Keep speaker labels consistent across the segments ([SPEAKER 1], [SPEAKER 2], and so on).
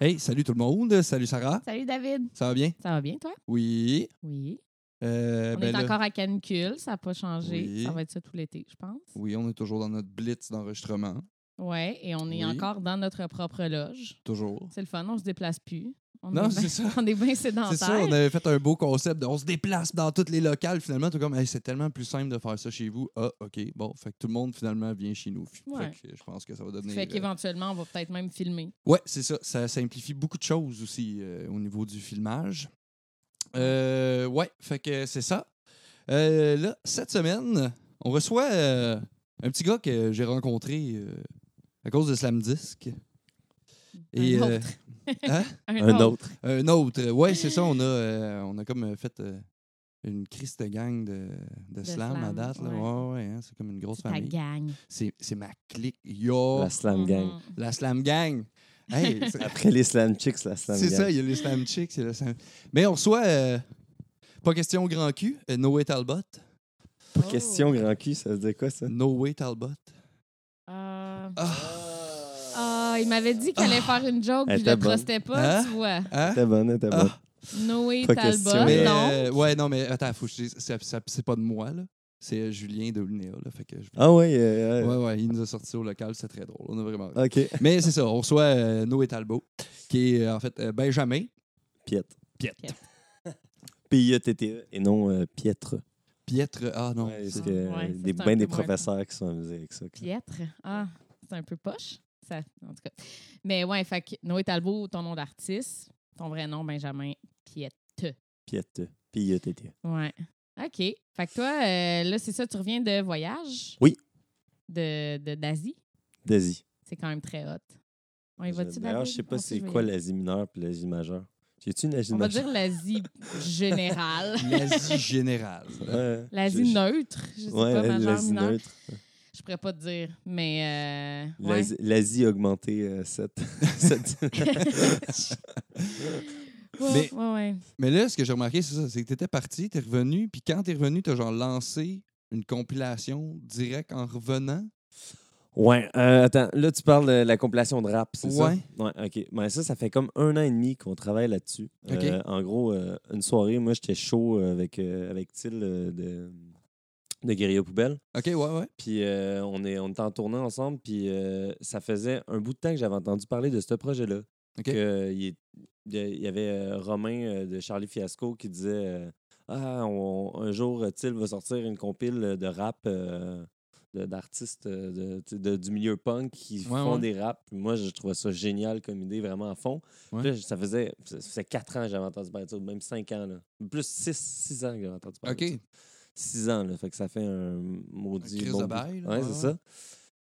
[SPEAKER 1] Hey, salut tout le monde. Salut Sarah.
[SPEAKER 2] Salut David.
[SPEAKER 1] Ça va bien?
[SPEAKER 2] Ça va bien, toi?
[SPEAKER 1] Oui.
[SPEAKER 2] Oui.
[SPEAKER 1] Euh,
[SPEAKER 2] On
[SPEAKER 1] ben
[SPEAKER 2] est
[SPEAKER 1] là-
[SPEAKER 2] encore à canicule, ça n'a pas changé.
[SPEAKER 1] Oui.
[SPEAKER 2] Ça va être ça tout l'été, je pense.
[SPEAKER 1] Oui, on est toujours dans notre blitz d'enregistrement.
[SPEAKER 2] Ouais, et on
[SPEAKER 1] Oui.
[SPEAKER 2] est encore dans notre propre loge.
[SPEAKER 1] Toujours.
[SPEAKER 2] C'est le fun, on se déplace plus. On
[SPEAKER 1] Non,
[SPEAKER 2] est
[SPEAKER 1] c'est
[SPEAKER 2] bien,
[SPEAKER 1] ça.
[SPEAKER 2] on est bien sédentaire.
[SPEAKER 1] C'est ça, on avait fait un beau concept de on se déplace dans toutes les locales. Finalement, tout comme, Hey, c'est tellement plus simple de faire ça chez vous. Ah, OK. Bon, fait que tout le monde finalement vient chez nous. Fait
[SPEAKER 2] Ouais.
[SPEAKER 1] que je pense que ça va devenir.
[SPEAKER 2] Fait
[SPEAKER 1] euh,
[SPEAKER 2] qu'éventuellement, on va peut-être même filmer.
[SPEAKER 1] Ouais, c'est ça. Ça simplifie beaucoup de choses aussi euh, au niveau du filmage. Euh, ouais, fait que c'est ça. Euh, là, cette semaine, on reçoit euh, un petit gars que j'ai rencontré euh, à cause de Slam Disc. Et,
[SPEAKER 2] un
[SPEAKER 1] euh,
[SPEAKER 2] autre.
[SPEAKER 1] hein?
[SPEAKER 3] Un autre.
[SPEAKER 1] Un autre. Ouais, c'est ça. On a, euh, on a comme fait euh, une crise de gang de, de slam, à
[SPEAKER 2] slam,
[SPEAKER 1] date. là.
[SPEAKER 2] ouais.
[SPEAKER 1] Ouais, ouais, hein, c'est comme une grosse
[SPEAKER 2] C'est ta
[SPEAKER 1] famille.
[SPEAKER 2] gang.
[SPEAKER 1] C'est c'est ma clique. Yo, la,
[SPEAKER 3] La slam gang.
[SPEAKER 2] Mhm.
[SPEAKER 1] slam gang. Hey, c'est-
[SPEAKER 3] Après les slam chicks, la slam gang.
[SPEAKER 1] c'est ça, il y a les slam chicks. il y a le slam- Mais on reçoit, euh, pas question au grand cul, euh, Noé Talbot.
[SPEAKER 3] Hein?
[SPEAKER 2] Oh.
[SPEAKER 3] Pas question grand cul, ça veut dire quoi ça?
[SPEAKER 1] Noé Talbot.
[SPEAKER 2] Euh,
[SPEAKER 1] Ah,
[SPEAKER 2] ah, il m'avait dit qu'il allait faire une joke, puis
[SPEAKER 3] Elle
[SPEAKER 2] je
[SPEAKER 3] était
[SPEAKER 2] le
[SPEAKER 3] bonne.
[SPEAKER 2] trustais pas,
[SPEAKER 1] Hein?
[SPEAKER 2] tu vois.
[SPEAKER 1] hein?
[SPEAKER 3] T'es bonne, t'es bonne.
[SPEAKER 2] Noé
[SPEAKER 3] Pas
[SPEAKER 2] Talbot,
[SPEAKER 3] question.
[SPEAKER 1] Mais,
[SPEAKER 2] Ah, non.
[SPEAKER 1] euh, ouais, non, mais attends, faut que je dise, c'est, c'est- c'est pas de moi, là. C'est euh, Julien de Lunéa, là. Fait que je-
[SPEAKER 3] Ah ouais, euh, euh,
[SPEAKER 1] Ouais, ouais, il nous a sorti au local, c'est très drôle. On a vraiment. ri.
[SPEAKER 3] ok.
[SPEAKER 1] Mais c'est ça, on reçoit euh, Noé Talbot, qui est euh, en fait euh, Benjamin
[SPEAKER 3] Piet.
[SPEAKER 1] Piet.
[SPEAKER 2] Piet.
[SPEAKER 3] P-I-E-T-T-E et non euh, piètre.
[SPEAKER 1] Piètre. Ah non.
[SPEAKER 3] Ouais,
[SPEAKER 1] c'est-
[SPEAKER 3] parce que euh,
[SPEAKER 2] Ouais, ça,
[SPEAKER 3] des,
[SPEAKER 2] c'est un
[SPEAKER 3] ben des
[SPEAKER 2] peu moins
[SPEAKER 3] professeurs qui sont amusés avec ça. quoi.
[SPEAKER 2] Piètre. Ah, c'est un peu poche. Ça, en tout cas. Mais ouais, fait que Noé Talbot, ton nom d'artiste, ton vrai nom, Benjamin Piette.
[SPEAKER 3] Piètre. P-I-E-T-T-E.
[SPEAKER 2] Ouais. OK. Fait que toi, euh, là, c'est ça, tu reviens de voyage?
[SPEAKER 3] Oui.
[SPEAKER 2] De de- d'Asie?
[SPEAKER 3] D'Asie.
[SPEAKER 2] c'est quand même très hot. On y va-tu
[SPEAKER 3] D'ailleurs,
[SPEAKER 2] David?
[SPEAKER 3] je sais pas
[SPEAKER 2] On sait,
[SPEAKER 3] c'est
[SPEAKER 2] je vais y
[SPEAKER 3] quoi
[SPEAKER 2] aller.
[SPEAKER 3] l'Asie mineure puis l'Asie majeure. J'ai-tu une Asie
[SPEAKER 2] On va
[SPEAKER 3] majeure?
[SPEAKER 2] dire l'Asie générale.
[SPEAKER 1] L'Asie générale.
[SPEAKER 3] Ouais.
[SPEAKER 2] L'Asie
[SPEAKER 3] J'ai-
[SPEAKER 2] neutre, je sais
[SPEAKER 3] Ouais,
[SPEAKER 2] pas, majeure,
[SPEAKER 3] l'Asie
[SPEAKER 2] mineure.
[SPEAKER 3] neutre.
[SPEAKER 2] Je pourrais pas te dire, mais... euh, ouais.
[SPEAKER 3] L'Asie- L'Asie augmentée euh, cette- cette-
[SPEAKER 2] Ouais,
[SPEAKER 1] Mais-
[SPEAKER 2] ouais, ouais.
[SPEAKER 1] Mais là, ce que j'ai remarqué, c'est ça, c'est que t'étais parti, t'es revenu, puis quand t'es revenu, t'as genre lancé une compilation direct en revenant.
[SPEAKER 3] Ouais, euh, attends, là tu parles de la compilation de rap, c'est ça?
[SPEAKER 1] Ouais.
[SPEAKER 3] Ouais, ok. Ben, ça, ça fait comme un an et demi qu'on travaille là-dessus. Euh,
[SPEAKER 1] Ok.
[SPEAKER 3] en gros, euh, une soirée, moi j'étais chaud euh, avec, euh, avec Till euh, de, de Guérilla Poubelle.
[SPEAKER 1] OK, ouais, ouais.
[SPEAKER 3] Puis euh, on, est, on était en tournant ensemble, puis euh, ça faisait un bout de temps que j'avais entendu parler de ce projet-là.
[SPEAKER 1] OK.
[SPEAKER 3] Que Il est- il y a- il y avait euh, Romain euh, de Charlie Fiasco qui disait euh, Ah, on- un jour, euh, Till va sortir une compile euh, de rap euh, de- d'artistes euh, de- tu sais, de- du milieu punk qui
[SPEAKER 1] Ouais,
[SPEAKER 3] font
[SPEAKER 1] ouais.
[SPEAKER 3] des raps. Puis moi, je trouvais ça génial comme idée, vraiment à fond. Puis
[SPEAKER 1] Ouais.
[SPEAKER 3] là, ça faisait, ça faisait 4 ans que j'avais entendu parler de ça, ou même 5 ans. là. Plus 6, 6 ans que j'avais entendu parler de ça.
[SPEAKER 1] OK.
[SPEAKER 3] 6 ans, là. Fait que ça fait un maudit.
[SPEAKER 1] Un crise
[SPEAKER 3] bon
[SPEAKER 1] de
[SPEAKER 3] bout.
[SPEAKER 1] bail, là.
[SPEAKER 3] Ouais,
[SPEAKER 1] Ouais,
[SPEAKER 3] c'est
[SPEAKER 1] ouais.
[SPEAKER 3] ça.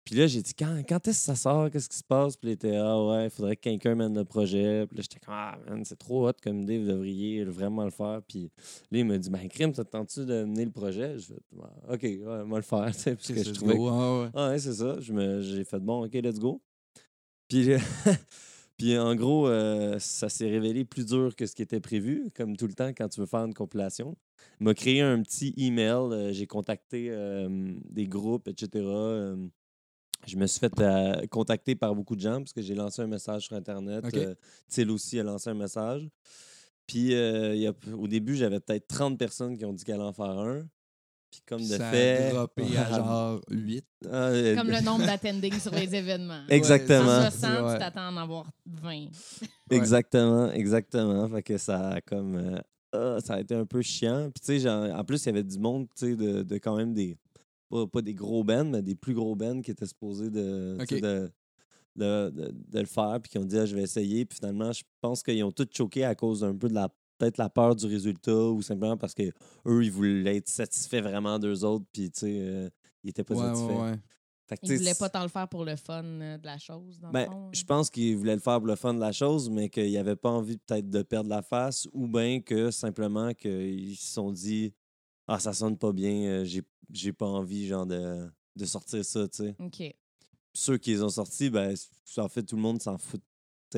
[SPEAKER 3] Puis là, j'ai dit, quand, quand est-ce que ça sort? Qu'est-ce qui se passe? Puis il était, ah ouais, il faudrait que quelqu'un mène le projet. Puis là, j'étais comme, ah man, c'est trop hot comme idée, vous devriez vraiment le faire. Puis là, il m'a dit, ben, crime, ça te tente-tu de mener le projet? Je fais, Ah, ok, ouais, moi le faire. tu sais, parce que
[SPEAKER 1] C'est
[SPEAKER 3] je
[SPEAKER 1] ça,
[SPEAKER 3] trouvais
[SPEAKER 1] go, ouais, ouais.
[SPEAKER 3] ah ouais, c'est ça. Je me- J'ai fait bon, OK, let's go. Puis, euh, puis en gros, euh, ça s'est révélé plus dur que ce qui était prévu, comme tout le temps quand tu veux faire une compilation. Il m'a créé un petit email. euh, J'ai contacté euh, des groupes, etc. Euh, je me suis fait euh, contacter par beaucoup de gens parce que j'ai lancé un message sur Internet.
[SPEAKER 1] OK.
[SPEAKER 3] Euh, Till aussi a lancé un message. Puis euh, il y a- au début, j'avais peut-être 30 personnes qui ont dit qu'elle en faire un. Puis comme de
[SPEAKER 1] Ça a
[SPEAKER 3] fait.
[SPEAKER 1] droppé à genre 8.
[SPEAKER 3] Ah, euh,
[SPEAKER 2] Comme le nombre d'attendings sur les événements.
[SPEAKER 3] Exactement.
[SPEAKER 2] En
[SPEAKER 1] Ouais,
[SPEAKER 2] 60,
[SPEAKER 1] c'est- ouais.
[SPEAKER 2] tu t'attends à en avoir 20.
[SPEAKER 1] Ouais.
[SPEAKER 3] Exactement, exactement. Fait que ça a comme. euh, ah, ça a été un peu chiant. Puis, tu sais, j'en- en plus, il y avait du monde, tu sais, de, de quand même des. Pas, pas des gros bands, mais des plus gros bands qui étaient supposés de, tu sais,
[SPEAKER 1] Ok.
[SPEAKER 3] de, de, de- de le faire. Puis qui ont dit, Ah, je vais essayer. Puis finalement, je pense qu'ils ont tous choqué à cause d'un peu de la. Peut-être la peur du résultat ou simplement parce que eux ils voulaient être satisfaits vraiment d'eux autres. Puis, tu sais, euh, ils étaient pas
[SPEAKER 1] Ouais,
[SPEAKER 3] satisfaits.
[SPEAKER 1] ouais, ouais.
[SPEAKER 3] Fait que, tu
[SPEAKER 2] Ils
[SPEAKER 3] sais,
[SPEAKER 2] voulaient pas tant le faire pour le fun euh, de la chose, dans le
[SPEAKER 3] ben,
[SPEAKER 2] fond. euh.
[SPEAKER 3] je pense qu'il voulait le faire pour le fun de la chose, mais qu'il n'avait pas envie peut-être de perdre la face, ou bien que simplement qu'ils se sont dit Ah, ça sonne pas bien, euh, j'ai- j'ai pas envie genre de, de sortir ça, tu sais.
[SPEAKER 2] OK.
[SPEAKER 3] Puis Ceux qui les ont sortis, ben, c- en fait, tout le monde s'en foutait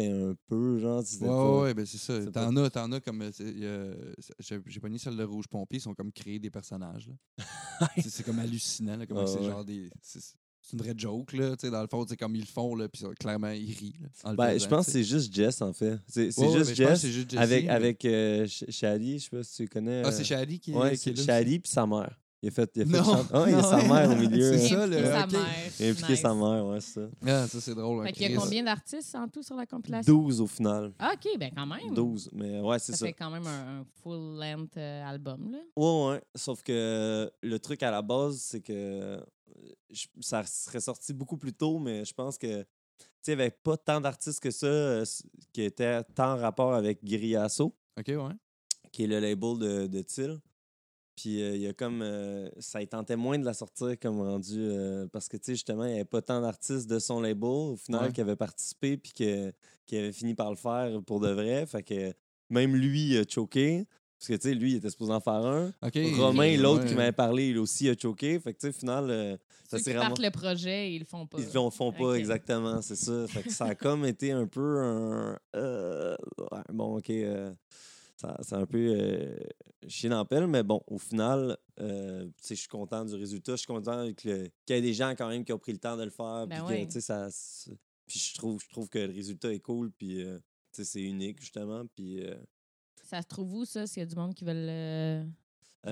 [SPEAKER 3] un peu, genre. c'était
[SPEAKER 1] Ouais,
[SPEAKER 3] pas-
[SPEAKER 1] ouais, ouais, ben c'est ça.
[SPEAKER 3] c'est
[SPEAKER 1] T'en as, t'en as comme. euh, c'est, euh, c'est- J'ai j'ai pogné celle de Rouge Pompier, ils sont comme créés des personnages. là. c'est c'est comme hallucinant, là, comment
[SPEAKER 3] Ah
[SPEAKER 1] c'est
[SPEAKER 3] ouais.
[SPEAKER 1] genre des. c'est- c'est une vraie joke, là. Tu sais, dans le fond, c'est comme ils le font, là, puis ça, clairement, ils rient. là, en le
[SPEAKER 3] Ben, je
[SPEAKER 1] faisant,
[SPEAKER 3] pense
[SPEAKER 1] tu
[SPEAKER 3] que
[SPEAKER 1] sais.
[SPEAKER 3] c'est juste Jess, en fait. C'est c'est
[SPEAKER 1] Ouais, ouais,
[SPEAKER 3] juste
[SPEAKER 1] mais je pense que
[SPEAKER 3] Jess
[SPEAKER 1] c'est juste Jessie,
[SPEAKER 3] avec,
[SPEAKER 1] mais-
[SPEAKER 3] avec euh, Sh- Shali, je sais pas si tu connais.
[SPEAKER 1] Ah, c'est
[SPEAKER 3] euh,
[SPEAKER 1] Shadi qui,
[SPEAKER 3] Ouais,
[SPEAKER 1] qui est là.
[SPEAKER 3] Shali puis sa mère. Il a fait. Il a fait
[SPEAKER 1] Non,
[SPEAKER 3] chan- Ah, il y a
[SPEAKER 1] non,
[SPEAKER 3] sa mère au
[SPEAKER 1] ouais.
[SPEAKER 3] milieu.
[SPEAKER 1] C'est
[SPEAKER 3] hein.
[SPEAKER 1] ça, le-
[SPEAKER 2] Impliquer sa
[SPEAKER 1] ok.
[SPEAKER 2] mère.
[SPEAKER 3] Il a impliqué
[SPEAKER 2] Nice.
[SPEAKER 3] sa mère, ouais, c'est ça.
[SPEAKER 1] Ah, ça, c'est drôle. hein,
[SPEAKER 2] Fait qu'il y a
[SPEAKER 1] Chris.
[SPEAKER 2] combien d'artistes en tout sur la compilation?
[SPEAKER 3] 12 au final.
[SPEAKER 2] Ah, OK, ben quand même.
[SPEAKER 3] 12. Mais ouais, c'est
[SPEAKER 2] Ça,
[SPEAKER 3] ça.
[SPEAKER 2] fait quand même un, un full-length euh, album, là.
[SPEAKER 3] Ouais, ouais. Sauf que le truc à la base, c'est que euh, je- ça serait sorti beaucoup plus tôt, mais je pense que. Tu sais, il n'y avait pas tant d'artistes que ça euh, s- qui étaient tant en rapport avec Guirillasso.
[SPEAKER 1] Ok, ouais.
[SPEAKER 3] qui est le label de, de Till. Puis euh, il y a comme. euh, ça y tentait moins de la sortir comme rendu. euh, parce que, tu sais, justement, il n'y avait pas tant d'artistes de son label au final
[SPEAKER 1] Ouais.
[SPEAKER 3] qui avaient participé puis que, qui avaient fini par le faire pour de vrai. Fait que même lui, il a choqué. Parce que, tu sais, lui, il était supposé en faire un.
[SPEAKER 1] Ok.
[SPEAKER 3] Romain, l'autre
[SPEAKER 1] ouais.
[SPEAKER 3] qui m'avait parlé, il aussi a choqué. Fait que, tu sais, au final, euh, ça
[SPEAKER 2] Ceux qui
[SPEAKER 3] s'est vraiment.
[SPEAKER 2] partent le projet, ils le font pas.
[SPEAKER 3] Ils ne le font pas
[SPEAKER 2] Ok.
[SPEAKER 3] exactement, c'est ça. Fait que ça a comme été un peu un. euh, ouais, bon, ok. euh, ça, ça a un peu euh, chier dans la pelle, mais bon, au final, euh, tu sais, je suis content du résultat. Je suis content que le- qu'il y ait des gens quand même qui ont pris le temps de le faire.
[SPEAKER 2] Ben
[SPEAKER 3] puis que,
[SPEAKER 2] ouais.
[SPEAKER 3] tu sais, ça, c'est- puis je trouve, je trouve que le résultat est cool, puis euh, tu sais, c'est unique, justement. Puis euh,
[SPEAKER 2] Ça se trouve où, ça, s'il y a du monde qui veut le...
[SPEAKER 3] euh,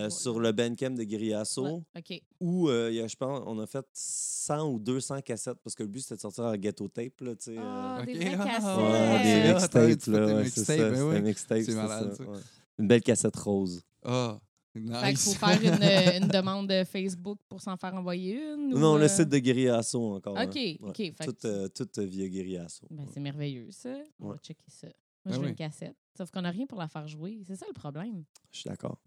[SPEAKER 2] Ouais.
[SPEAKER 3] sur le Bandcamp de Guirillasso,
[SPEAKER 2] Ouais, OK.
[SPEAKER 3] où euh, il y a, je pense, on a fait 100 ou 200 cassettes, parce que le but, c'était de sortir en ghetto tape, là, tu sais. euh,
[SPEAKER 2] Ah, des
[SPEAKER 1] Ok,
[SPEAKER 2] vraies
[SPEAKER 1] ah,
[SPEAKER 2] cassettes!
[SPEAKER 3] Ouais,
[SPEAKER 1] Ouais.
[SPEAKER 3] des
[SPEAKER 1] Ah, t'as dit,
[SPEAKER 3] mixtapes,
[SPEAKER 1] tu
[SPEAKER 3] là,
[SPEAKER 1] fais des
[SPEAKER 3] ouais, c'est ça,
[SPEAKER 1] mixtapes, ben
[SPEAKER 3] c'est
[SPEAKER 1] oui.
[SPEAKER 3] un mixtape,
[SPEAKER 1] C'est
[SPEAKER 3] c'est
[SPEAKER 1] malade,
[SPEAKER 3] ça,
[SPEAKER 1] ça.
[SPEAKER 3] ouais. Une belle cassette rose.
[SPEAKER 1] Ah,
[SPEAKER 2] Fait qu'il
[SPEAKER 1] nice.
[SPEAKER 2] faut faire une, une demande de Facebook pour s'en faire envoyer une? ou,
[SPEAKER 3] non,
[SPEAKER 2] euh,
[SPEAKER 3] le site de Guirillasso encore. hein.
[SPEAKER 2] OK,
[SPEAKER 3] Ouais.
[SPEAKER 2] OK. fait que-
[SPEAKER 3] Tout, euh, tout, euh, via Guirillasso.
[SPEAKER 2] Ben,
[SPEAKER 3] ouais.
[SPEAKER 2] c'est merveilleux, ça. On va
[SPEAKER 3] Ouais.
[SPEAKER 2] checker ça.
[SPEAKER 1] Ben
[SPEAKER 2] Moi, je veux
[SPEAKER 1] oui.
[SPEAKER 2] une cassette. Sauf qu'on n'a rien pour la faire jouer. C'est ça le problème.
[SPEAKER 3] Je suis d'accord.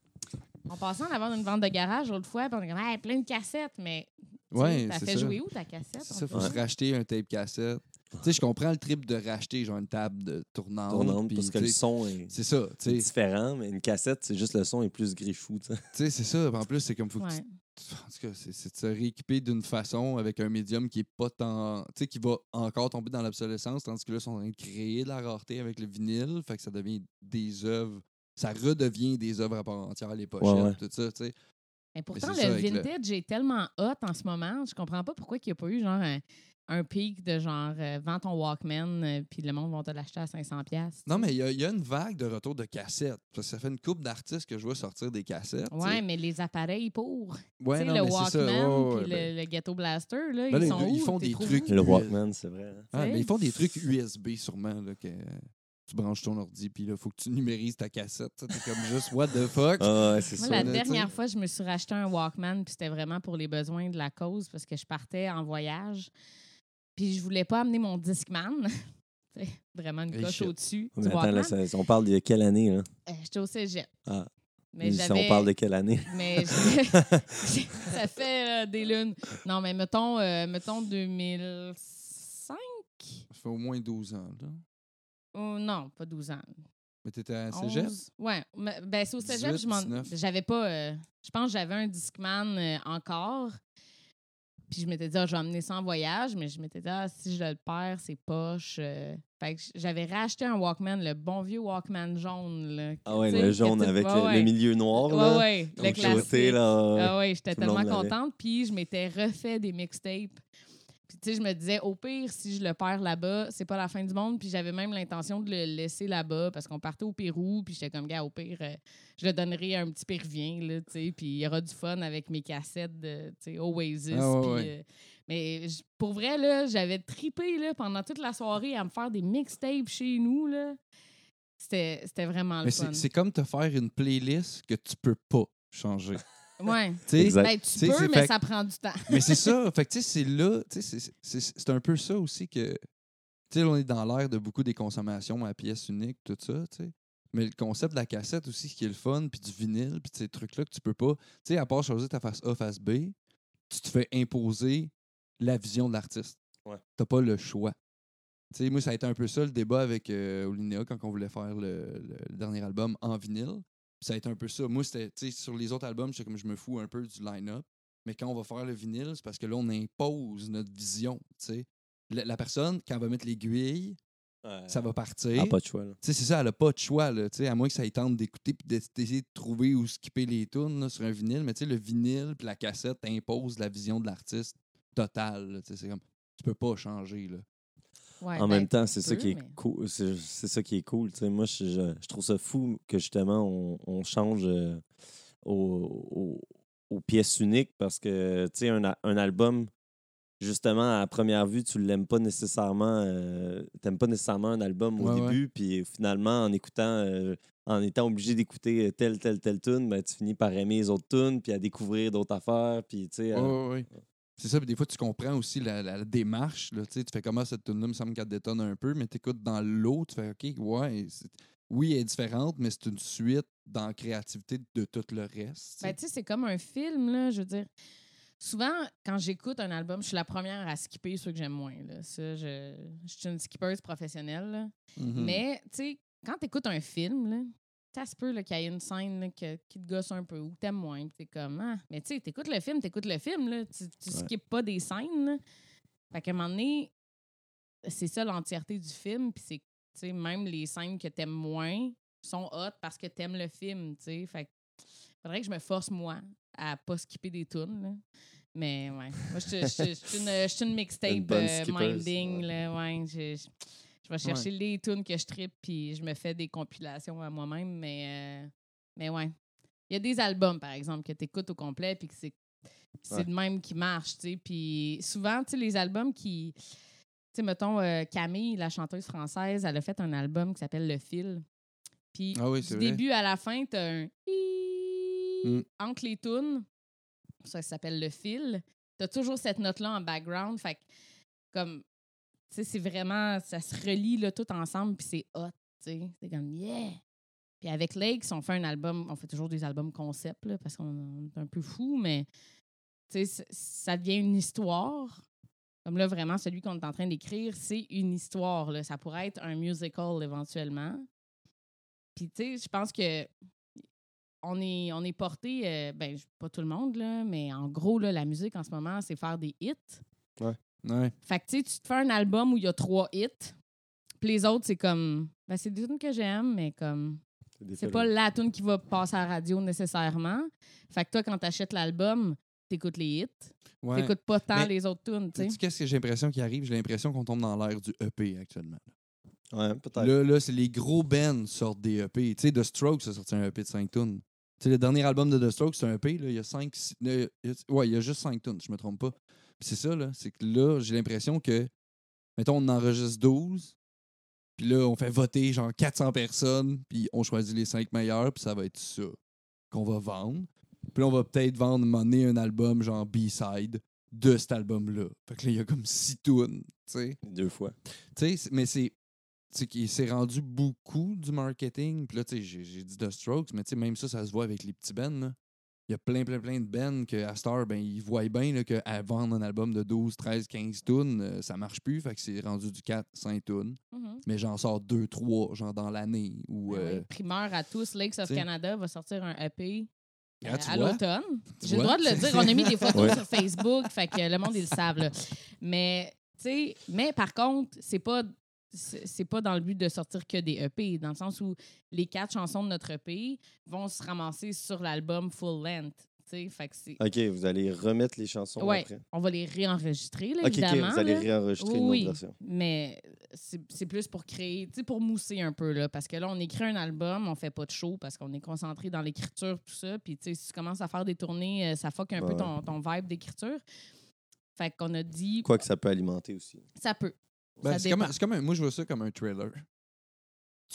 [SPEAKER 2] On passait en avant d'une vente de garage l'autre fois, puis on est comme, hey, plein de cassettes, mais tu
[SPEAKER 1] Ouais,
[SPEAKER 2] sais, t'as
[SPEAKER 1] c'est
[SPEAKER 2] fait
[SPEAKER 1] ça.
[SPEAKER 2] jouer où ta cassette?
[SPEAKER 1] C'est
[SPEAKER 2] on
[SPEAKER 1] ça, faut
[SPEAKER 2] peut-
[SPEAKER 1] se racheter un tape cassette. Tu sais, je comprends le trip de racheter genre une table de tournante.
[SPEAKER 3] Tournante,
[SPEAKER 1] Ah puis,
[SPEAKER 3] parce que
[SPEAKER 1] tu
[SPEAKER 3] le
[SPEAKER 1] sais,
[SPEAKER 3] son est
[SPEAKER 1] C'est ça, tu sais.
[SPEAKER 3] différent, mais une cassette, c'est juste le son est plus griffou. tu sais.
[SPEAKER 1] Tu sais, c'est ça. En plus, c'est comme faut que tu-
[SPEAKER 2] Ouais. Ben,
[SPEAKER 1] En tout cas, c'est c'est de se rééquiper d'une façon avec un médium qui est pas tant. Tu sais, qui va encore tomber dans l'obsolescence, tandis que là, ils sont en train de créer de la rareté avec le vinyle. Fait que ça devient des œuvres. Ça redevient des œuvres à part entière, les pochettes,
[SPEAKER 3] Ouais, ouais.
[SPEAKER 1] tout ça, tu sais.
[SPEAKER 2] Mais pourtant,
[SPEAKER 1] c'est ça
[SPEAKER 2] le
[SPEAKER 1] avec le-
[SPEAKER 2] vintage est tellement hot en ce moment. Je comprends pas pourquoi il n'y a pas eu genre un, un pic de genre euh, vends ton Walkman, euh, puis le monde va te l'acheter à 500$. piastres,
[SPEAKER 1] Non,
[SPEAKER 2] tu sais.
[SPEAKER 1] mais il y, a- il y a une vague de retour de cassettes. Parce que ça fait une coupe d'artistes que je vois sortir des cassettes. tu sais.
[SPEAKER 2] Ouais, mais les appareils pour.
[SPEAKER 1] ouais
[SPEAKER 2] tu sais,
[SPEAKER 1] non,
[SPEAKER 2] le
[SPEAKER 1] mais
[SPEAKER 2] Walkman,
[SPEAKER 1] c'est ça. Ouais, ouais,
[SPEAKER 2] puis
[SPEAKER 1] ben,
[SPEAKER 2] le, le Ghetto Blaster, là,
[SPEAKER 1] là,
[SPEAKER 2] ils
[SPEAKER 1] ils-
[SPEAKER 2] sont
[SPEAKER 1] ils
[SPEAKER 2] où?
[SPEAKER 1] font
[SPEAKER 2] T'es
[SPEAKER 1] des
[SPEAKER 2] trop
[SPEAKER 1] trucs-
[SPEAKER 2] où?
[SPEAKER 3] Le
[SPEAKER 1] Oui.
[SPEAKER 3] Walkman, c'est vrai. hein.
[SPEAKER 1] Ah,
[SPEAKER 2] sais.
[SPEAKER 1] mais ils font des trucs USB sûrement, là, que tu branches ton ordi, puis là, faut que tu numérises ta cassette. ça, T'es comme juste, what the fuck?
[SPEAKER 3] Ah, ouais, c'est
[SPEAKER 2] Moi,
[SPEAKER 3] ça.
[SPEAKER 1] là,
[SPEAKER 2] la
[SPEAKER 1] tu sais.
[SPEAKER 2] dernière fois, je me suis racheté un Walkman, puis c'était vraiment pour les besoins de la cause, parce que je partais en voyage, puis je voulais pas amener mon Discman. C'est vraiment une
[SPEAKER 1] Hey,
[SPEAKER 2] coche
[SPEAKER 1] shit.
[SPEAKER 2] au-dessus
[SPEAKER 3] Mais
[SPEAKER 2] du
[SPEAKER 3] attends, là,
[SPEAKER 2] Walkman.
[SPEAKER 3] ça- on parle de quelle année, là?
[SPEAKER 2] Euh, J'étais au cégep.
[SPEAKER 3] Ah.
[SPEAKER 2] Mais
[SPEAKER 3] Si
[SPEAKER 2] j'avais...
[SPEAKER 3] on parle de quelle année?
[SPEAKER 2] Mais je- ça fait euh, des lunes. Non, mais mettons, euh, mettons 2005?
[SPEAKER 1] Ça fait au moins 12 ans, là.
[SPEAKER 2] Oh, non, pas 12 ans.
[SPEAKER 1] Mais t'étais à
[SPEAKER 2] 11.
[SPEAKER 1] euh, cégep?
[SPEAKER 2] Ouais, mais- ben c'est au cégep,
[SPEAKER 1] 18,
[SPEAKER 2] je m'en
[SPEAKER 1] 19.
[SPEAKER 2] j'avais pas euh, je pense que j'avais un Discman euh, encore. Puis je m'étais dit Ah, je vais emmener ça en voyage, mais je m'étais dit ah, si je le perds, c'est poche. euh. Fait que j'avais racheté un Walkman, le bon vieux Walkman jaune là.
[SPEAKER 3] Ah ouais,
[SPEAKER 2] Tu sais,
[SPEAKER 3] le
[SPEAKER 2] que
[SPEAKER 3] jaune
[SPEAKER 2] tu-
[SPEAKER 3] avec
[SPEAKER 2] ouais,
[SPEAKER 3] le,
[SPEAKER 2] ouais.
[SPEAKER 3] le milieu noir,
[SPEAKER 2] Ouais
[SPEAKER 3] là.
[SPEAKER 2] ouais, le
[SPEAKER 3] Au
[SPEAKER 2] classique.
[SPEAKER 3] côté, là.
[SPEAKER 2] Ah oui, j'étais
[SPEAKER 3] Tout le monde
[SPEAKER 2] tellement
[SPEAKER 3] l'avait.
[SPEAKER 2] contente. Puis je m'étais refait des mixtapes. Puis tu sais, je me disais, au pire, si je le perds là-bas, c'est pas la fin du monde. Puis j'avais même l'intention de le laisser là-bas parce qu'on partait au Pérou. Puis j'étais comme, gars, au pire, euh, je le donnerai à un petit Péruvien, là, tu sais. Puis il y aura du fun avec mes cassettes de, tu sais, Oasis.
[SPEAKER 1] Ah ouais,
[SPEAKER 2] puis,
[SPEAKER 1] ouais.
[SPEAKER 2] euh, mais j- pour vrai, là, j'avais tripé, là, pendant toute la soirée à me faire des mixtapes chez nous, là. C'était c'était vraiment le
[SPEAKER 1] Mais
[SPEAKER 2] fun.
[SPEAKER 1] c'est c'est comme te faire une playlist que tu peux pas changer.
[SPEAKER 2] Ouais.
[SPEAKER 1] Tu sais?
[SPEAKER 3] Exact.
[SPEAKER 2] Ben, tu
[SPEAKER 1] c'est-
[SPEAKER 2] peux,
[SPEAKER 1] c'est
[SPEAKER 2] mais
[SPEAKER 1] fait-
[SPEAKER 2] ça prend du temps.
[SPEAKER 1] Mais c'est ça. Fait que tu sais, c'est là, tu sais, c'est- c'est c'est un peu ça aussi que. Tu sais, on est dans l'ère de beaucoup des consommations à pièce unique, tout ça, tu sais. Mais le concept de la cassette aussi, ce qui est le fun, puis du vinyle, puis de ces trucs-là que tu peux pas. Tu sais, à part choisir ta face A, face B, tu te fais imposer la vision de l'artiste.
[SPEAKER 3] Ouais.
[SPEAKER 1] T'as pas le choix. Tu sais, moi, ça a été un peu ça le débat avec euh, Olinéa quand on voulait faire le, le- le dernier album en vinyle. Puis ça a été un peu ça. Moi, c'était, tu sais, sur les autres albums, c'est comme je me fous un peu du line-up. Mais quand on va faire le vinyle, c'est parce que là, on impose notre vision. tu sais. La, la personne, quand elle va mettre l'aiguille,
[SPEAKER 3] Ouais.
[SPEAKER 1] ça va partir.
[SPEAKER 3] Ah, pas de choix, là.
[SPEAKER 1] Tu sais, c'est ça, elle n'a pas de choix, là, tu sais, à moins que ça y tente d'écouter puis d'ess- d'essayer de trouver ou skipper les tunes là, sur un vinyle. Mais tu sais, le vinyle puis la cassette imposent la vision de l'artiste totale. là, tu sais, C'est comme, tu peux pas changer. Là.
[SPEAKER 2] Ouais,
[SPEAKER 3] en
[SPEAKER 2] ben,
[SPEAKER 3] même temps, c'est ça,
[SPEAKER 2] peu,
[SPEAKER 3] qui est
[SPEAKER 2] mais-
[SPEAKER 3] cool- c'est c'est ça qui est cool. tu sais. Moi, je, je- je trouve ça fou que justement, on, on change euh, aux, aux- aux pièces uniques parce que tu sais, un, a- un album, justement, à première vue, tu l'aimes pas nécessairement. euh, T'aimes pas nécessairement un album au
[SPEAKER 1] Ouais, ouais.
[SPEAKER 3] début, puis finalement, en écoutant. euh, en étant obligé d'écouter euh, telle, telle, telle tune, ben, tu finis par aimer les autres tunes, puis à découvrir d'autres affaires, puis tu sais, à-
[SPEAKER 1] Ouais, ouais, ouais. C'est ça, puis des fois, tu comprends aussi la, la- la démarche. Là, tu sais, tu fais comment cette tune-là me semble qu'elle détonne un peu, mais tu écoutes dans l'eau, tu fais OK, ouais, c'est- oui, elle est différente, mais c'est une suite dans la créativité de tout le reste. tu sais.
[SPEAKER 2] Ben, tu sais, c'est comme un film, là, je veux dire. Souvent, quand j'écoute un album, je suis la première à skipper ceux que j'aime moins. Là. Ça, je, je suis une skippeuse professionnelle. là.
[SPEAKER 3] Mm-hmm.
[SPEAKER 1] Mhm.
[SPEAKER 2] Mais, tu sais, quand tu écoutes un film, là, ça se peut là, qu'il y ait une scène là, que- qui te gosse un peu ou que t'aimes moins. puis T'es comme, ah. Mais tu sais, t'écoutes le film, t'écoutes le film, là, tu, tu
[SPEAKER 3] Ouais.
[SPEAKER 2] skippes pas des scènes. là. Fait qu'à un moment donné, c'est ça l'entièreté du film. Puis c'est, tu sais, même les scènes que t'aimes moins sont hot parce que t'aimes le film, tu sais. Fait que faudrait que je me force, moi, à pas skipper des tunes, là. Mais ouais, moi, je je- je- je suis une, je suis une
[SPEAKER 3] Une
[SPEAKER 2] mixtape
[SPEAKER 3] bonne
[SPEAKER 2] euh,
[SPEAKER 3] skippeuse,
[SPEAKER 2] minding,
[SPEAKER 3] ouais.
[SPEAKER 2] là, ouais. Je, je- je vais chercher les tunes que je trippe, puis je me fais des compilations à moi-même, mais, euh, mais ouais. Il y a des albums, par exemple, que tu écoutes au complet, puis que c'est c'est
[SPEAKER 3] Ouais.
[SPEAKER 2] le même qui marche, tu sais. Puis souvent, tu sais, les albums qui... Tu sais, mettons, euh, Camille, la chanteuse française, elle a fait un album qui s'appelle Le Fil. Puis
[SPEAKER 1] Ah oui,
[SPEAKER 2] du
[SPEAKER 1] c'est vrai.
[SPEAKER 2] début à la fin, t'as un i
[SPEAKER 1] Mm.
[SPEAKER 2] entre les tunes. C'est pour Ça, ça s'appelle le fil. T'as toujours cette note-là en background. Fait que, comme, tu sais, c'est vraiment, ça se relie là, tout ensemble, puis c'est hot, tu sais. C'est comme, yeah! Puis avec Lakes, on fait un album, on fait toujours des albums concept, là, parce qu'on on est un peu fou, mais, tu sais, c- ça devient une histoire. Comme là, vraiment, celui qu'on est en train d'écrire, c'est une histoire. là. Ça pourrait être un musical éventuellement. Puis, tu sais, je pense que on est, on est porté, euh, ben, je- pas tout le monde, là, mais en gros, là, la musique en ce moment, c'est faire des hits.
[SPEAKER 1] Ouais.
[SPEAKER 2] Fait que, tu sais, tu te fais un album où il y a trois hits. Puis les autres, c'est comme, ben, c'est des tunes que j'aime, mais comme,
[SPEAKER 3] des
[SPEAKER 2] c'est
[SPEAKER 3] films.
[SPEAKER 2] pas la tune qui va passer à la radio nécessairement. Fait que toi, quand t'achètes l'album, t'écoutes les hits.
[SPEAKER 1] Ouais.
[SPEAKER 2] T'écoutes pas tant
[SPEAKER 1] Mais-
[SPEAKER 2] les autres tunes, tu sais.
[SPEAKER 1] Sais-tu qu'est-ce que j'ai l'impression qui arrive? J'ai l'impression qu'on tombe dans l'ère du EP actuellement.
[SPEAKER 3] Ouais, peut-être.
[SPEAKER 1] Là, là, c'est les gros bands sortent des EP. Tu sais, The Strokes a sorti un EP de 5 tonnes. Tu sais, le dernier album de The Strokes, c'est un EP. là, il y a 5... ouais, il y a juste 5 tonnes, je me trompe pas. Puis c'est ça, là. C'est que là, j'ai l'impression que, mettons, on enregistre 12, puis là, on fait voter genre 400 personnes, puis on choisit les 5 meilleurs, puis ça va être ça qu'on va vendre. Puis là, on va peut-être vendre, monnaie un album genre B-side de cet album-là. Fait que là, il y a comme 6 tunes, tu sais.
[SPEAKER 3] Deux fois.
[SPEAKER 1] Tu sais, c'est- mais c'est. C'est qu'il s'est rendu beaucoup du marketing. Puis là, tu sais, j'ai j'ai dit The Strokes, mais tu sais, même ça, ça se voit avec les petits bands. là. Il y a plein, plein, plein de bands que à Star, ben, ils voient bien là, que à vendre un album de 12, 13, 15 tunes, euh, ça marche plus. Fait que c'est rendu du 4, 5 tunes.
[SPEAKER 2] Mhm.
[SPEAKER 1] Mais j'en sors 2, 3, genre dans l'année. Ou,
[SPEAKER 2] Ah oui,
[SPEAKER 1] euh,
[SPEAKER 2] Primeur à tous, Lakes of
[SPEAKER 1] t'sais.
[SPEAKER 2] Canada va sortir un EP euh,
[SPEAKER 1] Ah, tu
[SPEAKER 2] à
[SPEAKER 1] vois?
[SPEAKER 2] l'automne.
[SPEAKER 1] Tu
[SPEAKER 2] J'ai le
[SPEAKER 1] vois?
[SPEAKER 2] droit de le dire, on a mis des photos
[SPEAKER 3] Ouais.
[SPEAKER 2] sur Facebook, fait que le monde, ils le savent. là. Mais, tu sais, mais par contre, c'est pas c'est c'est pas dans le but de sortir que des EP, dans le sens où les quatre chansons de notre EP vont se ramasser sur l'album Full Length. tu sais. Fait que c'est-
[SPEAKER 3] OK, vous allez remettre les chansons
[SPEAKER 2] Ouais.
[SPEAKER 3] après.
[SPEAKER 2] on va les réenregistrer, là,
[SPEAKER 3] OK, OK,
[SPEAKER 2] évidemment.
[SPEAKER 3] vous allez
[SPEAKER 2] là.
[SPEAKER 3] réenregistrer une
[SPEAKER 2] Oui,
[SPEAKER 3] autre version.
[SPEAKER 2] mais c'est c'est plus pour créer, tu sais, pour mousser un peu, là. Parce que là, on écrit un album, on fait pas de show parce qu'on est concentré dans l'écriture, tout ça. Puis, tu sais, si tu commences à faire des tournées, euh, ça fuck un
[SPEAKER 3] Ouais,
[SPEAKER 2] peu
[SPEAKER 3] ouais.
[SPEAKER 2] ton, ton vibe d'écriture. Fait qu'on a dit,
[SPEAKER 3] Quoi que ça peut alimenter aussi.
[SPEAKER 2] ça peut.
[SPEAKER 1] Ben,
[SPEAKER 2] ça
[SPEAKER 1] c'est comme, un-
[SPEAKER 2] dépend.
[SPEAKER 1] c'est comme un- moi, je vois ça comme un trailer.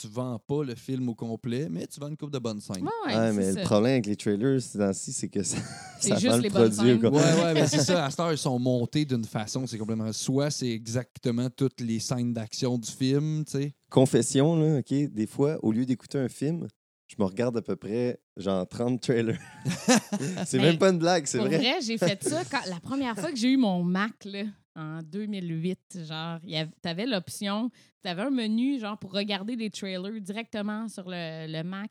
[SPEAKER 1] Tu vends pas le film au complet, mais tu vends une coupe de bonnes scènes.
[SPEAKER 2] Ouais, ouais,
[SPEAKER 3] Ah,
[SPEAKER 2] c'est
[SPEAKER 3] mais
[SPEAKER 2] ça.
[SPEAKER 3] le problème avec les trailers ces temps-ci, c'est que ça,
[SPEAKER 2] C'est
[SPEAKER 3] ça
[SPEAKER 2] juste
[SPEAKER 3] vend le
[SPEAKER 2] les bonnes
[SPEAKER 3] produit.
[SPEAKER 2] scènes.
[SPEAKER 3] quoi.
[SPEAKER 1] Ouais, ouais, mais c'est ça. À cette heure, ils sont montés d'une façon, c'est complètement. Soit c'est exactement toutes les scènes d'action du film, tu sais.
[SPEAKER 3] Confession, là, OK, des fois, au lieu d'écouter un film, je me regarde à peu près, genre, 30 trailers. c'est
[SPEAKER 2] Mais
[SPEAKER 3] même pas une blague, c'est
[SPEAKER 2] Pour
[SPEAKER 3] vrai.
[SPEAKER 2] vrai, j'ai fait ça quand- la première fois que j'ai eu mon Mac, là, en 2008. Genre, il y av- t'avais l'option, t'avais un menu, genre, pour regarder les trailers directement sur le, le Mac.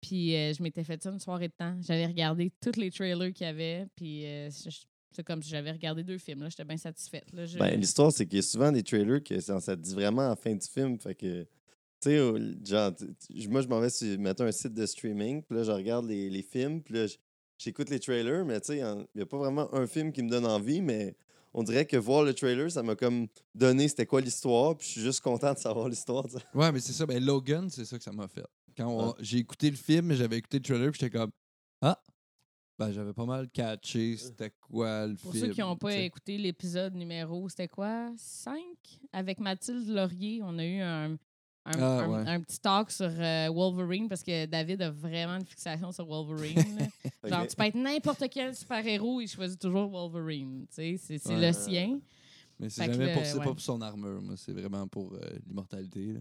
[SPEAKER 2] Puis euh, je m'étais fait ça une soirée de temps. J'avais regardé tous les trailers qu'il y avait, puis euh, je- je- c'est comme si j'avais regardé deux films. là. J'étais bien satisfaite. Là, Je-
[SPEAKER 3] Ben, L'histoire, c'est qu'il y a souvent des trailers que ça, ça te dit vraiment à la fin du film. Fait que, tu sais, au- genre, tu- tu- moi, je m'en vais sur, mettons, un site de streaming, puis là, je regarde les, les films, puis là, j- j'écoute les trailers, mais tu sais, il n'y a pas vraiment un film qui me donne envie, mais on dirait que voir le trailer, ça m'a comme donné c'était quoi l'histoire, puis je suis juste content de savoir l'histoire. tu sais.
[SPEAKER 1] Ouais, mais c'est ça. Ben, Logan, c'est ça que ça m'a fait. Quand on- j'ai écouté le film, j'avais écouté le trailer, puis j'étais comme Ah, ben, j'avais pas mal catché c'était quoi le
[SPEAKER 2] Pour
[SPEAKER 1] film.
[SPEAKER 2] ceux qui n'ont pas
[SPEAKER 1] tu sais.
[SPEAKER 2] écouté l'épisode numéro, c'était quoi? 5? Avec Mathilde Laurier, on a eu un, un,
[SPEAKER 1] Ah,
[SPEAKER 2] un-
[SPEAKER 1] ouais.
[SPEAKER 2] un petit talk sur euh, Wolverine parce que David a vraiment une fixation sur Wolverine. là. Genre,
[SPEAKER 3] Ok.
[SPEAKER 2] tu peux être n'importe quel super-héros, il choisit toujours Wolverine. tu sais, C'est c'est
[SPEAKER 1] Ouais.
[SPEAKER 2] le sien.
[SPEAKER 1] Mais c'est
[SPEAKER 2] Fait que
[SPEAKER 1] jamais
[SPEAKER 2] le-
[SPEAKER 1] pour, c'est
[SPEAKER 2] ouais.
[SPEAKER 1] pas pour son armure, moi. C'est vraiment pour euh, l'immortalité. là.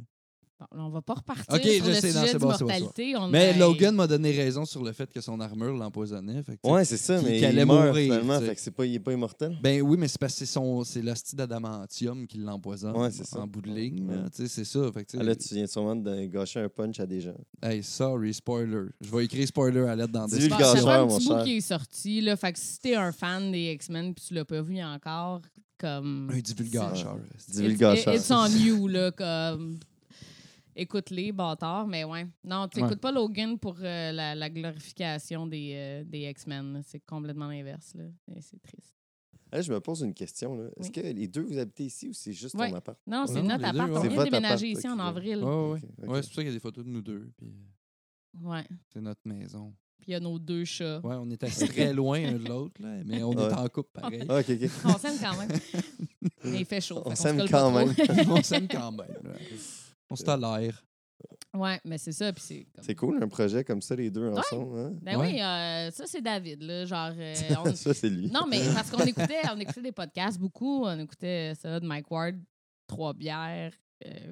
[SPEAKER 2] Bon, là, on va pas repartir
[SPEAKER 1] Ok,
[SPEAKER 2] sur
[SPEAKER 1] je
[SPEAKER 2] le
[SPEAKER 1] sais, non,
[SPEAKER 2] sujet
[SPEAKER 1] c'est bon, c'est bon,
[SPEAKER 2] d'immortalité. on
[SPEAKER 1] Mais
[SPEAKER 2] a-
[SPEAKER 1] Logan m'a donné raison sur le fait que son armure l'empoisonnait. fait que, tu sais,
[SPEAKER 3] Ouais, c'est ça,
[SPEAKER 1] Qui-
[SPEAKER 3] mais
[SPEAKER 1] qui allait
[SPEAKER 3] il meurt
[SPEAKER 1] mourir, tu
[SPEAKER 3] finalement,
[SPEAKER 1] sais.
[SPEAKER 3] fait que c'est pas, il est pas immortel.
[SPEAKER 1] Ben oui, mais c'est parce que c'est son- c'est l'hostie d'adamantium qui l'empoisonne
[SPEAKER 3] Ouais, c'est ça.
[SPEAKER 1] en bout de ligne.
[SPEAKER 3] Ouais.
[SPEAKER 1] là, tu sais, C'est ça. Fait que, tu sais,
[SPEAKER 3] Ah, là, tu viens sûrement de gâcher un punch à des gens.
[SPEAKER 1] Hey, sorry, spoiler. Je vais écrire spoiler à l'aide dans
[SPEAKER 3] Dis-le
[SPEAKER 1] des
[SPEAKER 2] Bon,
[SPEAKER 3] le
[SPEAKER 2] c'est
[SPEAKER 3] gasseur,
[SPEAKER 2] pas un
[SPEAKER 3] mon
[SPEAKER 2] petit bout
[SPEAKER 3] cher.
[SPEAKER 2] qui est sorti. Là, fait que si t'es un fan des X-Men puis tu l'as pas vu encore, comme...
[SPEAKER 1] Un divulgateur.
[SPEAKER 3] Dis- Divulgation.
[SPEAKER 2] It's, it's on you, là, comme... Écoute-les, bâtard, mais ouais. Non, tu
[SPEAKER 1] Ouais.
[SPEAKER 2] n'écoutes pas Logan pour euh, la, la glorification des, euh, des X-Men. là. C'est complètement l'inverse, là. Et C'est triste.
[SPEAKER 3] Hey, Ah, je me pose une question. là. Est-ce
[SPEAKER 2] Oui.
[SPEAKER 3] que les deux, vous habitez ici ou c'est juste
[SPEAKER 2] Ouais.
[SPEAKER 3] ton appart?
[SPEAKER 2] Non, c'est
[SPEAKER 1] non,
[SPEAKER 2] notre
[SPEAKER 1] les deux,
[SPEAKER 2] appart.
[SPEAKER 1] ouais.
[SPEAKER 2] On
[SPEAKER 1] C'est
[SPEAKER 2] vient de
[SPEAKER 3] votre
[SPEAKER 2] déménager
[SPEAKER 3] appart,
[SPEAKER 2] ici
[SPEAKER 3] ok.
[SPEAKER 2] en avril.
[SPEAKER 1] Ouais, ouais.
[SPEAKER 3] Ok, ok.
[SPEAKER 1] Ouais, c'est pour ça qu'il y a des photos de nous deux. puis euh,
[SPEAKER 2] Ouais.
[SPEAKER 1] c'est notre maison.
[SPEAKER 2] Puis il y a nos deux chats.
[SPEAKER 1] Ouais, on est assis très loin un de l'autre, là, mais on est
[SPEAKER 3] Ouais.
[SPEAKER 1] en couple pareil.
[SPEAKER 3] Ah, ok, ok.
[SPEAKER 2] On s'aime quand même. Mais il fait chaud.
[SPEAKER 3] On
[SPEAKER 2] fait qu'on se
[SPEAKER 3] s'aime
[SPEAKER 2] colle
[SPEAKER 3] quand
[SPEAKER 2] pas
[SPEAKER 3] même.
[SPEAKER 2] trop.
[SPEAKER 1] on s'aime quand même. là. On se tolère.
[SPEAKER 2] ouais, mais c'est ça. Puis c'est comme-
[SPEAKER 3] C'est cool, un projet comme ça, les deux ensemble. hein?
[SPEAKER 2] Ben
[SPEAKER 1] Ouais.
[SPEAKER 2] oui, euh, ça, c'est David. Là, genre, euh, on-
[SPEAKER 3] ça, c'est lui.
[SPEAKER 2] Non, mais parce qu'on écoutait, on écoutait des podcasts beaucoup. On écoutait ça de Mike Ward, Trois Bières. euh,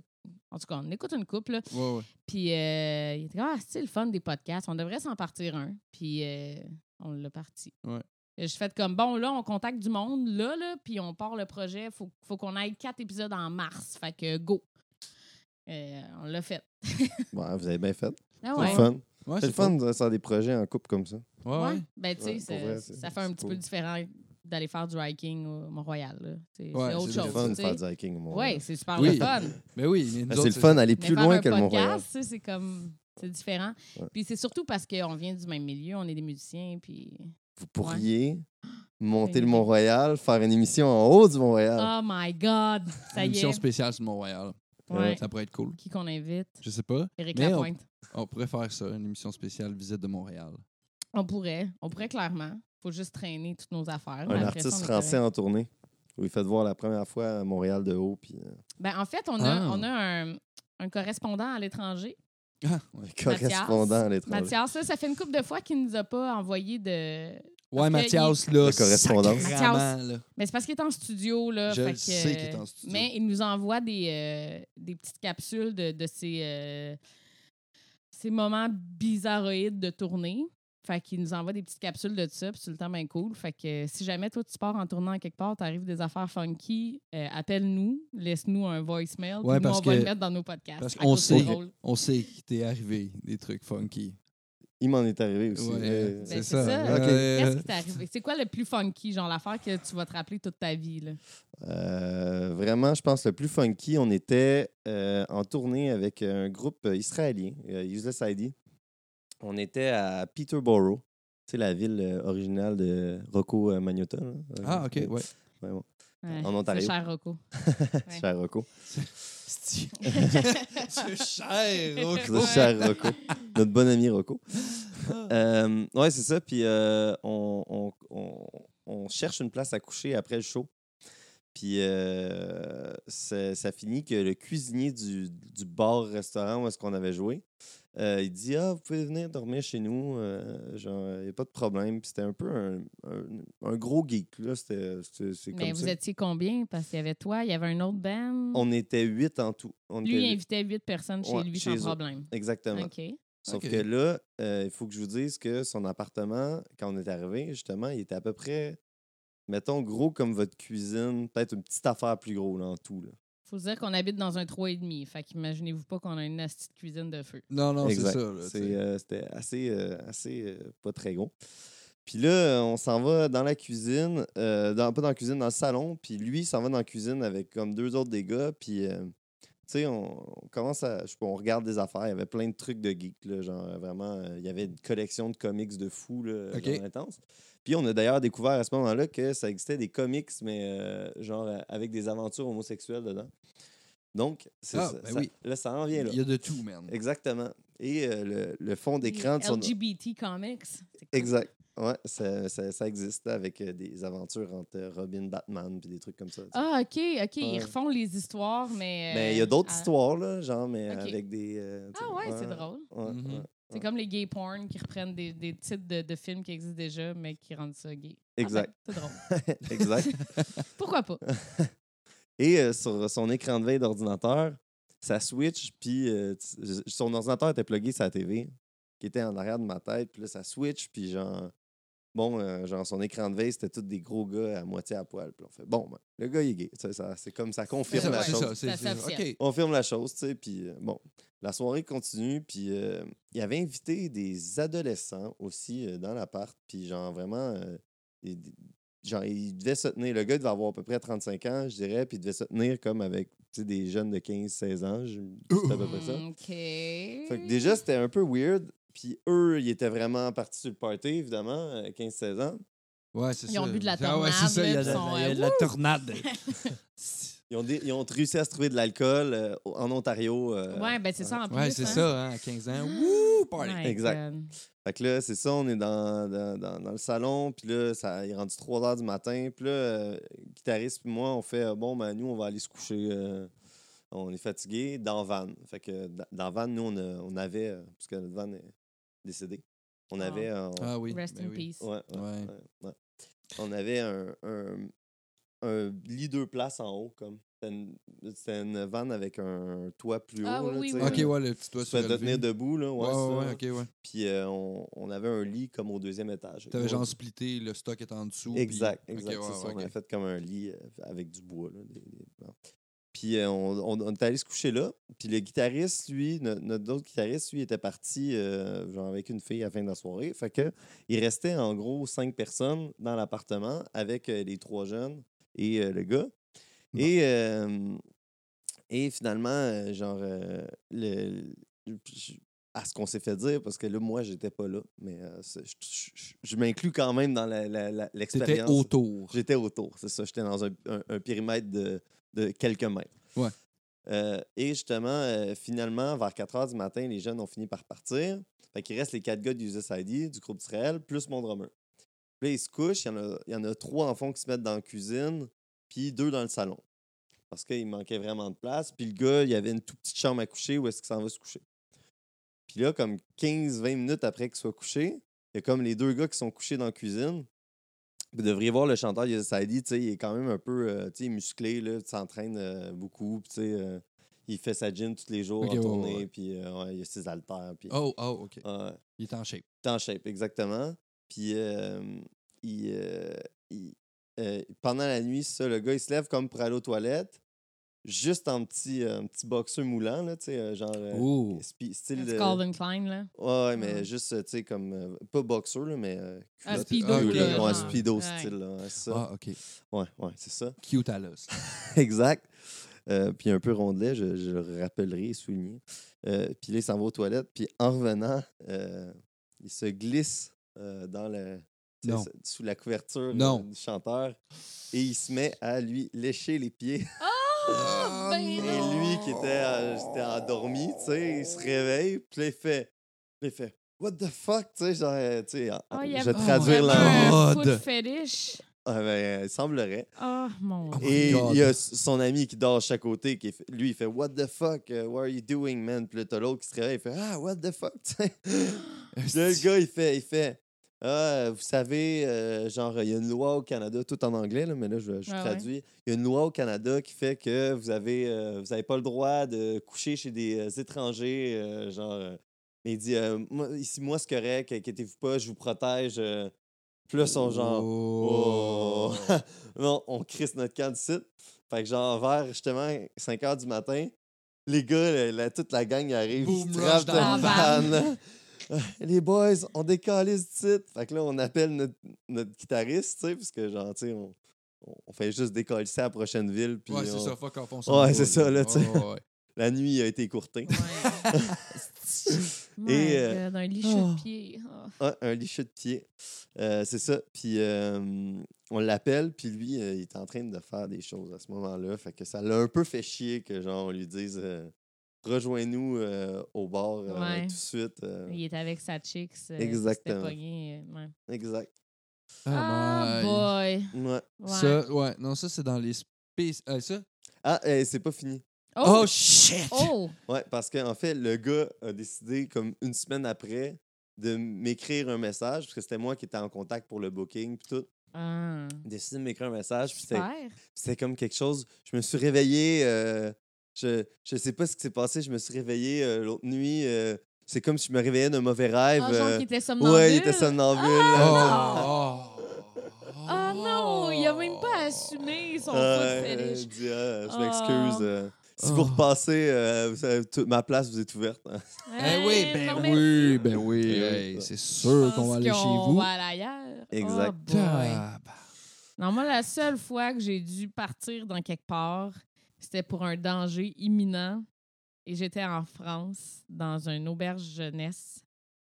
[SPEAKER 2] en tout cas, on écoute une couple. là.
[SPEAKER 1] Ouais, ouais.
[SPEAKER 2] Puis euh, il était comme, ah, c'est le fun des podcasts. On devrait s'en partir un. Puis euh, on l'a parti.
[SPEAKER 1] Ouais.
[SPEAKER 2] Et Je fais comme, bon, là, on contacte du monde, là, là, puis on part le projet. Faut, faut qu'on aille quatre épisodes en mars. Fait que go. Euh, on l'a fait.
[SPEAKER 3] Bon, vous avez bien fait.
[SPEAKER 2] Ah
[SPEAKER 3] C'est
[SPEAKER 2] ouais.
[SPEAKER 3] le fun.
[SPEAKER 1] Ouais,
[SPEAKER 3] C'est le fun de faire des projets en couple comme ça.
[SPEAKER 1] Ouais, ouais.
[SPEAKER 2] Ouais. Ben, tu sais,
[SPEAKER 3] Ouais, pour
[SPEAKER 2] ça-
[SPEAKER 3] vrai, c'est-
[SPEAKER 2] ça fait un
[SPEAKER 3] c'est
[SPEAKER 2] petit peu
[SPEAKER 3] cool.
[SPEAKER 2] différent d'aller faire du hiking au Mont-Royal. là. C'est c'est
[SPEAKER 1] Ouais,
[SPEAKER 2] autre
[SPEAKER 1] c'est
[SPEAKER 3] C'est
[SPEAKER 1] le
[SPEAKER 2] chose.
[SPEAKER 3] le fun de
[SPEAKER 2] tu sais.
[SPEAKER 3] faire du hiking au monde.
[SPEAKER 2] Oui, c'est super
[SPEAKER 1] Oui.
[SPEAKER 2] le fun.
[SPEAKER 1] Mais oui, mais nous
[SPEAKER 3] Ben,
[SPEAKER 1] autres,
[SPEAKER 3] c'est le fun d'aller
[SPEAKER 2] Mais
[SPEAKER 3] plus
[SPEAKER 2] faire
[SPEAKER 3] loin
[SPEAKER 2] un
[SPEAKER 3] que le Montréal.
[SPEAKER 2] podcast, tu sais, c'est comme. C'est différent.
[SPEAKER 3] Ouais.
[SPEAKER 2] Puis c'est surtout parce qu'on vient du même milieu, on est des musiciens, puis.
[SPEAKER 3] Vous pourriez monter
[SPEAKER 2] C'est
[SPEAKER 3] le
[SPEAKER 2] une
[SPEAKER 3] Mont-Royal, faire une émission en haut du Mont-Royal.
[SPEAKER 2] Oh my God!
[SPEAKER 1] Une
[SPEAKER 2] Ça y
[SPEAKER 1] émission
[SPEAKER 2] est.
[SPEAKER 1] spéciale sur Mont-Royal.
[SPEAKER 2] Ouais.
[SPEAKER 1] Ça pourrait être cool.
[SPEAKER 2] Qui qu'on invite?
[SPEAKER 1] Je sais pas.
[SPEAKER 2] Éric
[SPEAKER 1] Mais on-
[SPEAKER 2] Lapointe.
[SPEAKER 1] On pourrait faire ça, une émission spéciale Visite de Montréal.
[SPEAKER 2] On... pourrait. On pourrait clairement. faut juste traîner toutes nos affaires. mais
[SPEAKER 3] Un
[SPEAKER 2] après ça,
[SPEAKER 3] artiste
[SPEAKER 2] on est
[SPEAKER 3] français
[SPEAKER 2] correct.
[SPEAKER 3] en tournée. Où il fait voir la première fois à Montréal de haut. Puis, euh,
[SPEAKER 2] Ben, en fait, on a,
[SPEAKER 1] Ah.
[SPEAKER 2] on a un, un correspondant à l'étranger.
[SPEAKER 1] Ah, ouais.
[SPEAKER 3] un correspondant à l'étranger.
[SPEAKER 2] Mathias, là, ça fait une couple de fois qu'il nous a pas envoyé de.
[SPEAKER 1] Ouais,
[SPEAKER 2] Parce que
[SPEAKER 1] Mathias, là.
[SPEAKER 3] La correspondance.
[SPEAKER 1] sacrément, là.
[SPEAKER 2] Mais c'est parce qu'il est en studio, là.
[SPEAKER 1] Je
[SPEAKER 2] fait
[SPEAKER 1] le
[SPEAKER 2] que,
[SPEAKER 1] sais qu'il est en studio.
[SPEAKER 2] Mais il nous envoie des, euh, des petites capsules de, de ces, euh, ces moments bizarroïdes de tournée. Fait qu'il nous envoie des petites capsules de ça, puis c'est le temps bien cool. Fait que euh, si jamais toi, tu pars en tournant à quelque part, t'arrives des affaires funky, euh, appelle-nous, laisse-nous un voicemail,
[SPEAKER 1] Ouais,
[SPEAKER 2] puis nous,
[SPEAKER 1] parce
[SPEAKER 2] on va
[SPEAKER 1] que-
[SPEAKER 2] le mettre dans nos podcasts.
[SPEAKER 1] parce
[SPEAKER 2] à
[SPEAKER 1] qu'on
[SPEAKER 2] cause c'est
[SPEAKER 1] sait-
[SPEAKER 2] drôle.
[SPEAKER 1] On sait qu'il t'est arrivé des trucs funky.
[SPEAKER 3] Il m'en est arrivé aussi.
[SPEAKER 1] Ouais,
[SPEAKER 3] Euh,
[SPEAKER 2] Ben, c'est
[SPEAKER 1] c'est ça.
[SPEAKER 2] ça.
[SPEAKER 1] Ok.
[SPEAKER 2] Qu'est-ce qui t'est arrivé? C'est quoi le plus funky, genre l'affaire que tu vas te rappeler toute ta vie, là?
[SPEAKER 3] euh, vraiment, je pense le plus funky, on était euh, en tournée avec un groupe euh, israélien, euh, Useless ID. On était à Peterborough. C'est la ville euh, originale de Rocco euh, Magnotta. là.
[SPEAKER 1] Ah, ok, ouais.
[SPEAKER 3] Ouais, bon.
[SPEAKER 2] Ouais,
[SPEAKER 3] En Ontario.
[SPEAKER 2] c'est cher Rocco. Ouais.
[SPEAKER 3] Cher Rocco.
[SPEAKER 1] C'est cher,
[SPEAKER 2] Rocco.
[SPEAKER 3] C'est cher Rocco. Notre bon ami Rocco.
[SPEAKER 2] Ah.
[SPEAKER 3] Euh, ouais, c'est ça. Puis euh, on, on- on- on cherche une place à coucher après le show. Puis euh, ça, ça finit que le cuisinier du, du bar-restaurant où est-ce qu'on avait joué, euh, il dit Ah, vous pouvez venir dormir chez nous, euh, genre, il n'y a pas de problème. Puis c'était un peu un, un- un gros geek, là. C'était, c'était- c'est
[SPEAKER 2] Mais
[SPEAKER 3] comme
[SPEAKER 2] vous
[SPEAKER 3] ça.
[SPEAKER 2] étiez combien? Parce qu'il y avait toi, il y avait un autre band.
[SPEAKER 3] On était huit en tout. On
[SPEAKER 2] lui,
[SPEAKER 3] était
[SPEAKER 2] il
[SPEAKER 3] huit.
[SPEAKER 2] invitait huit personnes chez
[SPEAKER 3] Ouais,
[SPEAKER 2] lui
[SPEAKER 3] chez
[SPEAKER 2] sans
[SPEAKER 3] eux.
[SPEAKER 2] problème.
[SPEAKER 3] Exactement.
[SPEAKER 2] OK.
[SPEAKER 3] Sauf
[SPEAKER 1] Ok.
[SPEAKER 3] que là, euh, il faut que je vous dise que son appartement, quand on est arrivé, justement, il était à peu près, mettons, gros comme votre cuisine, peut-être une petite affaire plus gros là, en tout. Là.
[SPEAKER 2] Faut se dire qu'on habite dans un 3,5. Fait qu'imaginez-vous pas qu'on a une astuce de cuisine de feu.
[SPEAKER 1] Non, non, c'est
[SPEAKER 3] Exact.
[SPEAKER 1] ça. là,
[SPEAKER 3] C'est,
[SPEAKER 1] tu sais.
[SPEAKER 3] euh, C'était assez, euh, assez euh, pas très gros. Puis là, euh, on s'en va dans la cuisine, euh, dans, pas dans la cuisine, dans le salon. Puis lui, il s'en va dans la cuisine avec comme deux autres des gars. Puis euh, sais, on, on commence à. je sais pas, on regarde des affaires. Il y avait plein de trucs de geek, là, genre euh, vraiment. euh, Il y avait une collection de comics de fou, là,
[SPEAKER 1] OK.
[SPEAKER 3] genre intense. Puis on a d'ailleurs découvert à ce moment-là que ça existait des comics, mais euh, genre euh, avec des aventures homosexuelles dedans. Donc, c'est
[SPEAKER 1] Ah,
[SPEAKER 3] ça,
[SPEAKER 1] ben
[SPEAKER 3] ça-
[SPEAKER 1] oui.
[SPEAKER 3] là, ça en vient là.
[SPEAKER 1] Il y a de tout, man.
[SPEAKER 3] Exactement. Et euh, le, le fond d'écran de son.
[SPEAKER 2] LGBT Comics. C'est cool.
[SPEAKER 3] Exact. Ouais, ça, ça, ça existe avec euh, des aventures entre euh, Robin, Batman, puis des trucs comme ça. tu sais.
[SPEAKER 2] Ah, OK, OK.
[SPEAKER 3] Ouais.
[SPEAKER 2] Ils refont les histoires, mais.
[SPEAKER 3] mais il y
[SPEAKER 2] euh,
[SPEAKER 3] a d'autres
[SPEAKER 2] à-
[SPEAKER 3] histoires, là, genre, mais
[SPEAKER 2] Ok.
[SPEAKER 3] avec des. euh, tu sais,
[SPEAKER 2] Ah, ouais, c'est drôle.
[SPEAKER 3] ouais,
[SPEAKER 1] Mhm.
[SPEAKER 3] ouais.
[SPEAKER 2] C'est comme les gay porn qui reprennent des, des titres de, de films qui existent déjà, mais qui rendent ça gay. Ah ben,
[SPEAKER 3] Exact.
[SPEAKER 2] c'est drôle.
[SPEAKER 3] exact.
[SPEAKER 2] Pourquoi pas?
[SPEAKER 3] Et euh, sur son écran de veille d'ordinateur, ça switch, puis euh, tu- son ordinateur était plugué sur la TV, qui était en arrière de ma tête, puis là, ça switch, puis genre. Bon, euh, genre, son écran de veille, c'était tous des gros gars à moitié à poil. Puis on fait, bon, ben, le gars, il est gay. Tu sais, ça- C'est comme ça confirme
[SPEAKER 1] C'est
[SPEAKER 2] Ouais,
[SPEAKER 3] la
[SPEAKER 1] ça, c'est
[SPEAKER 3] chose.
[SPEAKER 1] ça. c'est-
[SPEAKER 2] Ça
[SPEAKER 1] c'est-
[SPEAKER 2] s'observe.
[SPEAKER 1] OK.
[SPEAKER 3] on ferme la chose, tu sais, puis euh, bon, la soirée continue, puis euh, il avait invité des adolescents aussi euh, dans l'appart, puis genre vraiment, euh, il, genre, il devait se tenir, le gars devait avoir à peu près 35 ans, je dirais, puis il devait se tenir comme avec, tu sais, des jeunes de 15-16 ans, je- c'est à peu près ça.
[SPEAKER 2] Mm, OK.
[SPEAKER 3] Fait que
[SPEAKER 2] Mm.
[SPEAKER 3] déjà, c'était un peu weird, puis eux, ils étaient vraiment partis sur le party, évidemment, euh, 15-16 ans.
[SPEAKER 1] Ouais, c'est ça.
[SPEAKER 2] Ils ont bu de la
[SPEAKER 1] Ah ouais, c'est ça, il y a
[SPEAKER 2] tornade,
[SPEAKER 1] de la-
[SPEAKER 2] là, euh,
[SPEAKER 1] il y a
[SPEAKER 2] puis
[SPEAKER 1] de la tornade.
[SPEAKER 3] Ils ont, dé- ils ont réussi à se trouver de l'alcool euh, au- en Ontario. euh,
[SPEAKER 2] Ouais, ben c'est ça en plus.
[SPEAKER 1] Ouais, c'est
[SPEAKER 2] hein.
[SPEAKER 1] ça, hein, à 15 ans. Wouh, party.
[SPEAKER 2] My
[SPEAKER 3] Exact.
[SPEAKER 2] God.
[SPEAKER 3] Fait que là, c'est ça, on est dans, dans, dans- dans le salon, puis là, ça, il est rendu 3 h du matin, puis là, euh, guitariste puis moi, on fait euh, Bon, ben, nous, on va aller se coucher, euh, on est fatigué, dans Van. Fait que euh, da- dans Van, nous, on, a- on avait, euh, parce que notre Van est décédé, on
[SPEAKER 2] Ah.
[SPEAKER 3] avait. euh, on-
[SPEAKER 1] Ah oui.
[SPEAKER 2] Rest
[SPEAKER 1] ben
[SPEAKER 2] in
[SPEAKER 1] oui.
[SPEAKER 2] peace.
[SPEAKER 3] ouais, ouais,
[SPEAKER 1] Ouais.
[SPEAKER 3] ouais, ouais. On avait un, un, un lit deux places en haut, comme. C'était une, c'était une van avec un toit plus haut.
[SPEAKER 2] Ah oui,
[SPEAKER 3] là,
[SPEAKER 2] oui,
[SPEAKER 3] tu sais,
[SPEAKER 2] oui.
[SPEAKER 1] Ok,
[SPEAKER 3] euh,
[SPEAKER 1] ouais, le petit
[SPEAKER 3] Tu
[SPEAKER 1] doigt
[SPEAKER 3] peux te
[SPEAKER 1] relevé.
[SPEAKER 3] tenir debout, là.
[SPEAKER 1] Ouais,
[SPEAKER 3] Ouais, c'est ça,
[SPEAKER 1] ouais,
[SPEAKER 3] là.
[SPEAKER 1] ouais, ok, ouais.
[SPEAKER 3] Puis euh, on, on avait un lit comme au deuxième étage.
[SPEAKER 1] T'avais
[SPEAKER 3] Ouais.
[SPEAKER 1] genre splitté, le stock est en dessous. puis-
[SPEAKER 3] Exact,
[SPEAKER 1] Ok,
[SPEAKER 3] exact.
[SPEAKER 1] ouais,
[SPEAKER 3] c'est ça,
[SPEAKER 1] ouais,
[SPEAKER 3] On avait
[SPEAKER 1] ok.
[SPEAKER 3] fait comme un lit euh, avec du bois. là, des- des- bon. Puis euh, on, on- on est allé se coucher là. Puis le guitariste, lui, no- notre autre guitariste, lui, était parti euh, genre avec une fille à la fin de la soirée. Fait que il restait en gros cinq personnes dans l'appartement avec euh, les trois jeunes et euh, le gars.
[SPEAKER 1] Bon.
[SPEAKER 3] Et, euh, et finalement, euh, genre, euh, le, le- je- à ce qu'on s'est fait dire, parce que là, moi, j'étais pas là, mais euh, c'est- je, je- je- je m'inclus quand même dans la- la- la- l'expérience.
[SPEAKER 1] T'étais autour.
[SPEAKER 3] J'étais autour, c'est ça. J'étais dans un, un- un périmètre de, de quelques mètres.
[SPEAKER 1] Ouais.
[SPEAKER 3] Euh, et justement, euh, finalement, vers 4 h du matin, les jeunes ont fini par partir. Fait qu'il reste les quatre gars du USID, du groupe d'Israël, plus mon drummer. Puis là, ils se couchent. Il y, en a, il y en a trois enfants qui se mettent dans la cuisine, puis deux dans le salon. Parce qu'il manquait vraiment de place. Puis le gars, il y avait une toute petite chambre à coucher où est-ce qu'il s'en va se coucher. Puis là, comme 15-20 minutes après qu'il soit couché, il y a comme les deux gars qui sont couchés dans la cuisine. Vous devriez voir le chanteur de Saidi, tu sais, il est quand même un peu euh, tu sais, musclé, là, il s'entraîne euh, beaucoup, puis tu sais, euh, il fait sa gym tous les jours
[SPEAKER 1] Ok, ouais,
[SPEAKER 3] en tournée,
[SPEAKER 1] ouais.
[SPEAKER 3] puis euh, ouais, il a ses haltères, puis
[SPEAKER 1] Oh, oh, ok.
[SPEAKER 3] ouais,
[SPEAKER 1] Il est en shape.
[SPEAKER 3] il est en shape, exactement. Puis euh, il, euh, il- euh, pendant la nuit, c'est ça, le gars, il se lève comme pour aller aux toilettes, juste en petit, euh, un petit boxeur moulant, là, tu sais, euh, genre euh,
[SPEAKER 1] Oh.
[SPEAKER 3] spi- style
[SPEAKER 2] That's
[SPEAKER 3] de...
[SPEAKER 2] Calvin Klein, là.
[SPEAKER 3] Ouais, ouais, mais
[SPEAKER 2] Ouais.
[SPEAKER 3] juste, euh, tu sais, comme. euh, pas boxeur, là, mais. euh,
[SPEAKER 2] Un
[SPEAKER 3] culotte-
[SPEAKER 2] speedo,
[SPEAKER 3] Ah,
[SPEAKER 1] là,
[SPEAKER 3] ok,
[SPEAKER 1] genre.
[SPEAKER 3] ouais, speedo
[SPEAKER 2] Ouais.
[SPEAKER 3] style, là. ouais, c'est ça.
[SPEAKER 1] Ah, ok.
[SPEAKER 3] Ouais, ouais, c'est ça.
[SPEAKER 1] Cute à l'os.
[SPEAKER 3] exact. Euh, puis un peu rondelet, je, je le rappellerai et souligner. Euh, puis là, il s'en va aux toilettes. Puis en revenant, euh, il se glisse euh, dans le. tu sais,
[SPEAKER 1] Non.
[SPEAKER 3] se- Sous la couverture
[SPEAKER 1] Non.
[SPEAKER 3] euh, du chanteur. Et il se met à lui lécher les pieds.
[SPEAKER 2] Ah, ben
[SPEAKER 3] Et
[SPEAKER 2] non.
[SPEAKER 3] lui qui était, euh, j'étais endormi, tu sais, il se réveille, puis là, il fait, il fait What the fuck, tu sais, genre, euh, tu sais, en-
[SPEAKER 2] Ah, il y
[SPEAKER 3] je
[SPEAKER 2] avait
[SPEAKER 3] vais traduire
[SPEAKER 1] vraiment
[SPEAKER 3] la.
[SPEAKER 2] un
[SPEAKER 1] mode.
[SPEAKER 2] foot fétiche.
[SPEAKER 3] Ah, ben, il semblerait.
[SPEAKER 2] Ah, mon
[SPEAKER 1] Ah,
[SPEAKER 2] Dieu.
[SPEAKER 1] my
[SPEAKER 3] Et
[SPEAKER 1] God.
[SPEAKER 3] il y a s- son ami qui dort à chaque côté, qui fait- lui, il fait What the fuck, euh, what are you doing, man? Puis là, t'as l'autre qui se réveille, il fait Ah, what the fuck, tu sais. Puis là, le gars, il fait, il fait Ah, vous savez, euh, genre, il y a une loi au Canada, tout en anglais, là, mais là, je, je
[SPEAKER 2] Ouais, ouais.
[SPEAKER 3] traduis. Il y a une loi au Canada qui fait que vous avez, euh, vous avez pas le droit de coucher chez des euh, étrangers, euh, genre. euh. mais il dit euh, Moi, Ici, moi, c'est correct, inquiétez-vous pas, je vous protège. euh. Puis là, ils sont genre. Oh. non, on crisse notre camp du site. Fait que genre vers justement 5 h du matin, les gars, la- la- toute la gang arrive,
[SPEAKER 1] Boom,
[SPEAKER 3] ils se
[SPEAKER 1] rush
[SPEAKER 3] frappent
[SPEAKER 1] dans
[SPEAKER 3] de
[SPEAKER 2] la
[SPEAKER 3] van. les boys, on décalise du site. Fait que là, on appelle notre, notre guitariste, tu sais, parce que genre, tu sais, on, on fait juste décalisser à la prochaine ville. Puis
[SPEAKER 1] ouais, c'est
[SPEAKER 3] on-
[SPEAKER 1] ça, fuck off, on
[SPEAKER 3] Ouais,
[SPEAKER 1] s'en va, Oh,
[SPEAKER 3] c'est ça, là, tu sais.
[SPEAKER 1] Ouais, ouais, ouais.
[SPEAKER 3] La nuit a été écourtée.
[SPEAKER 2] Et
[SPEAKER 3] Et, euh,
[SPEAKER 2] d'un lit
[SPEAKER 1] oh.
[SPEAKER 2] de pied. Oh.
[SPEAKER 3] Ah, un lichet de pied. Euh, c'est ça. Puis euh, on l'appelle, puis lui, euh, il est en train de faire des choses à ce moment-là. Fait que ça l'a un peu fait chier que, genre, on lui dise euh, rejoins-nous euh, au bar euh,
[SPEAKER 2] Ouais.
[SPEAKER 3] tout de suite. euh,
[SPEAKER 2] Il est avec sa euh, chick.
[SPEAKER 3] Exactement.
[SPEAKER 2] euh, ouais.
[SPEAKER 3] Exact.
[SPEAKER 2] Ah,
[SPEAKER 1] my.
[SPEAKER 2] boy.
[SPEAKER 3] Ouais.
[SPEAKER 2] Ouais.
[SPEAKER 1] Ça, ouais. Non, ça, c'est dans les space. euh, ça?
[SPEAKER 3] Ah, eh, c'est pas fini.
[SPEAKER 1] Oh,
[SPEAKER 2] Oh,
[SPEAKER 1] shit!
[SPEAKER 2] oh.
[SPEAKER 3] Ouais, parce qu'en fait, le gars a décidé, comme une semaine après, de m'écrire un message, parce que c'était moi qui étais en contact pour le booking, puis tout.
[SPEAKER 2] Ah.
[SPEAKER 3] Il a décidé de m'écrire un message, puis c'était
[SPEAKER 2] Super.
[SPEAKER 3] C'était comme quelque chose. Je me suis réveillé. euh, je je sais pas ce qui s'est passé. Je me suis réveillé euh, l'autre nuit. euh, c'est comme si je me réveillais d'un mauvais rêve.
[SPEAKER 2] Ah, genre
[SPEAKER 3] euh,
[SPEAKER 2] qu'il était somnambule.
[SPEAKER 3] ouais, il était somnambule.
[SPEAKER 1] Oh!
[SPEAKER 2] Ah non, il a même pas assumé son food
[SPEAKER 3] Ouais, euh,
[SPEAKER 2] fetish.
[SPEAKER 3] je dis, ah, je
[SPEAKER 2] Oh.
[SPEAKER 3] m'excuse. euh, si vous
[SPEAKER 1] Oh.
[SPEAKER 3] repassez, euh, vous savez, tout- ma place vous est ouverte. hein.
[SPEAKER 1] Eh oui, ben
[SPEAKER 2] non, mais-
[SPEAKER 1] oui, ben oui,
[SPEAKER 3] Ben
[SPEAKER 1] hey,
[SPEAKER 3] oui.
[SPEAKER 1] c'est
[SPEAKER 2] Je
[SPEAKER 1] sûr qu'on
[SPEAKER 2] pense
[SPEAKER 1] va aller chez
[SPEAKER 2] qu'on
[SPEAKER 1] vous. Ah.
[SPEAKER 2] va aller ailleurs.
[SPEAKER 3] Exact.
[SPEAKER 2] Oh, boy.
[SPEAKER 1] Tabarnak.
[SPEAKER 2] Non, moi, la seule fois que j'ai dû partir dans quelque part, c'était pour un danger imminent. Et j'étais en France, dans une auberge jeunesse,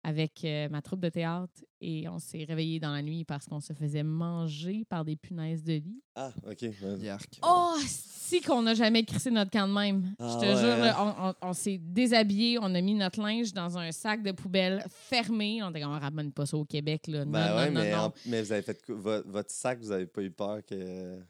[SPEAKER 2] avec euh, ma troupe de théâtre. Et on s'est réveillés dans la nuit parce qu'on se faisait manger par des punaises de lit.
[SPEAKER 3] Ah, OK. ouais.
[SPEAKER 1] Yark.
[SPEAKER 2] Oh, si qu'on n'a jamais crissé notre camp de même.
[SPEAKER 3] Ah
[SPEAKER 2] Je te
[SPEAKER 3] ouais,
[SPEAKER 2] jure,
[SPEAKER 3] hein?
[SPEAKER 2] là, on, on- on s'est déshabillés, on a mis notre linge dans un sac de poubelle fermé. On était comme, on ramène pas ça au Québec, là. Non,
[SPEAKER 3] Ben
[SPEAKER 2] non,
[SPEAKER 3] ouais,
[SPEAKER 2] non,
[SPEAKER 3] mais,
[SPEAKER 2] non.
[SPEAKER 3] en- mais vous avez fait quoi- vo- votre sac, vous avez pas eu peur que. euh,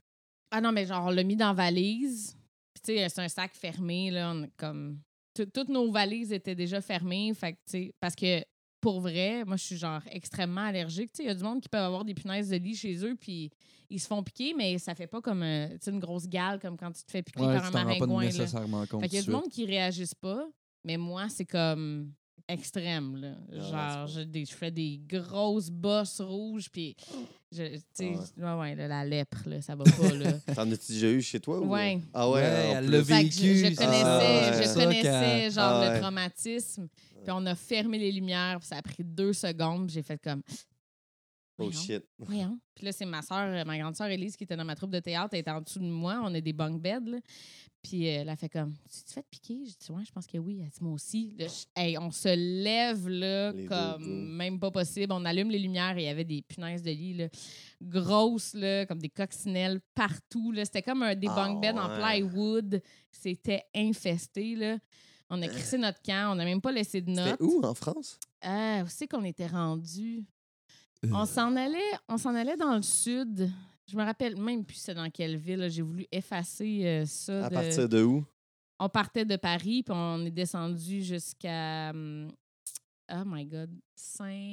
[SPEAKER 2] Ah non, mais genre, on l'a mis dans valise. Puis, tu sais, c'est un sac fermé, là. On, a comme... tout- Toutes nos valises étaient déjà fermées. Fait que, tu sais, parce que pour vrai, moi, je suis genre extrêmement allergique. Tu sais, il y a du monde qui peut avoir des punaises de lit chez eux, puis ils se font piquer, mais ça fait pas comme euh, tu sais, une grosse gale, comme quand tu te fais piquer
[SPEAKER 1] Ouais,
[SPEAKER 2] par
[SPEAKER 1] tu
[SPEAKER 2] un
[SPEAKER 1] t'en rends pas
[SPEAKER 2] maringouin. là.
[SPEAKER 1] nécessairement compte.
[SPEAKER 2] Fait qu'il y a
[SPEAKER 1] tout de
[SPEAKER 2] du monde qui réagissent pas, mais moi, c'est comme extrême. Là.
[SPEAKER 3] Ah ouais,
[SPEAKER 2] Genre,
[SPEAKER 3] c'est
[SPEAKER 2] j'ai des- je fais des grosses bosses rouges, puis je- tu sais,
[SPEAKER 3] Ouais.
[SPEAKER 2] je- ouais, ouais, là, la lèpre, là, ça va pas. Là.
[SPEAKER 3] T'en as-tu déjà eu chez toi? Ou...
[SPEAKER 2] Ouais.
[SPEAKER 3] Ah
[SPEAKER 1] suite.
[SPEAKER 3] ouais,
[SPEAKER 1] Ouais,
[SPEAKER 3] en
[SPEAKER 1] elle l'a
[SPEAKER 3] plus.
[SPEAKER 2] Fait que
[SPEAKER 1] vécu.
[SPEAKER 2] je, je
[SPEAKER 1] c'est
[SPEAKER 2] connaissais,
[SPEAKER 1] ça
[SPEAKER 2] je
[SPEAKER 1] qu'elle-
[SPEAKER 2] connaissais genre
[SPEAKER 3] Ah ouais.
[SPEAKER 2] le traumatisme. Puis on a fermé les lumières, puis ça a pris deux secondes. puis J'ai fait comme
[SPEAKER 3] Oh
[SPEAKER 2] Voyons.
[SPEAKER 3] shit.
[SPEAKER 2] Voyons. Puis là, c'est ma soeur, ma grande soeur Elise, qui était dans ma troupe de théâtre, elle était en dessous de moi. On a des bunk beds. là. Puis euh, elle a fait comme Tu te fais piquer J'ai dit Ouais, je pense que oui. Elle dit Moi aussi. Là, je- hey, on se lève, là,
[SPEAKER 3] Les
[SPEAKER 2] comme
[SPEAKER 3] dodos.
[SPEAKER 2] même pas possible. On allume les lumières et il y avait des punaises de lit, là, grosses, là, comme des coccinelles partout. là. C'était comme un, des
[SPEAKER 3] Ah,
[SPEAKER 2] bunk beds en
[SPEAKER 3] ouais.
[SPEAKER 2] plywood. C'était infesté, là. On a crissé notre camp. On n'a même pas laissé de notes.
[SPEAKER 3] C'était où en France?
[SPEAKER 2] Ah, où c'est qu'on était rendu?
[SPEAKER 1] Euh.
[SPEAKER 2] On s'en allait, on s'en allait dans le sud. Je me rappelle même plus c'est dans quelle ville. là. J'ai voulu effacer euh, ça.
[SPEAKER 3] À
[SPEAKER 2] de-
[SPEAKER 3] partir de où?
[SPEAKER 2] On partait de Paris, puis on est descendu jusqu'à. hum, Oh my God,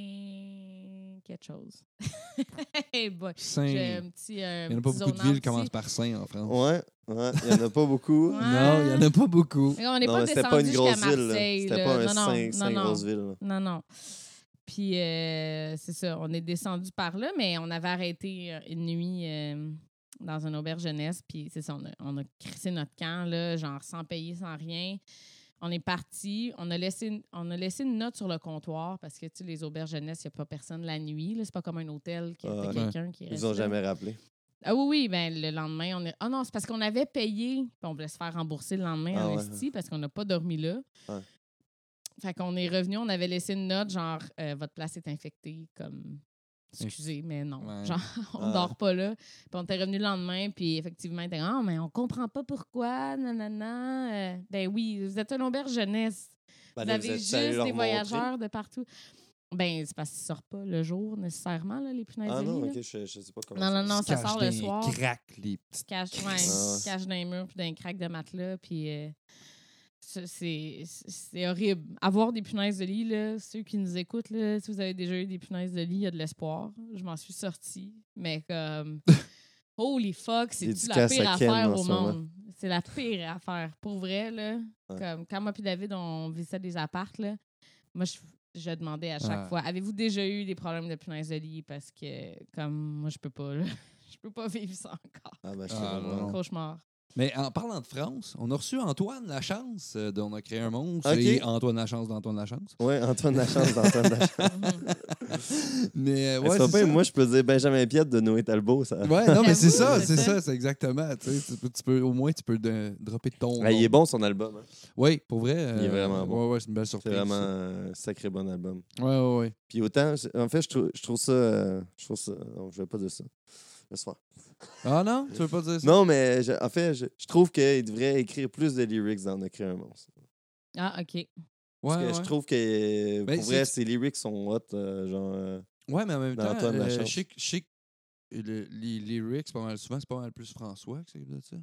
[SPEAKER 2] Saint. quelque chose. hey boy.
[SPEAKER 1] Saint.
[SPEAKER 2] J'ai
[SPEAKER 1] Il
[SPEAKER 2] un petit. euh,
[SPEAKER 1] n'y en a pas
[SPEAKER 2] petit
[SPEAKER 1] beaucoup de
[SPEAKER 2] zonage
[SPEAKER 1] villes
[SPEAKER 2] ici.
[SPEAKER 1] qui commencent par Saint en France.
[SPEAKER 3] Ouais, ouais, il n'y en a pas beaucoup.
[SPEAKER 2] Ouais.
[SPEAKER 1] Non, il n'y en a pas beaucoup.
[SPEAKER 2] Mais On n'est
[SPEAKER 3] non,
[SPEAKER 2] pas
[SPEAKER 3] mais c'était pas
[SPEAKER 2] descendu
[SPEAKER 3] une
[SPEAKER 2] jusqu'à
[SPEAKER 3] grosse ville. là.
[SPEAKER 2] Marseille.
[SPEAKER 3] C'était
[SPEAKER 2] là.
[SPEAKER 3] pas un
[SPEAKER 2] non, non,
[SPEAKER 3] cinq,
[SPEAKER 2] non,
[SPEAKER 3] cinq
[SPEAKER 2] non.
[SPEAKER 3] grosses villes. là.
[SPEAKER 2] Non, non. Puis, euh, c'est ça, on est descendu par là, mais on avait arrêté euh, une nuit euh, dans une auberge jeunesse. Puis, c'est ça, on a, on a crissé notre camp, là, genre sans payer, sans rien. On est parti, on a laissé, une- on a laissé une note sur le comptoir parce que, tu sais, les auberges jeunesse, il n'y a pas personne la nuit. là. C'est pas comme un hôtel que
[SPEAKER 3] Ah
[SPEAKER 2] t'as
[SPEAKER 3] ouais.
[SPEAKER 2] quelqu'un qui
[SPEAKER 3] Ils
[SPEAKER 2] reste
[SPEAKER 3] nous ont
[SPEAKER 2] là.
[SPEAKER 3] jamais rappelé.
[SPEAKER 2] Ah oui, oui, ben le lendemain, on est. Ah non, c'est parce qu'on avait payé. puis on voulait se faire rembourser le lendemain
[SPEAKER 3] Ah
[SPEAKER 2] en
[SPEAKER 3] ouais.
[SPEAKER 2] esti, parce qu'on n'a pas dormi là.
[SPEAKER 3] Ouais.
[SPEAKER 2] Fait qu'on est revenu, on avait laissé une note genre euh, votre place est infectée, comme excusez, mais non.
[SPEAKER 1] Ouais.
[SPEAKER 2] Genre, on
[SPEAKER 3] Ah.
[SPEAKER 2] dort pas là. Puis on était revenu le lendemain, puis effectivement, t'es Ah, mais on comprend pas pourquoi, nanana. Euh, ben oui, vous êtes un auberge jeunesse.
[SPEAKER 3] Ben,
[SPEAKER 2] vous
[SPEAKER 3] là,
[SPEAKER 2] avez
[SPEAKER 3] êtes
[SPEAKER 2] juste
[SPEAKER 3] allés leur
[SPEAKER 2] des
[SPEAKER 3] montrer?
[SPEAKER 2] voyageurs de partout. Ben, c'est parce qu'ils sortent pas le jour nécessairement, là, les punaises
[SPEAKER 3] Ah
[SPEAKER 2] de lit,
[SPEAKER 3] non,
[SPEAKER 2] là.
[SPEAKER 3] ok, je, je sais pas comment.
[SPEAKER 2] Non, non,
[SPEAKER 3] ça-
[SPEAKER 2] non,
[SPEAKER 1] Ils se
[SPEAKER 2] ça
[SPEAKER 1] cachent
[SPEAKER 2] sort le
[SPEAKER 1] dans les
[SPEAKER 2] soir.
[SPEAKER 1] craques, les petites.
[SPEAKER 2] cache, ouais,
[SPEAKER 3] Ah ouais.
[SPEAKER 2] cache dans les murs puis dans les craques de matelas puis euh, ça, c'est c'est horrible avoir des punaises de lit là ceux qui nous écoutent là si vous avez déjà eu des punaises de lit il y a de l'espoir je m'en suis sortie mais comme holy fuck c'est
[SPEAKER 3] Dédicace
[SPEAKER 2] la pire
[SPEAKER 3] à Ken
[SPEAKER 2] affaire
[SPEAKER 3] en
[SPEAKER 2] au
[SPEAKER 3] ce moment.
[SPEAKER 2] monde c'est la pire affaire pour vrai là
[SPEAKER 3] Ouais.
[SPEAKER 2] comme quand moi puis David on visitait des appartes là moi je je demandais à chaque
[SPEAKER 1] Ouais.
[SPEAKER 2] fois avez-vous déjà eu des problèmes de punaises de lit parce que comme moi je peux pas là. je peux pas vivre ça encore
[SPEAKER 3] Ah, ben, je sais
[SPEAKER 1] Ah,
[SPEAKER 3] pas, moi.
[SPEAKER 1] non.
[SPEAKER 2] Cauchemar.
[SPEAKER 1] Mais en parlant de France, on a reçu Antoine Lachance euh, d'On a créé un monstre
[SPEAKER 3] Ok.
[SPEAKER 1] et Antoine Lachance d'Antoine Lachance.
[SPEAKER 3] Ouais, Antoine Lachance d'Antoine Lachance.
[SPEAKER 2] Mhm.
[SPEAKER 1] Mais euh,
[SPEAKER 3] Eh,
[SPEAKER 1] ouais,
[SPEAKER 3] c'est pas
[SPEAKER 1] c'est
[SPEAKER 3] pire,
[SPEAKER 1] ça.
[SPEAKER 3] moi, je peux dire Benjamin Piette de Noé Talbot. Ça... Ah,
[SPEAKER 1] Ouais, non, mais c'est ça,
[SPEAKER 2] J'avoue, c'est
[SPEAKER 1] c'est
[SPEAKER 2] ça.
[SPEAKER 1] ça, c'est exactement. tu sais, tu peux- tu peux- au moins, tu peux de- dropper ton.
[SPEAKER 3] Ah, il est bon, son album. hein.
[SPEAKER 1] Oui, pour vrai.
[SPEAKER 3] Il est
[SPEAKER 1] euh,
[SPEAKER 3] vraiment bon.
[SPEAKER 1] Ouais, ouais, c'est une belle
[SPEAKER 3] C'est
[SPEAKER 1] surprise.
[SPEAKER 3] vraiment un sacré bon album.
[SPEAKER 1] ça. Ouais, ouais, ouais.
[SPEAKER 3] Puis autant, je- en fait, je trouve, je trouve ça. euh, Je trouve ça. Non, je vais pas dire ça. Le soir.
[SPEAKER 1] Ah non, tu veux pas dire ça?
[SPEAKER 3] Non, mais je- en fait, je, je trouve qu'il devrait écrire plus de lyrics dans On a créé un monstre.
[SPEAKER 2] Ah, OK.
[SPEAKER 1] Ouais,
[SPEAKER 3] Parce que je
[SPEAKER 1] ouais.
[SPEAKER 3] trouve que,
[SPEAKER 1] Ben,
[SPEAKER 3] pour vrai,
[SPEAKER 1] c'est-
[SPEAKER 3] ses lyrics sont hot. euh, genre, euh,
[SPEAKER 1] Ouais, mais en même temps,
[SPEAKER 3] D'Antoine
[SPEAKER 1] euh,
[SPEAKER 3] Lachance.
[SPEAKER 1] je sais que- je sais que le- les lyrics, c'est pas mal souvent, c'est pas mal plus François que c'est de ça.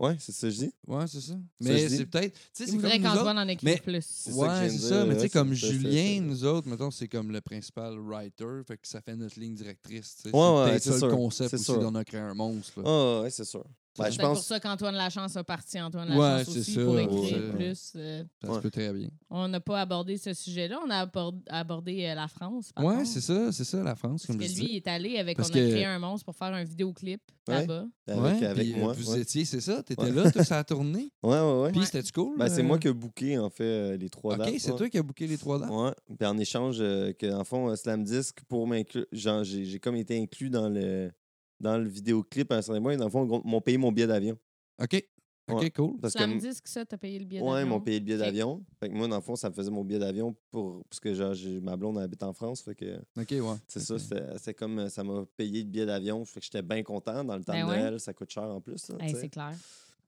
[SPEAKER 3] ouais, c'est ça que je dis.
[SPEAKER 1] Ouais, c'est ça.
[SPEAKER 3] je
[SPEAKER 1] Mais
[SPEAKER 3] dis.
[SPEAKER 1] c'est peut-être. Tu sais,
[SPEAKER 2] Il
[SPEAKER 1] c'est
[SPEAKER 2] voudrait
[SPEAKER 1] comme nous autres.
[SPEAKER 2] qu'Antoine en écrive
[SPEAKER 1] mais-
[SPEAKER 2] plus.
[SPEAKER 3] C'est ça que je
[SPEAKER 1] Ouais,
[SPEAKER 3] viens
[SPEAKER 1] c'est
[SPEAKER 3] de
[SPEAKER 1] ça.
[SPEAKER 3] dire,
[SPEAKER 1] Mais tu
[SPEAKER 3] ouais,
[SPEAKER 1] sais, comme
[SPEAKER 3] c'est ça, c'est
[SPEAKER 1] Julien,
[SPEAKER 3] ça.
[SPEAKER 1] nous autres, mettons, c'est comme le principal writer, fait que ça fait notre ligne directrice. tu sais.
[SPEAKER 3] Ouais, ouais,
[SPEAKER 1] peut-être
[SPEAKER 3] c'est
[SPEAKER 1] ça
[SPEAKER 3] sûr,
[SPEAKER 1] le concept
[SPEAKER 3] c'est
[SPEAKER 1] aussi
[SPEAKER 3] sûr.
[SPEAKER 1] d'en a créé un monstre. là.
[SPEAKER 3] Ah, ouais, c'est sûr. Ben,
[SPEAKER 2] C'est
[SPEAKER 3] je
[SPEAKER 2] peut-être
[SPEAKER 3] pense.
[SPEAKER 2] pour ça qu'Antoine Lachance a parti Antoine
[SPEAKER 1] Ouais,
[SPEAKER 2] Lachance
[SPEAKER 1] c'est
[SPEAKER 2] aussi
[SPEAKER 1] ça,
[SPEAKER 2] pour
[SPEAKER 1] ouais.
[SPEAKER 2] écrire
[SPEAKER 1] Ouais.
[SPEAKER 2] plus. euh,
[SPEAKER 1] Ça se
[SPEAKER 3] Ouais.
[SPEAKER 1] peut très bien.
[SPEAKER 2] on n'a pas abordé ce sujet-là. On a abord- abordé euh, la France. par
[SPEAKER 1] Ouais,
[SPEAKER 2] contre.
[SPEAKER 1] c'est ça, c'est ça, la France,
[SPEAKER 2] Parce
[SPEAKER 1] comme
[SPEAKER 2] que
[SPEAKER 1] je dis.
[SPEAKER 2] lui, il est allé avec
[SPEAKER 1] Parce
[SPEAKER 2] On a
[SPEAKER 1] que-
[SPEAKER 2] créé un monstre pour faire un vidéoclip
[SPEAKER 3] Ouais.
[SPEAKER 2] là-bas.
[SPEAKER 3] Avec, avec moi.
[SPEAKER 1] euh, Vous
[SPEAKER 3] ouais.
[SPEAKER 1] étiez, c'est ça, t'étais
[SPEAKER 3] Ouais.
[SPEAKER 1] là, toi, ça a tourné.
[SPEAKER 3] Ouais, ouais, ouais.
[SPEAKER 1] Puis
[SPEAKER 2] Ouais.
[SPEAKER 1] c'était-tu cool?
[SPEAKER 3] Ben, c'est
[SPEAKER 1] euh?
[SPEAKER 3] moi qui ai booké, en fait, euh, les trois dates.
[SPEAKER 1] Ok, c'est
[SPEAKER 3] ouais.
[SPEAKER 1] toi qui as booké les trois dates.
[SPEAKER 3] Ouais. Puis en échange, euh, que, en fond, euh, Slam Disc, pour m'inclure, genre, j'ai j'ai comme été inclus dans le, dans le vidéoclip à un certain moment. Dans le fond, gros, ils m'ont payé mon billet d'avion.
[SPEAKER 1] Ok, ok,
[SPEAKER 3] Ouais.
[SPEAKER 1] cool.
[SPEAKER 3] Parce
[SPEAKER 2] Ça me
[SPEAKER 3] que,
[SPEAKER 2] dit que ça, t'as payé le billet
[SPEAKER 3] ouais, ils
[SPEAKER 2] d'avion.
[SPEAKER 3] m'ont payé le billet
[SPEAKER 2] Ok.
[SPEAKER 3] d'avion. Fait que moi, dans le fond, ça me faisait mon billet d'avion pour. Parce que, genre, j'ai- ma blonde habite en France. Fait que,
[SPEAKER 1] Ok, ouais.
[SPEAKER 3] c'est ça, c'était- c'est comme euh, ça m'a payé le billet d'avion. Fait que j'étais bien content. Dans le temps
[SPEAKER 2] Ben
[SPEAKER 3] de
[SPEAKER 2] ouais.
[SPEAKER 3] Noël, ça coûte cher en plus. là,
[SPEAKER 2] Hey,
[SPEAKER 3] tu sais.
[SPEAKER 2] c'est clair.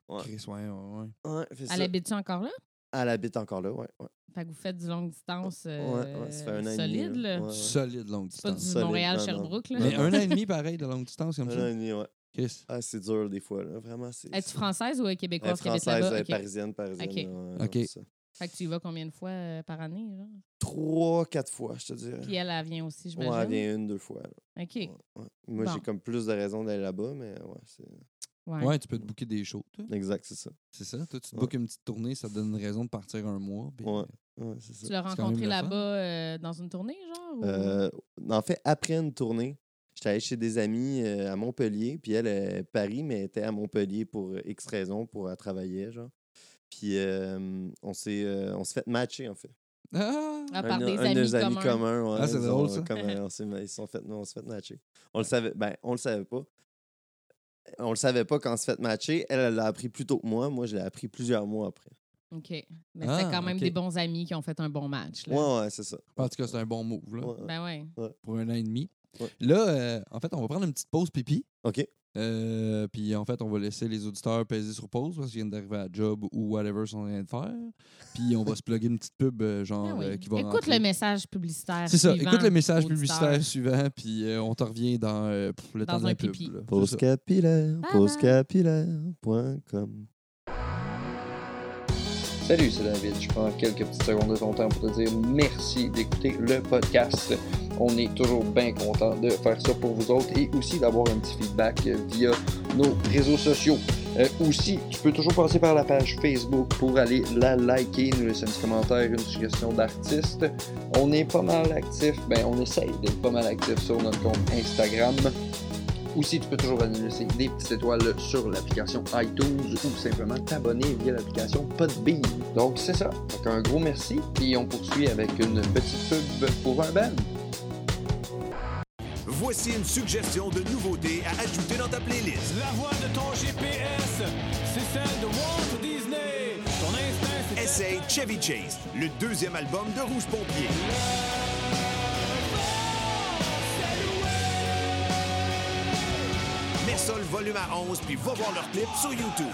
[SPEAKER 3] Ouais.
[SPEAKER 1] Chris, ouais, ouais, ouais.
[SPEAKER 3] Ouais, fait ça.
[SPEAKER 2] Elle habite-tu encore là?
[SPEAKER 3] Elle habite encore là, ouais. ouais.
[SPEAKER 2] Fait que vous faites du longue distance euh,
[SPEAKER 3] Ouais, ouais, ça fait un an et demi,
[SPEAKER 2] solide.
[SPEAKER 3] là.
[SPEAKER 2] là.
[SPEAKER 3] Ouais.
[SPEAKER 1] Solide longue
[SPEAKER 2] C'est pas hein.
[SPEAKER 1] distance.
[SPEAKER 2] du
[SPEAKER 3] Solide,
[SPEAKER 2] Montréal-Sherbrooke.
[SPEAKER 3] non,
[SPEAKER 2] là.
[SPEAKER 1] Mais un an et demi, pareil, de longue distance, comme
[SPEAKER 3] Un an
[SPEAKER 1] ça.
[SPEAKER 3] et demi, ouais.
[SPEAKER 1] Chris.
[SPEAKER 3] Ah, c'est dur des fois, là. Vraiment, c'est.
[SPEAKER 2] Es-tu française ou euh,
[SPEAKER 3] Elle est
[SPEAKER 2] québécoise qui habite
[SPEAKER 3] française,
[SPEAKER 2] là-bas?
[SPEAKER 3] elle est
[SPEAKER 2] Ok.
[SPEAKER 3] parisienne, parisienne.
[SPEAKER 2] Ok.
[SPEAKER 3] ouais,
[SPEAKER 1] Ok.
[SPEAKER 3] c'est ça.
[SPEAKER 2] Fait que tu y vas combien de fois euh, par année? genre?
[SPEAKER 3] Trois, quatre fois, je te dirais.
[SPEAKER 2] Puis elle, elle vient aussi,
[SPEAKER 3] Ouais,
[SPEAKER 2] j'imagine.
[SPEAKER 3] elle vient une, deux fois. là.
[SPEAKER 2] OK.
[SPEAKER 3] Ouais, ouais. Moi,
[SPEAKER 2] Bon.
[SPEAKER 3] j'ai comme plus de raisons d'aller là-bas, mais ouais, c'est.
[SPEAKER 2] Ouais.
[SPEAKER 1] Ouais, tu peux te booker des shows, toi.
[SPEAKER 3] Exact, c'est ça.
[SPEAKER 1] C'est ça. Toi, tu te
[SPEAKER 3] Ouais.
[SPEAKER 1] bookes une petite tournée, ça te donne une raison de partir un mois. puis-
[SPEAKER 3] Ouais. Ouais, c'est ça.
[SPEAKER 2] Tu l'as
[SPEAKER 1] C'est quand même
[SPEAKER 2] rencontré
[SPEAKER 1] le
[SPEAKER 2] là-bas
[SPEAKER 1] fun.
[SPEAKER 2] euh, dans une tournée, genre? ou-
[SPEAKER 3] Euh, en fait, après une tournée, j'étais allé chez des amis euh, à Montpellier, puis elle, euh, Paris, mais elle était à Montpellier pour euh, X raisons, pour elle travailler, genre. Puis euh, on s'est euh, on s'est fait matcher, en fait.
[SPEAKER 1] Ah!
[SPEAKER 2] Ah, par
[SPEAKER 3] de-
[SPEAKER 2] des
[SPEAKER 3] de
[SPEAKER 2] amis
[SPEAKER 3] nos
[SPEAKER 2] communs.
[SPEAKER 3] ouais,
[SPEAKER 1] Ah, c'est
[SPEAKER 3] ils
[SPEAKER 1] drôle,
[SPEAKER 3] ont-
[SPEAKER 1] ça.
[SPEAKER 3] comme, euh, on s'est- ils se sont fait, nous, on s'est fait matcher. On le savait, ben, on le savait pas. On le savait pas quand on s'est fait matcher. Elle, elle l'a appris plus tôt que moi. Moi, je l'ai appris plusieurs mois après.
[SPEAKER 2] OK. Mais
[SPEAKER 1] Ah,
[SPEAKER 2] c'était quand même
[SPEAKER 1] ok.
[SPEAKER 2] des bons amis qui ont fait un bon match. Là.
[SPEAKER 3] Ouais, ouais, c'est ça.
[SPEAKER 1] En tout cas, c'est un bon move, là,
[SPEAKER 3] Ouais, ouais.
[SPEAKER 2] Ben ouais.
[SPEAKER 1] pour un an et demi.
[SPEAKER 3] Ouais.
[SPEAKER 1] Là, euh, en fait, on va prendre une petite pause pipi.
[SPEAKER 3] OK.
[SPEAKER 1] Euh, puis en fait, on va laisser les auditeurs peser sur pause parce qu'ils viennent d'arriver à job ou whatever ils sont en train de faire. Puis on va se plugger une petite pub euh, genre
[SPEAKER 2] Ben oui.
[SPEAKER 1] euh, qui va
[SPEAKER 2] écoute
[SPEAKER 1] rentrer.
[SPEAKER 2] le message publicitaire.
[SPEAKER 1] C'est ça,
[SPEAKER 2] suivant,
[SPEAKER 1] écoute le message
[SPEAKER 2] auditeur.
[SPEAKER 1] publicitaire suivant, puis euh, on te revient dans euh, pff, le
[SPEAKER 2] Dans
[SPEAKER 1] temps de la
[SPEAKER 2] un
[SPEAKER 1] pub.
[SPEAKER 2] pipi.
[SPEAKER 1] là. C'est
[SPEAKER 3] Pause
[SPEAKER 1] ça.
[SPEAKER 3] capillaire,
[SPEAKER 2] Bye
[SPEAKER 3] pause
[SPEAKER 2] bye.
[SPEAKER 3] capillaire.com.
[SPEAKER 4] Salut, c'est David. Je prends quelques petites secondes de ton temps pour te dire merci d'écouter le podcast. On est toujours bien content de faire ça pour vous autres et aussi d'avoir un petit feedback euh, via nos réseaux sociaux. Euh, aussi, tu peux toujours passer par la page Facebook pour aller la liker, nous laisser un petit commentaire, une suggestion d'artiste. On est pas mal actif, ben on essaye d'être pas mal actif sur notre compte Instagram. Aussi, tu peux toujours aller laisser des petites étoiles sur l'application iTunes ou simplement t'abonner via l'application Podbean. Donc, c'est ça. Donc, un gros merci et on poursuit avec une petite pub pour un band.
[SPEAKER 5] Voici une suggestion de nouveauté à ajouter dans ta playlist.
[SPEAKER 6] La voix de ton GPS, c'est celle de Walt Disney. Ton instinct, c'est
[SPEAKER 5] Essaye Chevy Chase, le deuxième album de Rouge Pompier. Mets ça le volume à 11 puis va voir leur clip sur YouTube.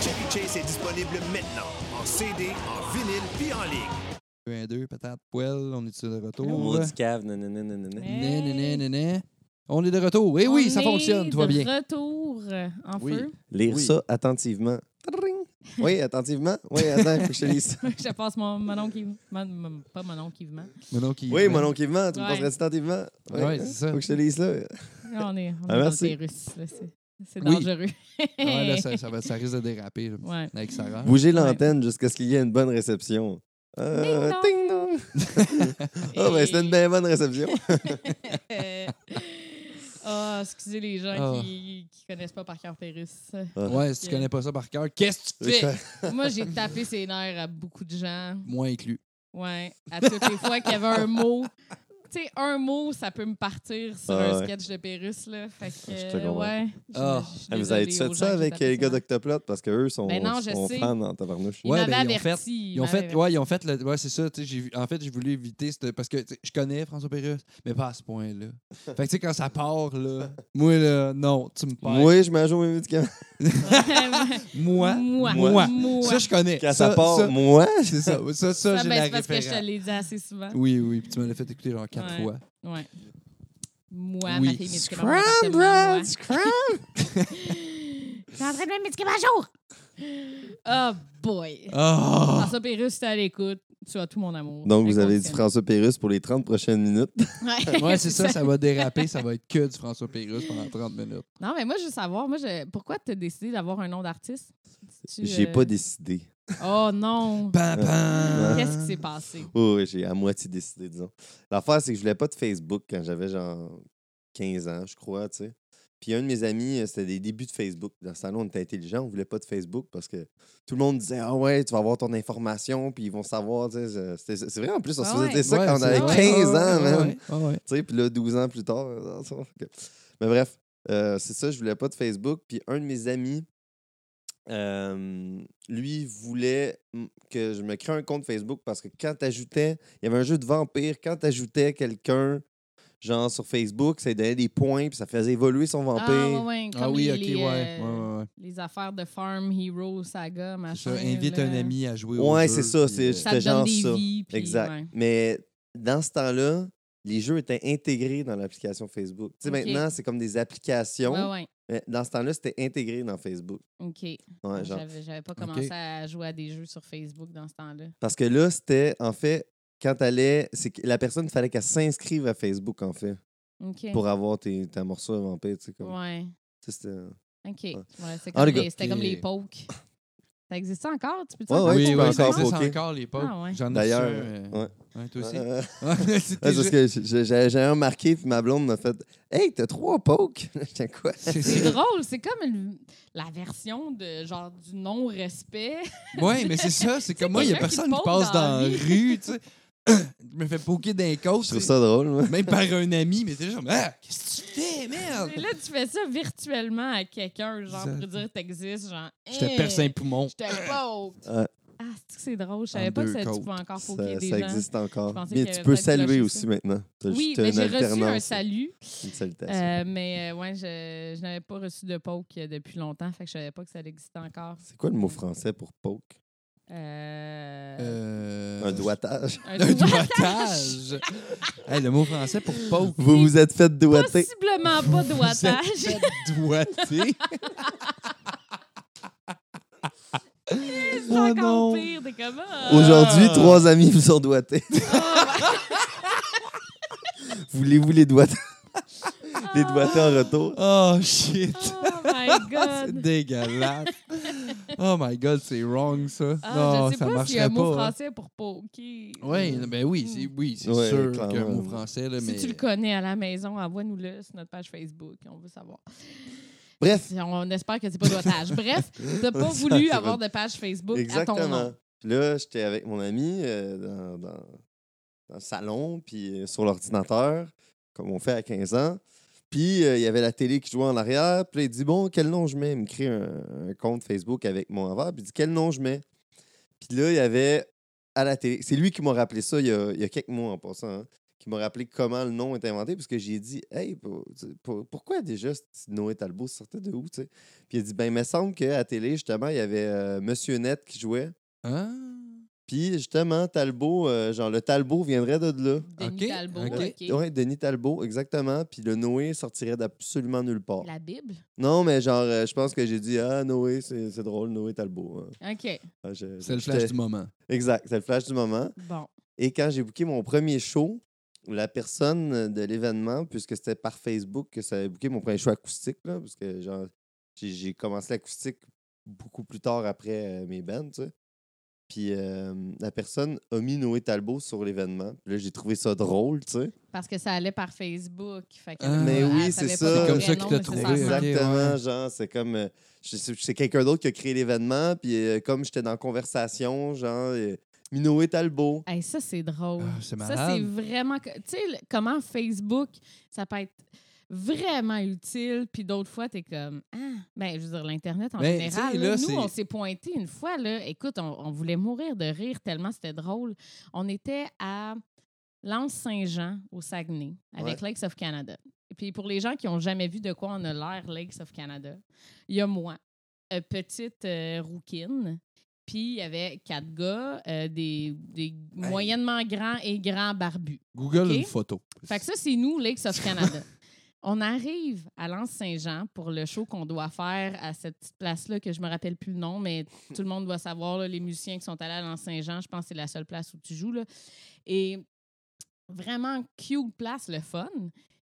[SPEAKER 5] Chevy Chase est disponible maintenant en CD, en vinyle puis en ligne.
[SPEAKER 1] Un, deux, patate, poêle, on est de retour.
[SPEAKER 3] Maudit cave, nanana, nanana.
[SPEAKER 2] Hey.
[SPEAKER 1] Oh, Né, né, né, né, né. On est de retour. Eh oui,
[SPEAKER 2] On
[SPEAKER 1] ça
[SPEAKER 2] est
[SPEAKER 1] fonctionne, tout va
[SPEAKER 2] de
[SPEAKER 1] bien.
[SPEAKER 2] retour euh, en
[SPEAKER 1] Oui.
[SPEAKER 2] feu.
[SPEAKER 3] Lire
[SPEAKER 1] Oui.
[SPEAKER 3] ça attentivement. Tring. Oui, attentivement. Oui, attends, il faut que je te lise ça.
[SPEAKER 2] Je passe mon, mon oncle Yves- mon- mon- Pas mon oncle Yves-Man.
[SPEAKER 1] Mon oncle, il-
[SPEAKER 3] Oui, mon oncle Yvan, tu me
[SPEAKER 2] Ouais.
[SPEAKER 3] passerais attentivement. Oui,
[SPEAKER 1] Ouais, c'est ça.
[SPEAKER 3] Faut que je te lise là.
[SPEAKER 2] Là, On est, on est
[SPEAKER 3] Ah,
[SPEAKER 2] dans le
[SPEAKER 3] merci.
[SPEAKER 2] virus. là, C'est c'est
[SPEAKER 1] Oui.
[SPEAKER 2] dangereux.
[SPEAKER 1] Ouais, là, ça, ça va- ça risque de déraper là,
[SPEAKER 2] Ouais.
[SPEAKER 1] avec Sarah.
[SPEAKER 3] Bougez l'antenne jusqu'à ce qu'il y ait une bonne réception. Euh,
[SPEAKER 2] Ding
[SPEAKER 3] ding Ah, ben, dong. Ah, ben, c'était une bien bonne réception.
[SPEAKER 2] Euh, Ah, excusez les gens
[SPEAKER 1] Ah.
[SPEAKER 2] qui, qui connaissent pas Parker Pérus.
[SPEAKER 1] Ouais, si tu
[SPEAKER 2] Yeah.
[SPEAKER 1] connais pas ça par cœur, qu'est-ce que tu fais?
[SPEAKER 2] Moi, j'ai tapé ses nerfs à beaucoup de gens.
[SPEAKER 1] Moi inclus.
[SPEAKER 2] Ouais, à toutes les fois qu'il y avait un mot. Tu sais, un mot, ça peut me partir sur
[SPEAKER 3] Ah
[SPEAKER 2] un
[SPEAKER 3] ouais.
[SPEAKER 2] sketch de Pérus, là. Fait que,
[SPEAKER 3] Je te
[SPEAKER 2] euh,
[SPEAKER 3] comprends.
[SPEAKER 2] ouais.
[SPEAKER 1] Ah.
[SPEAKER 2] Je- je suis
[SPEAKER 3] Ah, vous
[SPEAKER 2] désolée
[SPEAKER 3] avez fait
[SPEAKER 2] aux
[SPEAKER 3] ça
[SPEAKER 2] gens
[SPEAKER 3] avec
[SPEAKER 2] qui
[SPEAKER 3] euh, les
[SPEAKER 2] tapent
[SPEAKER 3] gars
[SPEAKER 2] ça.
[SPEAKER 3] d'Octoplot parce qu'eux sont,
[SPEAKER 2] Ben non, je
[SPEAKER 3] sont
[SPEAKER 2] sais.
[SPEAKER 3] fans en tabarnouche.
[SPEAKER 2] Ils
[SPEAKER 1] Ouais,
[SPEAKER 2] m'avaient
[SPEAKER 1] ben, ils ont
[SPEAKER 2] averti.
[SPEAKER 1] Ils ont
[SPEAKER 2] m'avaient
[SPEAKER 1] fait, ouais, ils ont fait le, ouais, c'est ça, tu sais, j'ai vu- en fait, je voulais éviter, cette- parce que tu sais, je connais François Pérus, mais pas à ce point-là. Fait que, tu sais, quand ça part, là, moi, là, non, tu me perds.
[SPEAKER 3] Moi, je mange mes médicaments.
[SPEAKER 1] Moi,
[SPEAKER 2] Moi.
[SPEAKER 1] moi.
[SPEAKER 2] Moi.
[SPEAKER 1] Ça, je connais.
[SPEAKER 3] Quand
[SPEAKER 1] ça,
[SPEAKER 3] ça part,
[SPEAKER 1] ça,
[SPEAKER 3] moi,
[SPEAKER 1] c'est ça, ça, ça,
[SPEAKER 2] Ah,
[SPEAKER 1] j'ai
[SPEAKER 2] ben,
[SPEAKER 1] la
[SPEAKER 2] c'est parce que je te
[SPEAKER 1] référence.
[SPEAKER 2] l'ai dit assez souvent.
[SPEAKER 1] Oui, oui, puis tu me l'as fait écouter genre quatre
[SPEAKER 2] Ouais.
[SPEAKER 1] fois.
[SPEAKER 2] Ouais. Moi,
[SPEAKER 1] Oui.
[SPEAKER 2] ma fille médicament. mon appartement, moi. J'ai en train de me médicament à jour. Oh boy.
[SPEAKER 1] Ah!
[SPEAKER 2] François Pérus, si t'es à l'écoute, tu as tout mon amour.
[SPEAKER 3] Donc, vous avez dit François Pérus pour les 30 prochaines minutes.
[SPEAKER 2] Ouais,
[SPEAKER 1] Ouais, c'est ça, ça va déraper, ça va être que du François Pérus pendant 30 minutes.
[SPEAKER 2] Non, mais moi, je veux savoir, moi, je... pourquoi t'as décidé d'avoir un nom d'artiste? Tu,
[SPEAKER 3] J'ai
[SPEAKER 2] euh,
[SPEAKER 3] pas Ah. décidé.
[SPEAKER 2] Oh non!
[SPEAKER 1] Pam, pam.
[SPEAKER 2] Qu'est-ce qui s'est passé?
[SPEAKER 3] Oh, oui, j'ai à moitié décidé, disons. L'affaire, c'est que je voulais pas de Facebook quand j'avais genre 15 ans, je crois, tu sais. Puis un de mes amis, euh, c'était des débuts de Facebook. Dans ce temps-là, on était intelligents, on voulait pas de Facebook parce que tout le monde disait Ah ouais, tu vas avoir ton information, puis ils vont savoir, tu sais. je- c'était- C'est vrai, en plus, on
[SPEAKER 2] Ah
[SPEAKER 3] se faisait
[SPEAKER 2] ouais.
[SPEAKER 3] dire ça quand on
[SPEAKER 1] c'est-
[SPEAKER 3] avait
[SPEAKER 2] ouais. Ah,
[SPEAKER 3] 15 ans,
[SPEAKER 1] Ah ouais,
[SPEAKER 3] même.
[SPEAKER 1] ouais, ouais, ouais.
[SPEAKER 3] Tu sais, puis là, 12 ans plus tard. euh, dans son- que- Mais bref, euh, c'est ça, je voulais pas de Facebook. Puis un de mes amis, euh, lui, voulait mm, que je me crée un compte Facebook parce que quand t'ajoutais, il y avait un jeu de vampire, quand t'ajoutais quelqu'un, genre sur Facebook, ça lui donnait des points, puis ça faisait évoluer son vampire.
[SPEAKER 2] Ah, ouais, ouais, comme
[SPEAKER 1] Ah oui,
[SPEAKER 2] les,
[SPEAKER 1] ok,
[SPEAKER 2] les,
[SPEAKER 1] ouais.
[SPEAKER 2] euh,
[SPEAKER 1] ouais, ouais, ouais.
[SPEAKER 2] les affaires de Farm Hero Saga,
[SPEAKER 1] C'est
[SPEAKER 2] machin.
[SPEAKER 1] ça, invite
[SPEAKER 2] là.
[SPEAKER 1] un ami à jouer au
[SPEAKER 3] Ouais,
[SPEAKER 1] jeu,
[SPEAKER 3] c'est ça,
[SPEAKER 1] puis,
[SPEAKER 3] c'est-
[SPEAKER 1] euh,
[SPEAKER 2] Ça te
[SPEAKER 3] C'était
[SPEAKER 2] donne
[SPEAKER 3] genre
[SPEAKER 2] des
[SPEAKER 3] ça.
[SPEAKER 2] vies. puis,
[SPEAKER 3] Exact.
[SPEAKER 2] ouais.
[SPEAKER 3] Mais dans ce temps-là, les jeux étaient intégrés dans l'application Facebook. Tu sais,
[SPEAKER 2] Ok.
[SPEAKER 3] maintenant, c'est comme des applications.
[SPEAKER 2] Ouais, ouais.
[SPEAKER 3] Mais dans ce temps-là, c'était intégré dans Facebook.
[SPEAKER 2] OK.
[SPEAKER 3] Ouais, genre,
[SPEAKER 2] J'avais j'avais pas commencé à jouer à des jeux sur Facebook dans ce temps-là.
[SPEAKER 3] Parce que là, c'était, en fait, quand t'allais, c'est que la personne, il fallait qu'elle s'inscrive à Facebook, en fait,
[SPEAKER 2] OK.
[SPEAKER 3] pour avoir tes, ta morsure avant paix, tu sais. Comme,
[SPEAKER 2] Ouais.
[SPEAKER 3] tu sais, c'était-
[SPEAKER 2] OK. Ouais, c'est
[SPEAKER 3] Ah,
[SPEAKER 2] comme
[SPEAKER 3] les
[SPEAKER 2] les-
[SPEAKER 3] gars,
[SPEAKER 2] C'était comme
[SPEAKER 1] puis-
[SPEAKER 2] les pokes. Ça existe encore? Ah Tu peux
[SPEAKER 3] Ouais, ouais,
[SPEAKER 1] Oui,
[SPEAKER 3] tu
[SPEAKER 1] oui,
[SPEAKER 3] peux
[SPEAKER 1] ça
[SPEAKER 3] encore
[SPEAKER 1] existe
[SPEAKER 3] poker.
[SPEAKER 1] encore, les pauvres.
[SPEAKER 2] Ah ouais.
[SPEAKER 1] J'en ai
[SPEAKER 3] D'ailleurs,
[SPEAKER 1] reçu un, euh,
[SPEAKER 3] ouais.
[SPEAKER 1] ouais, toi aussi.
[SPEAKER 3] Euh,
[SPEAKER 1] C'était
[SPEAKER 3] ouais, parce
[SPEAKER 1] juste-
[SPEAKER 3] que j'ai- j'ai j'ai remarqué, puis ma blonde m'a fait Hey, t'as trois pokes J'étais quoi
[SPEAKER 1] c'est
[SPEAKER 2] C'est
[SPEAKER 1] ça.
[SPEAKER 2] drôle, c'est comme une- la version de genre du non-respect.
[SPEAKER 1] Ouais, mais c'est ça. C'est comme moi, il y a
[SPEAKER 2] quelqu'un qui te
[SPEAKER 1] personne qui
[SPEAKER 2] poke
[SPEAKER 1] passe
[SPEAKER 2] dans la
[SPEAKER 1] dans la
[SPEAKER 2] vie.
[SPEAKER 1] rue, tu sais. Je me fais poker d'un
[SPEAKER 3] Je
[SPEAKER 1] coach,
[SPEAKER 3] trouve ça drôle, moi.
[SPEAKER 1] même par un ami, mais c'est genre, ah, qu'est-ce que tu fais, merde?
[SPEAKER 2] Et là, tu fais ça virtuellement à quelqu'un, genre
[SPEAKER 1] Ça-
[SPEAKER 2] pour dire t'existes, genre.
[SPEAKER 1] Je te
[SPEAKER 2] eh,
[SPEAKER 1] perce un poumon.
[SPEAKER 2] Je te poke.
[SPEAKER 3] Ouais.
[SPEAKER 2] Ah, c'est que c'est drôle. Je savais
[SPEAKER 1] En
[SPEAKER 2] pas que
[SPEAKER 1] deux
[SPEAKER 2] ça- tu
[SPEAKER 1] côtes.
[SPEAKER 2] pouvais encore
[SPEAKER 3] Ça,
[SPEAKER 2] poker des
[SPEAKER 3] ça
[SPEAKER 2] gens.
[SPEAKER 3] existe
[SPEAKER 2] Je
[SPEAKER 3] encore.
[SPEAKER 2] pensais
[SPEAKER 3] Mais
[SPEAKER 2] qu'il
[SPEAKER 3] tu
[SPEAKER 2] avait
[SPEAKER 3] peux
[SPEAKER 2] peut-être
[SPEAKER 3] saluer
[SPEAKER 2] lâché
[SPEAKER 3] aussi
[SPEAKER 2] ça.
[SPEAKER 3] maintenant. T'as
[SPEAKER 2] Oui,
[SPEAKER 3] juste
[SPEAKER 2] mais
[SPEAKER 3] une
[SPEAKER 2] j'ai reçu un
[SPEAKER 3] alternance,
[SPEAKER 2] salut.
[SPEAKER 3] Une salutation.
[SPEAKER 2] euh, mais euh, ouais, je, je n'avais pas reçu de poke euh, depuis longtemps, fait que je savais pas que ça existait encore.
[SPEAKER 3] C'est quoi le mot français pour poke
[SPEAKER 2] Euh,
[SPEAKER 1] Euh,
[SPEAKER 3] Un doigtage.
[SPEAKER 2] un
[SPEAKER 1] Un
[SPEAKER 2] doigt-
[SPEAKER 1] doigtage. Hey, le mot français pour pauvre.
[SPEAKER 3] Vous vous êtes fait doigter.
[SPEAKER 2] Possiblement pas doigtage.
[SPEAKER 1] Doigté. Oh
[SPEAKER 2] C'est encore pire. T'es comme. ah,
[SPEAKER 3] Aujourd'hui,
[SPEAKER 1] Ah.
[SPEAKER 3] trois amis vous ont doigté. Voulez-vous les doigter? les doigter en retour?
[SPEAKER 1] Oh shit.
[SPEAKER 2] Oh my
[SPEAKER 1] Ah, C'est
[SPEAKER 2] god.
[SPEAKER 1] dégueulasse. Oh my god, c'est wrong ça.
[SPEAKER 2] Ah,
[SPEAKER 1] non,
[SPEAKER 2] je sais
[SPEAKER 1] ça
[SPEAKER 2] pas s'il y
[SPEAKER 1] marcherait
[SPEAKER 2] a un mot
[SPEAKER 1] pas. hein.
[SPEAKER 2] français pour poker. Euh,
[SPEAKER 1] Oui, ben oui, c'est oui, c'est
[SPEAKER 3] Ouais,
[SPEAKER 1] sûr
[SPEAKER 3] clairement.
[SPEAKER 1] qu'il y a un mot français là, mais
[SPEAKER 2] Si tu le connais à la maison, envoie-nous-le sur notre page Facebook. On veut savoir.
[SPEAKER 3] Bref.
[SPEAKER 2] Si On espère que c'est pas doigtage. Bref, t'as pas voulu avoir de page Facebook à ton
[SPEAKER 3] Exactement.
[SPEAKER 2] nom.
[SPEAKER 3] Puis là, j'étais avec mon ami euh, dans, dans- dans le salon, puis euh, sur l'ordinateur, comme on fait à 15 ans. Puis euh, il y avait la télé qui jouait en arrière. Puis là, il dit Bon, quel nom je mets Il me crée un, un compte Facebook avec mon envers. Puis il dit Quel nom je mets Puis là, il y avait à la télé. C'est lui qui m'a rappelé ça il y a, il y a quelques mois en passant. hein, qui m'a rappelé comment le nom est inventé, parce que j'ai dit, hey, pour- tu sais, pour- pourquoi déjà ce petit Noé Talbot sortait de où, tu sais? Puis il a dit, ben, il me semble qu'à la télé, justement, il y avait euh, Monsieur Net qui jouait.
[SPEAKER 1] Ah,
[SPEAKER 3] Puis justement, Talbot, euh, genre le Talbot viendrait de là.
[SPEAKER 2] Denis
[SPEAKER 1] Ok,
[SPEAKER 2] Talbot.
[SPEAKER 1] ok.
[SPEAKER 2] ok.
[SPEAKER 3] Oui, Denis Talbot, exactement. Puis le Noé sortirait d'absolument nulle part.
[SPEAKER 2] La Bible.
[SPEAKER 3] Non, mais genre, euh, je pense que j'ai dit, ah, Noé, c'est c'est drôle, Noé Talbot. hein.
[SPEAKER 2] OK.
[SPEAKER 3] Ah, je-
[SPEAKER 1] c'est le
[SPEAKER 3] j'étais-
[SPEAKER 1] flash du moment.
[SPEAKER 3] Exact, c'est le flash du moment.
[SPEAKER 2] Bon.
[SPEAKER 3] Et quand j'ai booké mon premier show, la personne euh, de l'événement, puisque c'était par Facebook que ça avait booké mon premier show acoustique, là, parce que genre, j'ai j'ai commencé l'acoustique beaucoup plus tard après euh, mes bands, tu sais. Puis euh, la personne a mis Noé Talbot sur l'événement. Puis Là, j'ai trouvé ça drôle, tu sais.
[SPEAKER 2] Parce que ça allait par Facebook. Fait que,
[SPEAKER 1] Ah.
[SPEAKER 3] Mais
[SPEAKER 2] elle
[SPEAKER 3] oui,
[SPEAKER 2] savait
[SPEAKER 3] c'est
[SPEAKER 2] pas son
[SPEAKER 3] ça. C'est comme
[SPEAKER 2] vrai
[SPEAKER 1] ça qu'il
[SPEAKER 2] nom
[SPEAKER 1] t'a trouvé, hein.
[SPEAKER 2] nécessairement.
[SPEAKER 1] exact.
[SPEAKER 3] Exactement,
[SPEAKER 1] ouais.
[SPEAKER 3] genre, c'est comme. euh, je- c'est c'est quelqu'un d'autre qui a créé l'événement. Puis euh, comme j'étais dans la conversation, genre, euh, Minoé Talbot.
[SPEAKER 2] Hey, ça, c'est drôle.
[SPEAKER 1] Ah, c'est
[SPEAKER 2] Ça, c'est
[SPEAKER 1] malade.
[SPEAKER 2] vraiment. que- Tu sais, le- comment Facebook, ça peut être vraiment utile, puis d'autres fois, t'es comme. Ah, ben, je veux dire, l'Internet en
[SPEAKER 1] Ben, tu
[SPEAKER 2] général.
[SPEAKER 1] sais,
[SPEAKER 2] là,
[SPEAKER 1] là,
[SPEAKER 2] nous,
[SPEAKER 1] c'est-
[SPEAKER 2] on s'est pointé une fois, là. Écoute, on, on voulait mourir de rire tellement c'était drôle. On était à l'Anse Saint-Jean, au Saguenay, avec Lakes of Canada. Et puis, pour les gens qui n'ont jamais vu de quoi on a l'air, Lakes of Canada, il y a moi, une petite euh, rouquine. Puis il y avait quatre gars, euh, des, des moyennement grands et grands barbus.
[SPEAKER 1] Google
[SPEAKER 2] Ok.
[SPEAKER 1] une photo.
[SPEAKER 2] Fait que ça, c'est nous, Lakes of Canada. On arrive à l'Anse Saint-Jean pour le show qu'on doit faire à cette petite place-là, que je me rappelle plus le nom, mais tout le monde doit savoir, là, les musiciens qui sont allés à l'Anse Saint-Jean, je pense que c'est la seule place où tu joues. Là. Et vraiment cute place, le fun.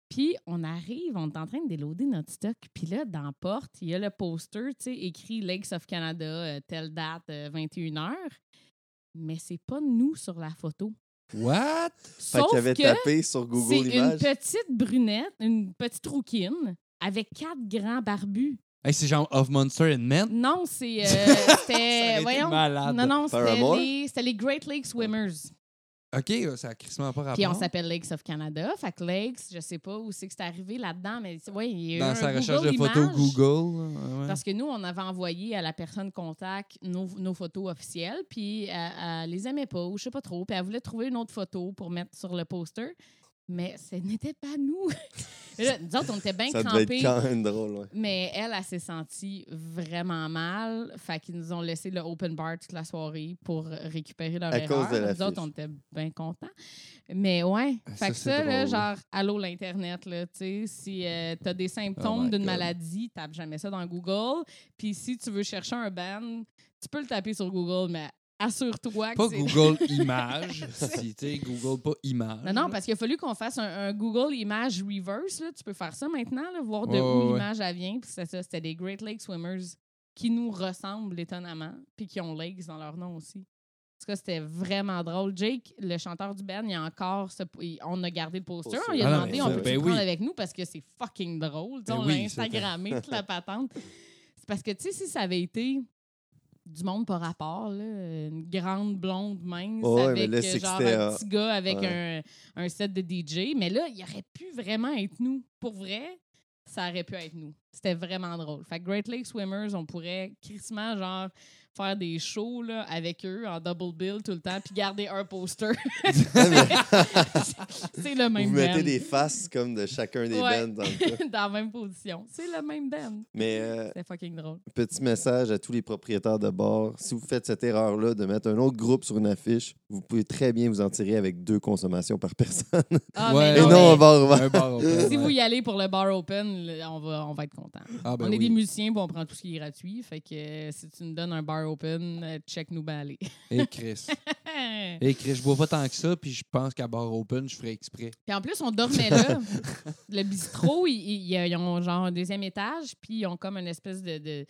[SPEAKER 2] Puis on arrive, on est en train de déloader notre stock. Puis là, dans la porte, il y a le poster, tu sais, écrit Lakes of Canada, euh, telle date, 21h. Mais c'est pas nous sur la photo.
[SPEAKER 1] What?
[SPEAKER 3] Fait
[SPEAKER 2] Sauf
[SPEAKER 3] qu'il avait
[SPEAKER 2] que-
[SPEAKER 3] tapé sur Google
[SPEAKER 2] c'est une
[SPEAKER 3] Images.
[SPEAKER 2] petite brunette, une petite rouquine avec quatre grands barbus.
[SPEAKER 1] Hey, c'est genre Of Monster and Men.
[SPEAKER 2] Non, c'est euh, c'était voyons.
[SPEAKER 1] malade.
[SPEAKER 2] Non non, c'était
[SPEAKER 3] Paramore?
[SPEAKER 2] les, c'était les Great Lakes Swimmers.
[SPEAKER 1] OK, euh, ça a crissement pas rapport.
[SPEAKER 2] Puis on s'appelle Lakes of Canada, fait que Lakes, je sais pas où c'est que c'est arrivé là-dedans, mais c'est- ouais, il y a eu un
[SPEAKER 1] Dans sa recherche
[SPEAKER 2] Google
[SPEAKER 1] de photos
[SPEAKER 2] Images.
[SPEAKER 1] Google. euh, ouais.
[SPEAKER 2] Parce que nous, on avait envoyé à la personne contact nos, nos photos officielles, puis elle, elle les aimait pas, ou je sais pas trop, puis elle voulait trouver une autre photo pour mettre sur le poster, mais ce n'était pas nous. Là, nous autres, on était bien
[SPEAKER 3] Ça devait
[SPEAKER 2] crampés.
[SPEAKER 3] être quand même drôle, ouais.
[SPEAKER 2] Mais elle, elle s'est sentie vraiment mal. Fait qu'ils nous ont laissé le open bar toute la soirée pour récupérer leur
[SPEAKER 3] À
[SPEAKER 2] erreur.
[SPEAKER 3] cause de
[SPEAKER 2] nous
[SPEAKER 3] l'affiche.
[SPEAKER 2] autre, on était bien contents. Mais ouais,
[SPEAKER 1] Ah,
[SPEAKER 2] fait
[SPEAKER 1] ça,
[SPEAKER 2] que
[SPEAKER 1] c'est
[SPEAKER 2] ça, là,
[SPEAKER 1] drôle.
[SPEAKER 2] genre, allô l'Internet, là, tu sais, si euh, t'as des symptômes
[SPEAKER 3] Ah, my
[SPEAKER 2] d'une
[SPEAKER 3] God.
[SPEAKER 2] maladie, tape jamais ça dans Google. Puis si tu veux chercher un band, tu peux le taper sur Google, mais assure-toi que
[SPEAKER 1] Pas
[SPEAKER 2] c'est...
[SPEAKER 1] Google Images. si tu Google pas Images.
[SPEAKER 2] Non, non, parce qu'il a fallu qu'on fasse un, un Google Image Reverse. là. Tu peux faire ça maintenant, là, voir de
[SPEAKER 1] Ouais,
[SPEAKER 2] où
[SPEAKER 1] ouais, ouais.
[SPEAKER 2] l'image elle vient. Puis c'était ça, c'était des Great Lakes Swimmers qui nous ressemblent étonnamment, puis qui ont Lakes dans leur nom aussi. En tout cas, c'était vraiment drôle. Jake, le chanteur du band, il a encore. ce- il- on a gardé le poster.
[SPEAKER 3] Poster.
[SPEAKER 2] On lui a
[SPEAKER 1] Ah non,
[SPEAKER 2] demandé,
[SPEAKER 3] mais
[SPEAKER 2] on
[SPEAKER 3] ça,
[SPEAKER 2] peut
[SPEAKER 1] ben
[SPEAKER 2] le prendre
[SPEAKER 1] oui.
[SPEAKER 2] avec nous parce que c'est fucking drôle. Tu sais,
[SPEAKER 1] Ben
[SPEAKER 2] on
[SPEAKER 1] oui,
[SPEAKER 2] l'a
[SPEAKER 1] c'est-
[SPEAKER 2] Instagrammé, toute la patente. C'est parce que, tu sais, si ça avait été du monde par rapport, là, une grande blonde mince
[SPEAKER 3] Ouais, mais
[SPEAKER 2] avec
[SPEAKER 3] là,
[SPEAKER 2] euh,
[SPEAKER 3] c'est que
[SPEAKER 2] genre
[SPEAKER 3] c'était,
[SPEAKER 2] un
[SPEAKER 3] euh,
[SPEAKER 2] petit gars avec
[SPEAKER 3] ouais.
[SPEAKER 2] un, un set de DJ, mais là, il aurait pu vraiment être nous. Pour vrai, ça aurait pu être nous. C'était vraiment drôle. Fait que Great Lake Swimmers, on pourrait crissement, genre, faire des shows là, avec eux en double bill tout le temps, puis garder un poster. c'est le même
[SPEAKER 3] Vous
[SPEAKER 2] band.
[SPEAKER 3] mettez des faces comme de chacun des
[SPEAKER 2] Ouais.
[SPEAKER 3] bands dans le cas.
[SPEAKER 2] Dans la même position. C'est le même band.
[SPEAKER 3] Mais euh,
[SPEAKER 2] C'était fucking drôle.
[SPEAKER 3] petit message à tous les propriétaires de bars. Si vous faites cette erreur-là de mettre un autre groupe sur une affiche, vous pouvez très bien vous en tirer avec deux consommations par personne.
[SPEAKER 2] Ah,
[SPEAKER 1] Ouais,
[SPEAKER 2] mais
[SPEAKER 3] Et
[SPEAKER 1] non,
[SPEAKER 3] non,
[SPEAKER 2] mais-
[SPEAKER 3] on va revoir.
[SPEAKER 1] Un bar open,
[SPEAKER 2] Si
[SPEAKER 1] ouais.
[SPEAKER 2] vous y allez pour le bar open, le- on va, on va être content.
[SPEAKER 1] Ah, ben
[SPEAKER 2] on est
[SPEAKER 1] oui.
[SPEAKER 2] des musiciens, puis on prend tout ce qui est gratuit. Fait que euh, si tu nous donnes un bar open, euh, check nous ben aller.
[SPEAKER 1] Et Chris. Et Chris, je bois pas tant que ça, puis je pense qu'à bar open, je ferais exprès.
[SPEAKER 2] puis en plus, on dormait là. le bistrot, ils, ils- ils- ils ont genre un deuxième étage, puis ils ont comme une espèce de, de,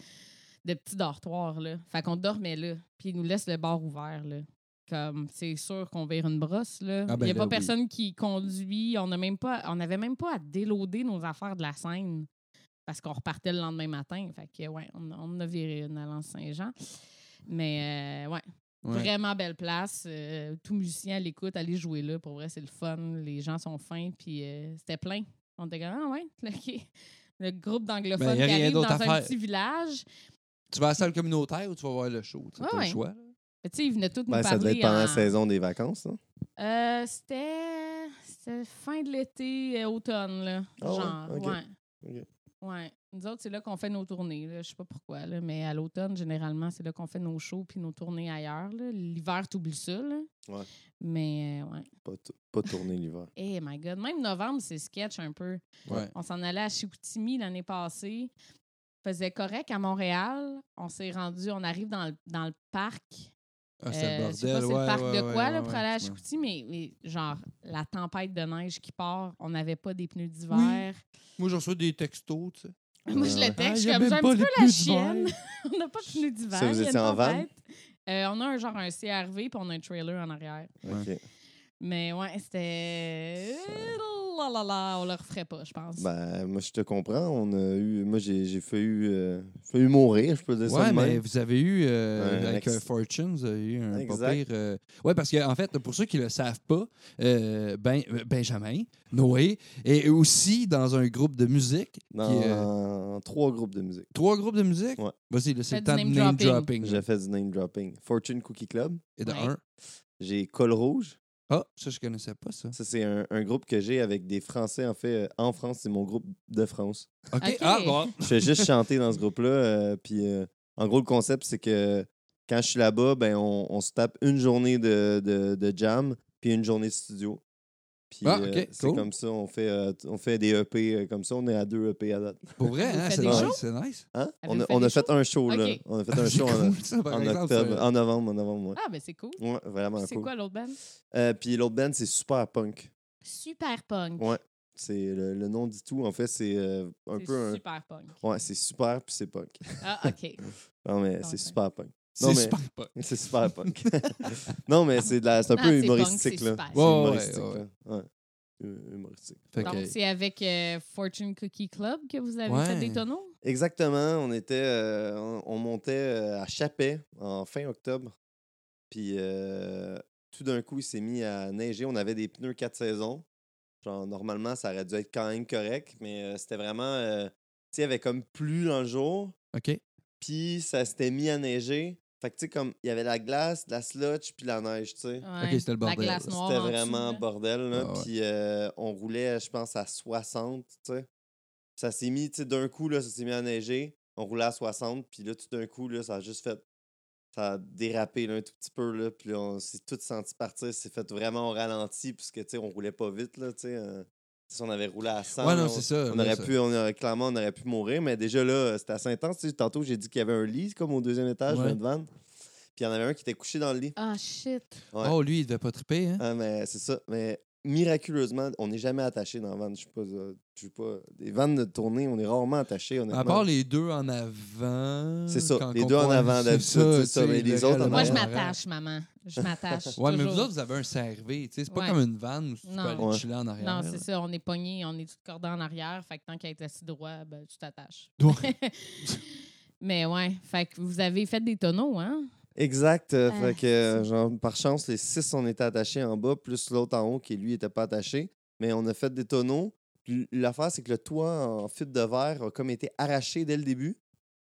[SPEAKER 2] de petit dortoir. Là. Fait qu'on dormait là. Puis ils nous laissent le bar ouvert. Là. Comme c'est sûr qu'on vire une brosse. Là.
[SPEAKER 1] Ah ben
[SPEAKER 2] Il
[SPEAKER 1] là,
[SPEAKER 2] n'y a pas
[SPEAKER 1] oui.
[SPEAKER 2] personne qui conduit. On n'avait même, pas- on avait même pas à déloader nos affaires de la scène. Parce qu'on repartait le lendemain matin. Fait que, ouais, on, on a viré une à Saint-Jean. Mais, euh, ouais,
[SPEAKER 1] Ouais.
[SPEAKER 2] Vraiment belle place. Euh, tout musicien à l'écoute, allez jouer là. Pour vrai, c'est le fun. Les gens sont fins. Puis euh, c'était plein. On était comme, ah ouais, OK. Le groupe
[SPEAKER 1] Ben,
[SPEAKER 2] d'anglophones
[SPEAKER 1] y a
[SPEAKER 2] qui
[SPEAKER 1] rien
[SPEAKER 2] arrive dans
[SPEAKER 1] d'autre à
[SPEAKER 2] un
[SPEAKER 1] faire.
[SPEAKER 2] petit village.
[SPEAKER 1] Tu vas à la salle communautaire ou tu vas voir le show? Tu
[SPEAKER 2] Ouais,
[SPEAKER 1] as
[SPEAKER 2] ouais.
[SPEAKER 1] le choix. là.
[SPEAKER 2] Mais Tu sais, ils venaient tous
[SPEAKER 3] Ben,
[SPEAKER 2] nous
[SPEAKER 3] ça
[SPEAKER 2] parler.
[SPEAKER 3] devait être pendant
[SPEAKER 2] en-
[SPEAKER 3] la saison des vacances. hein. non?
[SPEAKER 2] Euh, c'était c'était fin de l'été, euh, automne, là.
[SPEAKER 3] Ah ouais?
[SPEAKER 2] genre,
[SPEAKER 3] Ok.
[SPEAKER 2] ouais.
[SPEAKER 3] Ok.
[SPEAKER 2] Ouais. Nous autres, c'est là qu'on fait nos tournées. là. Je sais pas pourquoi, là, mais à l'automne, généralement, c'est là qu'on fait nos shows puis nos tournées ailleurs. là. L'hiver, t'oublies ça. Là.
[SPEAKER 3] Ouais.
[SPEAKER 2] Mais, euh, ouais.
[SPEAKER 3] Pas, t- pas tourner l'hiver.
[SPEAKER 2] Eh my God. Même novembre, c'est sketch un peu.
[SPEAKER 1] Ouais.
[SPEAKER 2] On s'en allait à Chicoutimi l'année passée. Faisait correct à Montréal. On s'est rendu, on arrive dans le, dans le parc.
[SPEAKER 1] Ah, c'est
[SPEAKER 2] Euh,
[SPEAKER 1] le
[SPEAKER 2] je sais
[SPEAKER 1] bordel.
[SPEAKER 2] pas, c'est
[SPEAKER 1] ouais,
[SPEAKER 2] le parc
[SPEAKER 1] ouais,
[SPEAKER 2] de
[SPEAKER 1] ouais,
[SPEAKER 2] quoi
[SPEAKER 1] ouais,
[SPEAKER 2] là, pour
[SPEAKER 1] ouais,
[SPEAKER 2] aller à
[SPEAKER 1] ouais.
[SPEAKER 2] Chicoutimi, mais, mais genre la tempête de neige qui part, on n'avait pas des pneus d'hiver.
[SPEAKER 1] Moi, j'en reçois des textos, tu sais.
[SPEAKER 2] Moi, je le
[SPEAKER 3] Ouais.
[SPEAKER 2] texte, je
[SPEAKER 1] Ah, y
[SPEAKER 2] suis
[SPEAKER 1] a
[SPEAKER 2] comme
[SPEAKER 1] même
[SPEAKER 2] j'ai un
[SPEAKER 1] pas
[SPEAKER 2] petit
[SPEAKER 1] les
[SPEAKER 2] peu la
[SPEAKER 1] pneus d'hiver.
[SPEAKER 2] chienne. on n'a pas de pneus d'hiver.
[SPEAKER 3] Ça, vous
[SPEAKER 2] il y a
[SPEAKER 3] étiez
[SPEAKER 2] une
[SPEAKER 3] en van?
[SPEAKER 2] tempête. Euh, on a un genre un CRV puis on a un trailer en arrière.
[SPEAKER 3] OK.
[SPEAKER 2] Mais ouais, c'était. La la la, on le referait pas, je pense.
[SPEAKER 3] Ben, moi, je te comprends. On a eu... Moi, j'ai j'ai failli, euh, failli mourir, je peux dire ça
[SPEAKER 1] Ouais,
[SPEAKER 3] de
[SPEAKER 1] mais
[SPEAKER 3] même.
[SPEAKER 1] vous avez eu, euh,
[SPEAKER 3] Un
[SPEAKER 1] avec
[SPEAKER 3] acc-
[SPEAKER 1] euh, Fortune, vous avez eu un pas
[SPEAKER 3] Exact.
[SPEAKER 1] pire. euh, Ouais, parce que, en fait, pour ceux qui ne le savent pas, euh, ben, euh, Benjamin, Noé, est aussi dans un groupe de musique.
[SPEAKER 3] Dans
[SPEAKER 1] qui, euh,
[SPEAKER 3] trois groupes de musique.
[SPEAKER 1] trois groupes de musique
[SPEAKER 3] Ouais.
[SPEAKER 1] Vas-y, là, c'est
[SPEAKER 2] Faites
[SPEAKER 1] le temps de
[SPEAKER 2] du
[SPEAKER 1] name
[SPEAKER 2] name dropping.
[SPEAKER 1] dropping.
[SPEAKER 3] J'ai fait du name dropping. Fortune Cookie Club.
[SPEAKER 1] Et de
[SPEAKER 2] Ouais.
[SPEAKER 1] un.
[SPEAKER 3] J'ai Col Rouge.
[SPEAKER 1] Ah, ça, je connaissais pas ça.
[SPEAKER 3] Ça, c'est un, un groupe que j'ai avec des Français. En fait, euh, en France, c'est mon groupe de France.
[SPEAKER 1] OK.
[SPEAKER 2] Ok.
[SPEAKER 1] Ah, bon.
[SPEAKER 3] Je fais juste chanter dans ce groupe-là. euh, puis, euh, en gros, le concept, c'est que quand je suis là-bas, ben, on, on se tape une journée de, de, de jam, puis une journée de studio. Puis,
[SPEAKER 1] Ah,
[SPEAKER 3] euh,
[SPEAKER 1] ok,
[SPEAKER 3] c'est
[SPEAKER 1] cool.
[SPEAKER 3] comme ça, on fait, euh, t- on fait des EP euh, comme ça. On est à deux EP à date.
[SPEAKER 1] Pour vrai,
[SPEAKER 2] Vous
[SPEAKER 1] hein,
[SPEAKER 2] faites
[SPEAKER 1] c'est
[SPEAKER 2] des
[SPEAKER 1] nice.
[SPEAKER 2] shows?
[SPEAKER 1] C'est nice.
[SPEAKER 3] Hein?
[SPEAKER 2] Avez-vous
[SPEAKER 3] On a,
[SPEAKER 2] fait
[SPEAKER 3] on a
[SPEAKER 2] des
[SPEAKER 3] fait
[SPEAKER 2] shows?
[SPEAKER 3] un show, là.
[SPEAKER 2] Ok.
[SPEAKER 3] On a fait un
[SPEAKER 1] C'est
[SPEAKER 3] show en,
[SPEAKER 1] cool, ça, par
[SPEAKER 3] en
[SPEAKER 1] exemple, euh, ça.
[SPEAKER 3] octobre, Ah, en novembre, en novembre, ouais.
[SPEAKER 2] Ah, ben c'est cool.
[SPEAKER 3] Ouais, vraiment
[SPEAKER 2] C'est
[SPEAKER 3] cool.
[SPEAKER 2] quoi l'autre band?
[SPEAKER 3] Euh, puis l'autre band, c'est Super Punk.
[SPEAKER 2] Super punk.
[SPEAKER 3] Ouais. C'est le, le nom dit tout. En fait, c'est euh, un
[SPEAKER 2] C'est
[SPEAKER 3] peu un.
[SPEAKER 2] Super punk.
[SPEAKER 3] Ouais, c'est super puis c'est punk.
[SPEAKER 2] Ah, OK.
[SPEAKER 3] Non, mais
[SPEAKER 2] Punk,
[SPEAKER 3] c'est
[SPEAKER 2] ouais.
[SPEAKER 3] super punk.
[SPEAKER 1] C'est
[SPEAKER 3] Non, mais-
[SPEAKER 1] super pas.
[SPEAKER 3] C'est super punk. non, mais c'est de la- c'est un
[SPEAKER 2] Ah,
[SPEAKER 3] peu
[SPEAKER 2] c'est punk,
[SPEAKER 3] humoristique,
[SPEAKER 2] c'est
[SPEAKER 3] là.
[SPEAKER 2] super.
[SPEAKER 3] C'est
[SPEAKER 1] Ouais, ouais,
[SPEAKER 3] humoristique,
[SPEAKER 1] ouais.
[SPEAKER 3] là. Ouais. Hu- Humoristique.
[SPEAKER 1] Fait que-
[SPEAKER 2] Donc, c'est avec euh, Fortune Cookie Club que vous avez
[SPEAKER 1] Ouais.
[SPEAKER 2] fait des tonneaux?
[SPEAKER 3] Exactement. On était, euh, on, on montait euh, à Chapet en fin octobre. Puis euh, tout d'un coup, il s'est mis à neiger. On avait des pneus quatre saisons. Genre, normalement, ça aurait dû être quand même correct, mais euh, c'était vraiment. euh, tu sais, il y avait comme plus dans le jour.
[SPEAKER 1] OK.
[SPEAKER 3] Puis ça s'était mis à neiger. Fait que, tu sais, comme il y avait la glace, de la sludge, puis la neige, tu sais.
[SPEAKER 2] Ouais.
[SPEAKER 1] c'était le bordel.
[SPEAKER 2] La glace noire.
[SPEAKER 3] Ben, C'était
[SPEAKER 2] en dessous,
[SPEAKER 3] vraiment
[SPEAKER 2] là.
[SPEAKER 3] bordel. Là.
[SPEAKER 1] Ah ouais.
[SPEAKER 3] Puis euh, on roulait, je pense, à 60. tu sais. Ça s'est mis, tu sais, d'un coup, là, ça s'est mis à neiger. On roulait à 60. Puis là, tout d'un coup, là, ça a juste fait. Ça a dérapé là, un tout petit peu. Là, puis là, on s'est tout senti partir. C'est fait vraiment au ralenti, puisque, tu sais, on roulait pas vite. Là, tu sais, euh, si on avait roulé à 100.
[SPEAKER 1] Ouais,
[SPEAKER 3] là,
[SPEAKER 1] non,
[SPEAKER 3] on-
[SPEAKER 1] c'est ça.
[SPEAKER 3] on
[SPEAKER 1] là,
[SPEAKER 3] aurait
[SPEAKER 1] ça.
[SPEAKER 3] pu, on aurait- clairement, on aurait pu mourir, mais déjà là, c'était assez intense. tu sais, Tantôt, j'ai dit qu'il y avait un lit, comme au deuxième étage,
[SPEAKER 1] Ouais.
[SPEAKER 3] dans le van. Puis il y en avait un qui était couché dans le lit.
[SPEAKER 2] Ah, shit.
[SPEAKER 3] ouais.
[SPEAKER 1] Oh, lui, il devait pas triper. Hein?
[SPEAKER 3] Ah, mais c'est ça. Mais miraculeusement, on n'est jamais attaché dans la vanne. Je suis pas. euh, je suis pas. Des vannes de tournée, on est rarement attaché.
[SPEAKER 1] À part les deux en avant.
[SPEAKER 3] C'est ça,
[SPEAKER 1] quand
[SPEAKER 3] les
[SPEAKER 1] on
[SPEAKER 3] deux en
[SPEAKER 1] conduit,
[SPEAKER 3] avant
[SPEAKER 1] c'est
[SPEAKER 3] d'habitude, c'est ça,
[SPEAKER 1] tu sais,
[SPEAKER 3] mais les
[SPEAKER 1] le
[SPEAKER 3] autres
[SPEAKER 1] reste,
[SPEAKER 3] en
[SPEAKER 2] Moi, je
[SPEAKER 3] Ouais.
[SPEAKER 2] m'attache, maman. Je m'attache.
[SPEAKER 1] Ouais, mais vous
[SPEAKER 2] toujours.
[SPEAKER 1] autres, vous avez un CRV. tu sais, C'est pas
[SPEAKER 2] Ouais.
[SPEAKER 1] comme une vanne où tu peux
[SPEAKER 2] Non.
[SPEAKER 1] aller
[SPEAKER 3] Ouais.
[SPEAKER 1] chiller en arrière.
[SPEAKER 2] Non, c'est ça. On est pogné, on est tout cordé en arrière. Fait que tant qu'à être assis droit, ben, tu t'attaches.
[SPEAKER 1] Ouais.
[SPEAKER 2] Mais ouais, fait que vous avez fait des tonneaux, hein?
[SPEAKER 3] Exact. euh,
[SPEAKER 2] Ah,
[SPEAKER 3] fait que, euh, genre, par chance, les six, on était attachés en bas, plus l'autre en haut qui, lui, était pas attaché. Mais on a fait des tonneaux. Puis L'affaire, c'est que le toit en fibre de verre a comme été arraché dès le début.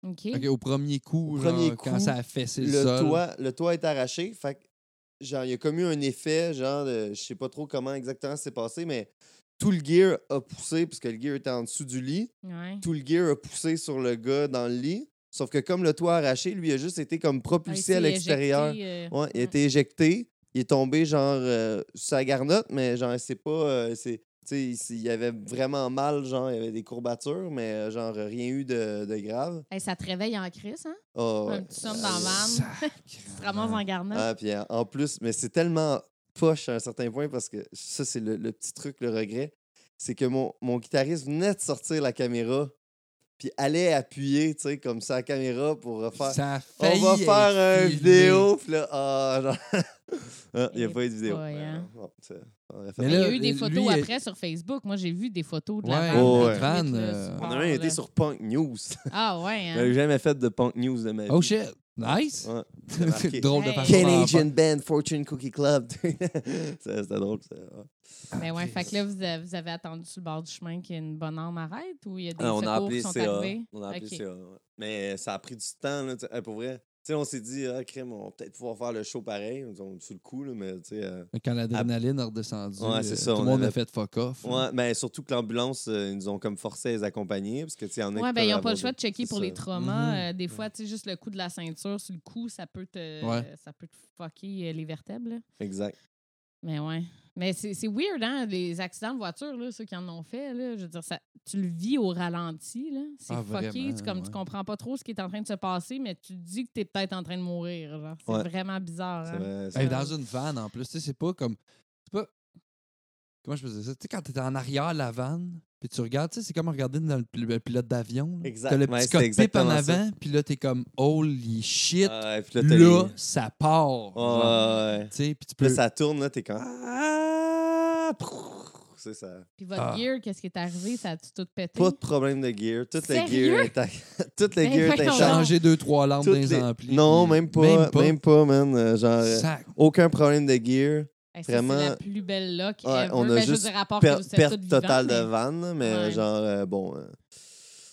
[SPEAKER 2] OK.
[SPEAKER 1] OK, au premier coup,
[SPEAKER 3] Au
[SPEAKER 1] genre,
[SPEAKER 3] premier
[SPEAKER 1] quand
[SPEAKER 3] coup,
[SPEAKER 1] ça a fessé le,
[SPEAKER 3] le,
[SPEAKER 1] sol.
[SPEAKER 3] toit, le toit est arraché. Fait que, genre, il y a comme eu un effet, genre, de- je sais pas trop comment exactement c'est passé, mais tout le gear a poussé, puisque le gear était en dessous du lit.
[SPEAKER 2] Ouais.
[SPEAKER 3] Tout le gear a poussé sur le gars dans le lit. Sauf que comme le toit arraché, lui, il a juste été comme
[SPEAKER 2] Ah, il
[SPEAKER 3] propulsé
[SPEAKER 2] s'est
[SPEAKER 3] à l'extérieur.
[SPEAKER 2] éjecté, euh,
[SPEAKER 3] Ouais, il a été éjecté. Il est tombé, genre, euh, sur sa garnotte, mais genre, c'est pas. euh, c'est, tu sais, il s- il avait vraiment mal, genre, il avait des courbatures, mais euh, genre, rien eu de, de grave.
[SPEAKER 2] Hey, ça te réveille en crise, hein?
[SPEAKER 3] Ah,
[SPEAKER 2] Un
[SPEAKER 3] ouais.
[SPEAKER 2] petit somme dans
[SPEAKER 1] Euh,
[SPEAKER 3] Ah,
[SPEAKER 2] la vanne. Tu te ramasses en garnant.
[SPEAKER 3] Ah, puis en- en plus, mais c'est tellement poche à un certain point parce que ça, c'est le, le petit truc, le regret. C'est que mon, mon guitariste venait de sortir la caméra, puis allait appuyer, tu sais, comme ça, la caméra pour refaire.
[SPEAKER 1] Ça a
[SPEAKER 3] On
[SPEAKER 1] failli
[SPEAKER 3] va
[SPEAKER 1] être
[SPEAKER 3] faire une
[SPEAKER 1] filmé.
[SPEAKER 3] vidéo, puis là, ah, genre. Ah, il n'y a
[SPEAKER 2] Eh
[SPEAKER 3] pas eu de vidéo.
[SPEAKER 2] boy,
[SPEAKER 3] Mais,
[SPEAKER 2] hein.
[SPEAKER 3] euh, bon, ça- on aurait fait
[SPEAKER 1] Mais
[SPEAKER 2] Il
[SPEAKER 3] un-
[SPEAKER 2] y
[SPEAKER 1] là, euh,
[SPEAKER 2] a eu des
[SPEAKER 1] lui,
[SPEAKER 2] photos
[SPEAKER 1] il-
[SPEAKER 2] après sur Facebook. Moi, j'ai vu des photos de la
[SPEAKER 1] Ouais,
[SPEAKER 2] vanne,
[SPEAKER 3] ouais,
[SPEAKER 2] là,
[SPEAKER 3] ouais.
[SPEAKER 2] tout
[SPEAKER 1] Vanne,
[SPEAKER 2] de suite, là,
[SPEAKER 1] euh,
[SPEAKER 2] sur
[SPEAKER 3] on a
[SPEAKER 2] bord,
[SPEAKER 3] même été
[SPEAKER 2] là.
[SPEAKER 3] sur Ben Punk News.
[SPEAKER 2] Ah, ouais, hein?
[SPEAKER 3] J'avais jamais fait de Punk News de ma vie.
[SPEAKER 1] Oh shit! Ah, Nice!
[SPEAKER 3] Ouais, c'est marqué.
[SPEAKER 1] Drôle de
[SPEAKER 2] Hey.
[SPEAKER 1] façon d'en
[SPEAKER 3] Canadian Band Fortune Cookie Club. Ça, C'était drôle. ça, Ah. ouais.
[SPEAKER 2] Mais ouais, fait que là, vous avez, vous avez attendu sur le bord du chemin qu'il y ait une bonne âme arrête ou il y
[SPEAKER 3] Euh,
[SPEAKER 2] a des
[SPEAKER 3] Ah,
[SPEAKER 2] secours qui sont arrivés?
[SPEAKER 3] On a appelé
[SPEAKER 2] Ok.
[SPEAKER 3] CA, ouais. Mais euh, ça a pris du temps, là, tu sais, hey, pour vrai. Tu sais, on s'est dit, ah, crème, on va peut-être pouvoir faire le show pareil. On- On sur le coup, là, mais tu sais. euh,
[SPEAKER 1] bas. Quand l'adrénaline a redescendu,
[SPEAKER 3] Ouais, c'est
[SPEAKER 1] euh,
[SPEAKER 3] ça,
[SPEAKER 1] tout
[SPEAKER 3] on
[SPEAKER 1] le monde a
[SPEAKER 3] avait-
[SPEAKER 1] fait fuck
[SPEAKER 2] Mmh.
[SPEAKER 1] off.
[SPEAKER 3] ouais, mais surtout que l'ambulance, euh, ils nous ont comme forcé à les accompagner. Parce que, tu sais, il y en
[SPEAKER 2] Ouais,
[SPEAKER 3] a qui
[SPEAKER 2] ben,
[SPEAKER 3] peuvent
[SPEAKER 2] ils n'ont pas
[SPEAKER 3] avoir
[SPEAKER 2] le choix de checker
[SPEAKER 3] c'est
[SPEAKER 2] pour
[SPEAKER 3] ça.
[SPEAKER 2] les traumas.
[SPEAKER 1] Mhm.
[SPEAKER 2] Euh, des fois, tu sais, juste le coup de la ceinture sur le cou, ça peut te,
[SPEAKER 1] Ouais.
[SPEAKER 2] ça peut te fucker euh, les vertèbres. là.
[SPEAKER 3] Exact.
[SPEAKER 2] Mais ouais. Mais c'est c'est weird, hein, les accidents de voiture, là, ceux qui en ont fait. Là, je veux dire, ça, tu le vis au ralenti. là. C'est
[SPEAKER 1] Ah,
[SPEAKER 2] fucké.
[SPEAKER 1] vraiment,
[SPEAKER 2] tu, comme, tu
[SPEAKER 1] ouais.
[SPEAKER 2] comprends pas trop ce qui est en train de se passer, mais tu te dis que tu es peut-être en train de mourir. genre. C'est
[SPEAKER 3] Ouais.
[SPEAKER 2] vraiment bizarre.
[SPEAKER 3] C'est
[SPEAKER 2] hein.
[SPEAKER 3] vrai, c'est
[SPEAKER 1] Hey,
[SPEAKER 2] Ouais.
[SPEAKER 1] dans une vanne en plus, tu sais, c'est pas comme. C'est pas. Comment je faisais ça? Tu sais, quand t'étais en arrière la vanne, Puis tu regardes, tu sais, c'est comme regarder dans le, pil- le pilote d'avion. là.
[SPEAKER 3] Exact.
[SPEAKER 1] T'as le
[SPEAKER 3] Ouais,
[SPEAKER 1] petit
[SPEAKER 3] c'était
[SPEAKER 1] cockpit en
[SPEAKER 3] exactement
[SPEAKER 1] avant, puis là, t'es comme, holy shit,
[SPEAKER 3] Ah, et puis
[SPEAKER 1] là,
[SPEAKER 3] là, t'as les-
[SPEAKER 1] ça part. genre.
[SPEAKER 3] Ah, ouais.
[SPEAKER 1] Tu sais, puis tu
[SPEAKER 3] Puis
[SPEAKER 1] peux.
[SPEAKER 3] là, ça tourne, là, t'es comme. Ah! Prrr, C'est ça.
[SPEAKER 2] Puis votre
[SPEAKER 1] Ah.
[SPEAKER 2] gear, qu'est-ce qui est arrivé? Ça a-tu tout pété?
[SPEAKER 3] Pas de problème de gear. Toutes les
[SPEAKER 2] Sérieux?
[SPEAKER 3] gears intact. Toutes les
[SPEAKER 2] Ben
[SPEAKER 3] gears
[SPEAKER 2] voyons
[SPEAKER 3] intactes.
[SPEAKER 1] changer deux, trois lampes dans
[SPEAKER 3] Toutes
[SPEAKER 1] les
[SPEAKER 3] les-
[SPEAKER 1] amplis.
[SPEAKER 3] Non,
[SPEAKER 1] puis-
[SPEAKER 3] même pas. Même pas,
[SPEAKER 1] Même
[SPEAKER 3] man. Euh, Genre,
[SPEAKER 1] pas.
[SPEAKER 3] euh,
[SPEAKER 1] Sac.
[SPEAKER 3] aucun problème de gear.
[SPEAKER 2] Hey, ça, C'est la
[SPEAKER 3] vraiment-
[SPEAKER 2] plus belle lock
[SPEAKER 3] Ouais,
[SPEAKER 2] ever.
[SPEAKER 3] on a
[SPEAKER 2] Ben, je veux
[SPEAKER 3] juste
[SPEAKER 2] dire, à part
[SPEAKER 3] Per-
[SPEAKER 2] que vous êtes
[SPEAKER 3] perte
[SPEAKER 2] toutes
[SPEAKER 3] totale
[SPEAKER 2] vivantes,
[SPEAKER 3] de vanne, mais euh,
[SPEAKER 2] Ouais.
[SPEAKER 3] genre, euh, bon. euh,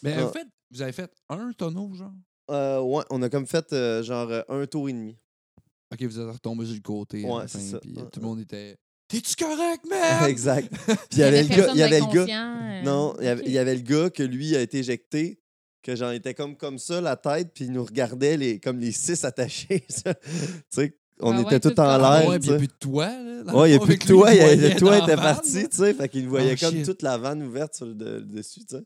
[SPEAKER 1] Mais
[SPEAKER 3] Ah.
[SPEAKER 1] en fait, vous avez fait un tonneau, genre.
[SPEAKER 3] euh, ouais, on a comme fait euh, genre euh, un tour et demi.
[SPEAKER 1] Ok, vous êtes retombé sur le côté. à
[SPEAKER 3] Ouais,
[SPEAKER 1] la fin,
[SPEAKER 3] c'est ça.
[SPEAKER 1] Puis euh,
[SPEAKER 3] Ouais,
[SPEAKER 1] tout le
[SPEAKER 3] ouais.
[SPEAKER 1] monde était. T'es-tu correct, man?
[SPEAKER 3] exact. Puis il y avait le gars.
[SPEAKER 2] personne
[SPEAKER 3] Il y avait le gars.
[SPEAKER 2] d'inconscient, euh,
[SPEAKER 3] Non, il y avait-
[SPEAKER 2] ok.
[SPEAKER 3] il y avait le gars que lui a été éjecté, que j'en était comme comme ça, la tête, puis il nous regardait les, comme les six attachés. ça. tu sais, on
[SPEAKER 2] Ah ouais,
[SPEAKER 3] était
[SPEAKER 2] tout
[SPEAKER 3] tous en
[SPEAKER 2] comme-
[SPEAKER 1] Ah
[SPEAKER 3] l'air.
[SPEAKER 1] ouais,
[SPEAKER 3] tu
[SPEAKER 1] puis y a
[SPEAKER 3] sais.
[SPEAKER 1] plus de toi, là. dans le
[SPEAKER 3] Ouais, il n'y a
[SPEAKER 1] fond,
[SPEAKER 3] plus
[SPEAKER 1] avec
[SPEAKER 3] de
[SPEAKER 1] lui,
[SPEAKER 3] toit,
[SPEAKER 1] il
[SPEAKER 3] il y a-
[SPEAKER 1] voyait
[SPEAKER 3] le toit
[SPEAKER 1] dans
[SPEAKER 3] était
[SPEAKER 1] la vanne,
[SPEAKER 3] parti,
[SPEAKER 1] là.
[SPEAKER 3] tu sais, fait qu'il voyait
[SPEAKER 1] Oh,
[SPEAKER 3] comme
[SPEAKER 1] shit.
[SPEAKER 3] toute la vanne ouverte sur le, le dessus, tu sais.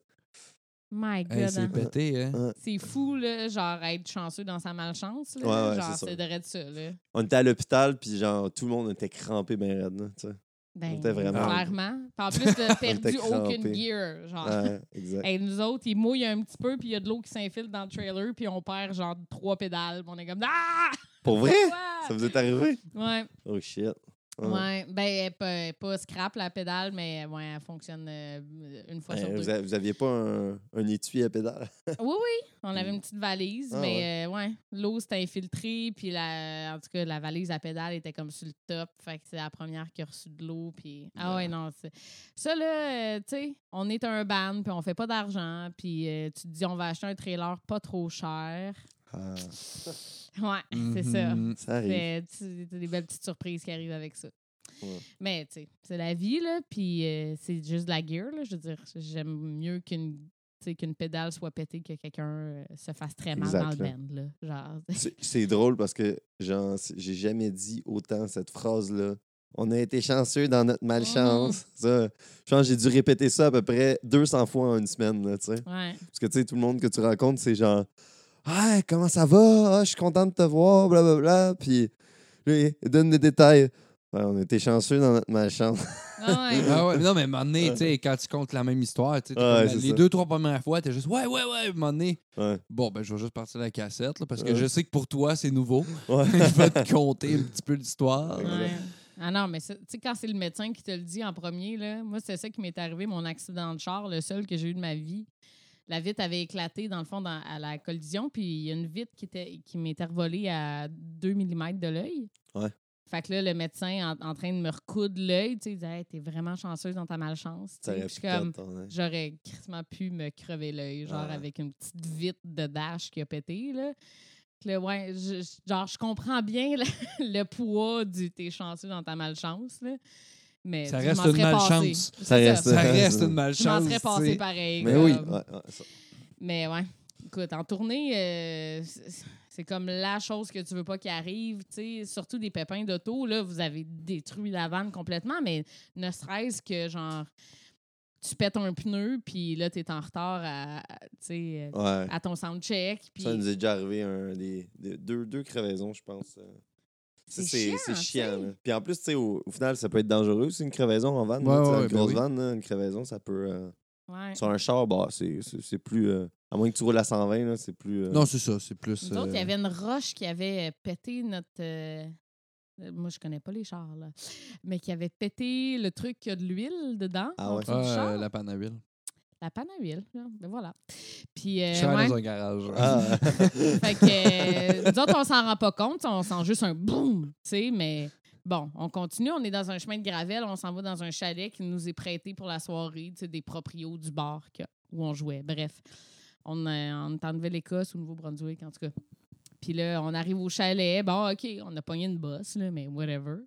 [SPEAKER 2] My God.
[SPEAKER 1] Hey, c'est
[SPEAKER 2] hein.
[SPEAKER 1] pété, hein.
[SPEAKER 2] C'est fou, là, genre, être chanceux dans sa malchance. Là,
[SPEAKER 3] Ouais, ouais,
[SPEAKER 2] genre,
[SPEAKER 3] c'est ça.
[SPEAKER 2] c'est de raide ça, là.
[SPEAKER 3] On était à l'hôpital, puis genre, tout le monde était crampé ben raide, là, tu sais.
[SPEAKER 2] Ben,
[SPEAKER 3] était vraiment-
[SPEAKER 2] Clairement. Puis en plus, t'as perdu
[SPEAKER 3] crampés.
[SPEAKER 2] aucune gear. Genre,
[SPEAKER 3] Ouais, exact.
[SPEAKER 2] Hey, nous autres, ils mouillent un petit peu, puis il y a de l'eau qui s'infiltre dans le trailer, puis on perd genre trois pédales. puis On est comme Ah!
[SPEAKER 3] Pour vrai? Ça
[SPEAKER 2] Pourquoi?
[SPEAKER 3] vous est arrivé?
[SPEAKER 2] Ouais,
[SPEAKER 3] Oh shit. Ah. Ouais.
[SPEAKER 2] ouais. Ben, elle est pas, elle est pas scrap la pédale, mais ouais, elle fonctionne euh, une fois
[SPEAKER 3] Ouais,
[SPEAKER 2] sur deux.
[SPEAKER 3] Ben, vous, a- vous aviez pas un, un étui à pédale?
[SPEAKER 2] Oui, oui. On avait une petite valise,
[SPEAKER 3] Ah,
[SPEAKER 2] mais euh, Mm. ouais, l'eau s'était infiltrée, puis la, en tout cas, la valise à pédale était comme sur le top. Fait que c'est la première qui a reçu de l'eau. Puis... Ah ouais, non. c'est- Ça, là, euh, tu sais, on est un band, puis on fait pas d'argent, puis euh, tu te dis, on va acheter un trailer pas trop cher.
[SPEAKER 3] Ah,
[SPEAKER 2] Ouais, c'est ça.
[SPEAKER 1] Mhm.
[SPEAKER 3] ça arrive.
[SPEAKER 2] C'est tu- t'as des belles petites surprises qui arrivent avec ça.
[SPEAKER 3] Ouais.
[SPEAKER 2] Mais, tu sais, c'est la vie, là, puis euh, c'est juste de la gear, là. Je veux dire, j'aime mieux qu'une tu sais, qu'une pédale soit pétée que quelqu'un euh, se fasse très mal
[SPEAKER 3] Exact,
[SPEAKER 2] dans le
[SPEAKER 3] là.
[SPEAKER 2] bend, là. Genre,
[SPEAKER 3] C'est- C'est drôle parce que, genre, c'est- j'ai jamais dit autant cette phrase-là. On a été chanceux dans notre malchance. Ça, je pense que j'ai dû répéter ça à peu près 200 fois en une semaine, là, tu sais.
[SPEAKER 2] ouais.
[SPEAKER 3] Parce que, tu sais, tout le monde que tu rencontres, c'est genre, ah, comment ça va? Ah, je suis content de te voir, blablabla. Puis, là, il donne des détails. Ouais, on était chanceux dans notre malchance.
[SPEAKER 2] Ah ouais.
[SPEAKER 1] Ah ouais, mais non, mais à un moment donné, tu sais, quand tu comptes la même histoire, tu sais, t'es
[SPEAKER 3] Ouais,
[SPEAKER 1] comme la-
[SPEAKER 3] c'est
[SPEAKER 1] les
[SPEAKER 3] ça.
[SPEAKER 1] deux, trois premières fois, t'es juste, ouais, ouais, ouais, à un moment donné,
[SPEAKER 3] Ouais.
[SPEAKER 1] bon, ben, je vais juste partir de la cassette, là, parce que
[SPEAKER 3] Ouais.
[SPEAKER 1] je sais que pour toi, c'est nouveau.
[SPEAKER 3] Ouais.
[SPEAKER 1] je vais te compter un petit peu l'histoire.
[SPEAKER 2] Ouais. Ah non, mais ça, tu sais, quand c'est le médecin qui te le dit en premier, là, moi, c'est ça qui m'est arrivé, mon accident de char, le seul que j'ai eu de ma vie. La vitre avait éclaté, dans le fond, dans- à la collision, puis il y a une vitre qui, était, qui m'est arvolée à 2 mm de l'œil.
[SPEAKER 3] Ouais.
[SPEAKER 2] Fait que là, le médecin, en, en train de me recoudre l'œil, tu sais, il disait Hey, T'es vraiment chanceuse dans ta malchance. Tu
[SPEAKER 3] Ça
[SPEAKER 2] sais,
[SPEAKER 3] aurait
[SPEAKER 2] puis je
[SPEAKER 3] pu
[SPEAKER 2] suis comme,
[SPEAKER 3] perdre ton âge.
[SPEAKER 2] j'aurais crissement pu me crever l'œil, genre
[SPEAKER 3] Ouais.
[SPEAKER 2] avec une petite vitre de dash qui a pété, là. Fait que là, ouais, je- je- genre, je comprends bien le, le poids du t'es chanceux dans ta malchance, là. Mais
[SPEAKER 1] Ça
[SPEAKER 2] je
[SPEAKER 1] reste
[SPEAKER 2] m'en
[SPEAKER 1] une
[SPEAKER 2] serais passée.
[SPEAKER 1] malchance.
[SPEAKER 2] C'est
[SPEAKER 3] Ça reste-
[SPEAKER 1] Ça reste une
[SPEAKER 2] Je m'en
[SPEAKER 1] malchance.
[SPEAKER 2] serais
[SPEAKER 1] tu
[SPEAKER 2] passé
[SPEAKER 1] sais.
[SPEAKER 2] pareil.
[SPEAKER 3] Mais oui,
[SPEAKER 2] comme.
[SPEAKER 3] ouais, ouais, ça.
[SPEAKER 2] Mais ouais. Écoute, en tournée, euh, c'est- c'est comme la chose que tu veux pas qu'il arrive, tu sais, surtout des pépins d'auto, là, vous avez détruit la vanne complètement, mais ne serait-ce que genre tu pètes un pneu puis là tu es en retard à, à- tu sais, euh,
[SPEAKER 3] Ouais.
[SPEAKER 2] à ton soundcheck puis
[SPEAKER 3] Ça nous est déjà arrivé un, des, des- deux, deux crevaisons, je pense. euh. Ça,
[SPEAKER 2] C'est
[SPEAKER 3] C'est
[SPEAKER 2] chiant,
[SPEAKER 3] c'est
[SPEAKER 2] tu
[SPEAKER 3] chiant.
[SPEAKER 2] sais.
[SPEAKER 3] là. Puis en plus, tu sais, au, au final, ça peut être dangereux. C'est une crevaison en vanne.
[SPEAKER 1] Ouais,
[SPEAKER 3] là, tu sais,
[SPEAKER 1] ouais,
[SPEAKER 3] une
[SPEAKER 1] ben
[SPEAKER 3] grosse
[SPEAKER 1] oui.
[SPEAKER 3] vanne, là, une crevaison, ça peut. euh,
[SPEAKER 2] ouais.
[SPEAKER 3] Sur un char, bah, c'est c'est- c'est plus. euh, à moins que tu roules à 120, là, c'est plus. euh,
[SPEAKER 1] Non, c'est ça, c'est plus.
[SPEAKER 2] Nous autres, il y
[SPEAKER 1] euh,
[SPEAKER 2] avait une roche qui avait euh, pété notre. euh, euh, moi, je connais pas les chars, là. Mais qui avait pété le truc qui a de l'huile dedans.
[SPEAKER 3] Ah
[SPEAKER 2] en
[SPEAKER 3] ouais.
[SPEAKER 2] dessous du
[SPEAKER 1] ah,
[SPEAKER 2] char.
[SPEAKER 1] euh, la panne à huile.
[SPEAKER 2] La panne à huile. là. Ben voilà. Puis, euh,
[SPEAKER 1] Je travaille
[SPEAKER 2] ouais.
[SPEAKER 1] dans un garage.
[SPEAKER 3] Ah,
[SPEAKER 2] Fait que, euh, nous autres, on s'en rend pas compte. On sent juste un boum, tu sais, mais bon, on continue. On est dans un chemin de gravel. On s'en va dans un chalet qui nous est prêté pour la soirée, tu sais, des proprios du bar que- où on jouait. Bref, on, euh, on est en Nouvelle-Écosse, au Nouveau-Brunswick, en tout cas. Puis là, on arrive au chalet. Bon, OK, on a pogné une bosse, là, mais whatever.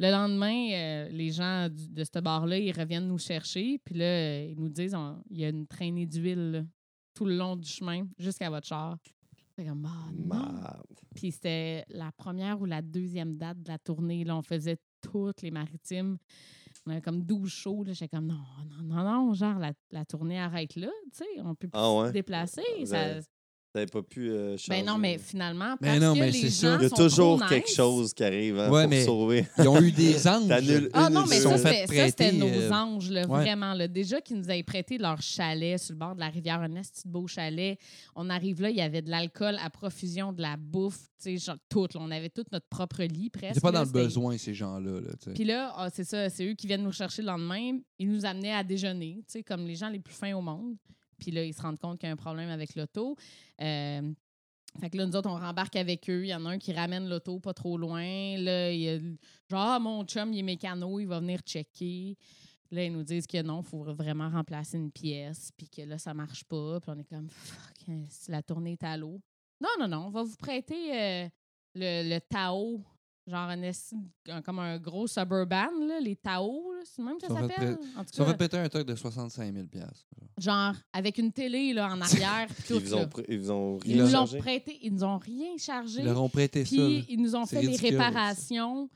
[SPEAKER 2] Le lendemain, euh, les gens du- de ce bar-là, ils reviennent nous chercher. Puis là, euh, ils nous disent, on- il y a une traînée d'huile là, tout le long du chemin jusqu'à votre char. Fait comme, ah, non.
[SPEAKER 3] merde.
[SPEAKER 2] Puis c'était la première ou la deuxième date de la tournée. Là, on faisait toutes les maritimes. On avait comme 12 shows. là. J'étais comme, non, non, non, non. Genre, la, la tournée arrête là. Tu sais, on peut plus
[SPEAKER 3] Ah ouais?
[SPEAKER 2] se déplacer.
[SPEAKER 3] Vous
[SPEAKER 2] Ça-
[SPEAKER 3] avez- T'avais pas pu euh, changer.
[SPEAKER 2] Ben non, mais finalement, parce
[SPEAKER 1] Ben non,
[SPEAKER 2] que
[SPEAKER 1] mais
[SPEAKER 2] les
[SPEAKER 1] c'est sûr.
[SPEAKER 2] gens
[SPEAKER 3] Il y a
[SPEAKER 2] sont
[SPEAKER 3] toujours
[SPEAKER 2] trop nice.
[SPEAKER 3] quelque chose qui arrive hein,
[SPEAKER 1] Ouais,
[SPEAKER 3] pour
[SPEAKER 1] mais-
[SPEAKER 3] sauver.
[SPEAKER 1] Ils ont eu des anges.
[SPEAKER 3] T'annules
[SPEAKER 2] Ah
[SPEAKER 3] une
[SPEAKER 2] non,
[SPEAKER 3] des
[SPEAKER 2] mais
[SPEAKER 1] Ils
[SPEAKER 2] ça,
[SPEAKER 1] sont
[SPEAKER 3] choses.
[SPEAKER 1] fait
[SPEAKER 2] c'était ça, c'était
[SPEAKER 1] prêter,
[SPEAKER 2] nos
[SPEAKER 1] euh,
[SPEAKER 2] anges, là,
[SPEAKER 1] ouais.
[SPEAKER 2] vraiment. Là. Déjà qu'ils nous avaient prêté leur chalet sur le bord de la rivière, un esti de beau chalet. On arrive là, il y avait de l'alcool à profusion, de la bouffe, tu sais, genre tout. là. On avait tout notre propre lit presque.
[SPEAKER 1] C'est pas dans
[SPEAKER 2] là,
[SPEAKER 1] le
[SPEAKER 2] c'était-
[SPEAKER 1] besoin, ces gens-là. là, tu sais.
[SPEAKER 2] Puis là, ah, c'est ça, c'est eux qui viennent nous chercher le lendemain. Ils nous amenaient à déjeuner, tu sais, comme les gens les plus fins au monde. Puis là, ils se rendent compte qu'il y a un problème avec l'auto. Euh, fait que là, nous autres, on rembarque avec eux. Il y en a un qui ramène l'auto pas trop loin. Là, il y a, genre, Ah, mon chum, il est mécano, il va venir checker. Là, ils nous disent que non, il faut vraiment remplacer une pièce, puis que là, ça marche pas. Puis on est comme, fuck, hein, si la tournée est à l'eau. Non, non, non, on va vous prêter euh, le, le Tao, genre un, esti- un- comme un gros suburban, là, les Tao, là, c'est le même que ça
[SPEAKER 1] Ils ont fait
[SPEAKER 2] s'appelle. En tout
[SPEAKER 1] Ils ont
[SPEAKER 2] cas,
[SPEAKER 1] fait péter un truc de 65 000
[SPEAKER 2] genre avec une télé là, en arrière. puis
[SPEAKER 3] Puis
[SPEAKER 2] tout,
[SPEAKER 3] ils, vous ont,
[SPEAKER 2] là.
[SPEAKER 3] pr- ils vous ont
[SPEAKER 2] Ils nous
[SPEAKER 3] rien
[SPEAKER 2] l'ont
[SPEAKER 3] changé.
[SPEAKER 2] prêté, ils nous ont rien chargé.
[SPEAKER 1] Ils leur ont prêté ça. là.
[SPEAKER 2] Puis ils nous ont
[SPEAKER 1] C'est
[SPEAKER 2] fait des
[SPEAKER 1] ridicule, ça.
[SPEAKER 2] réparations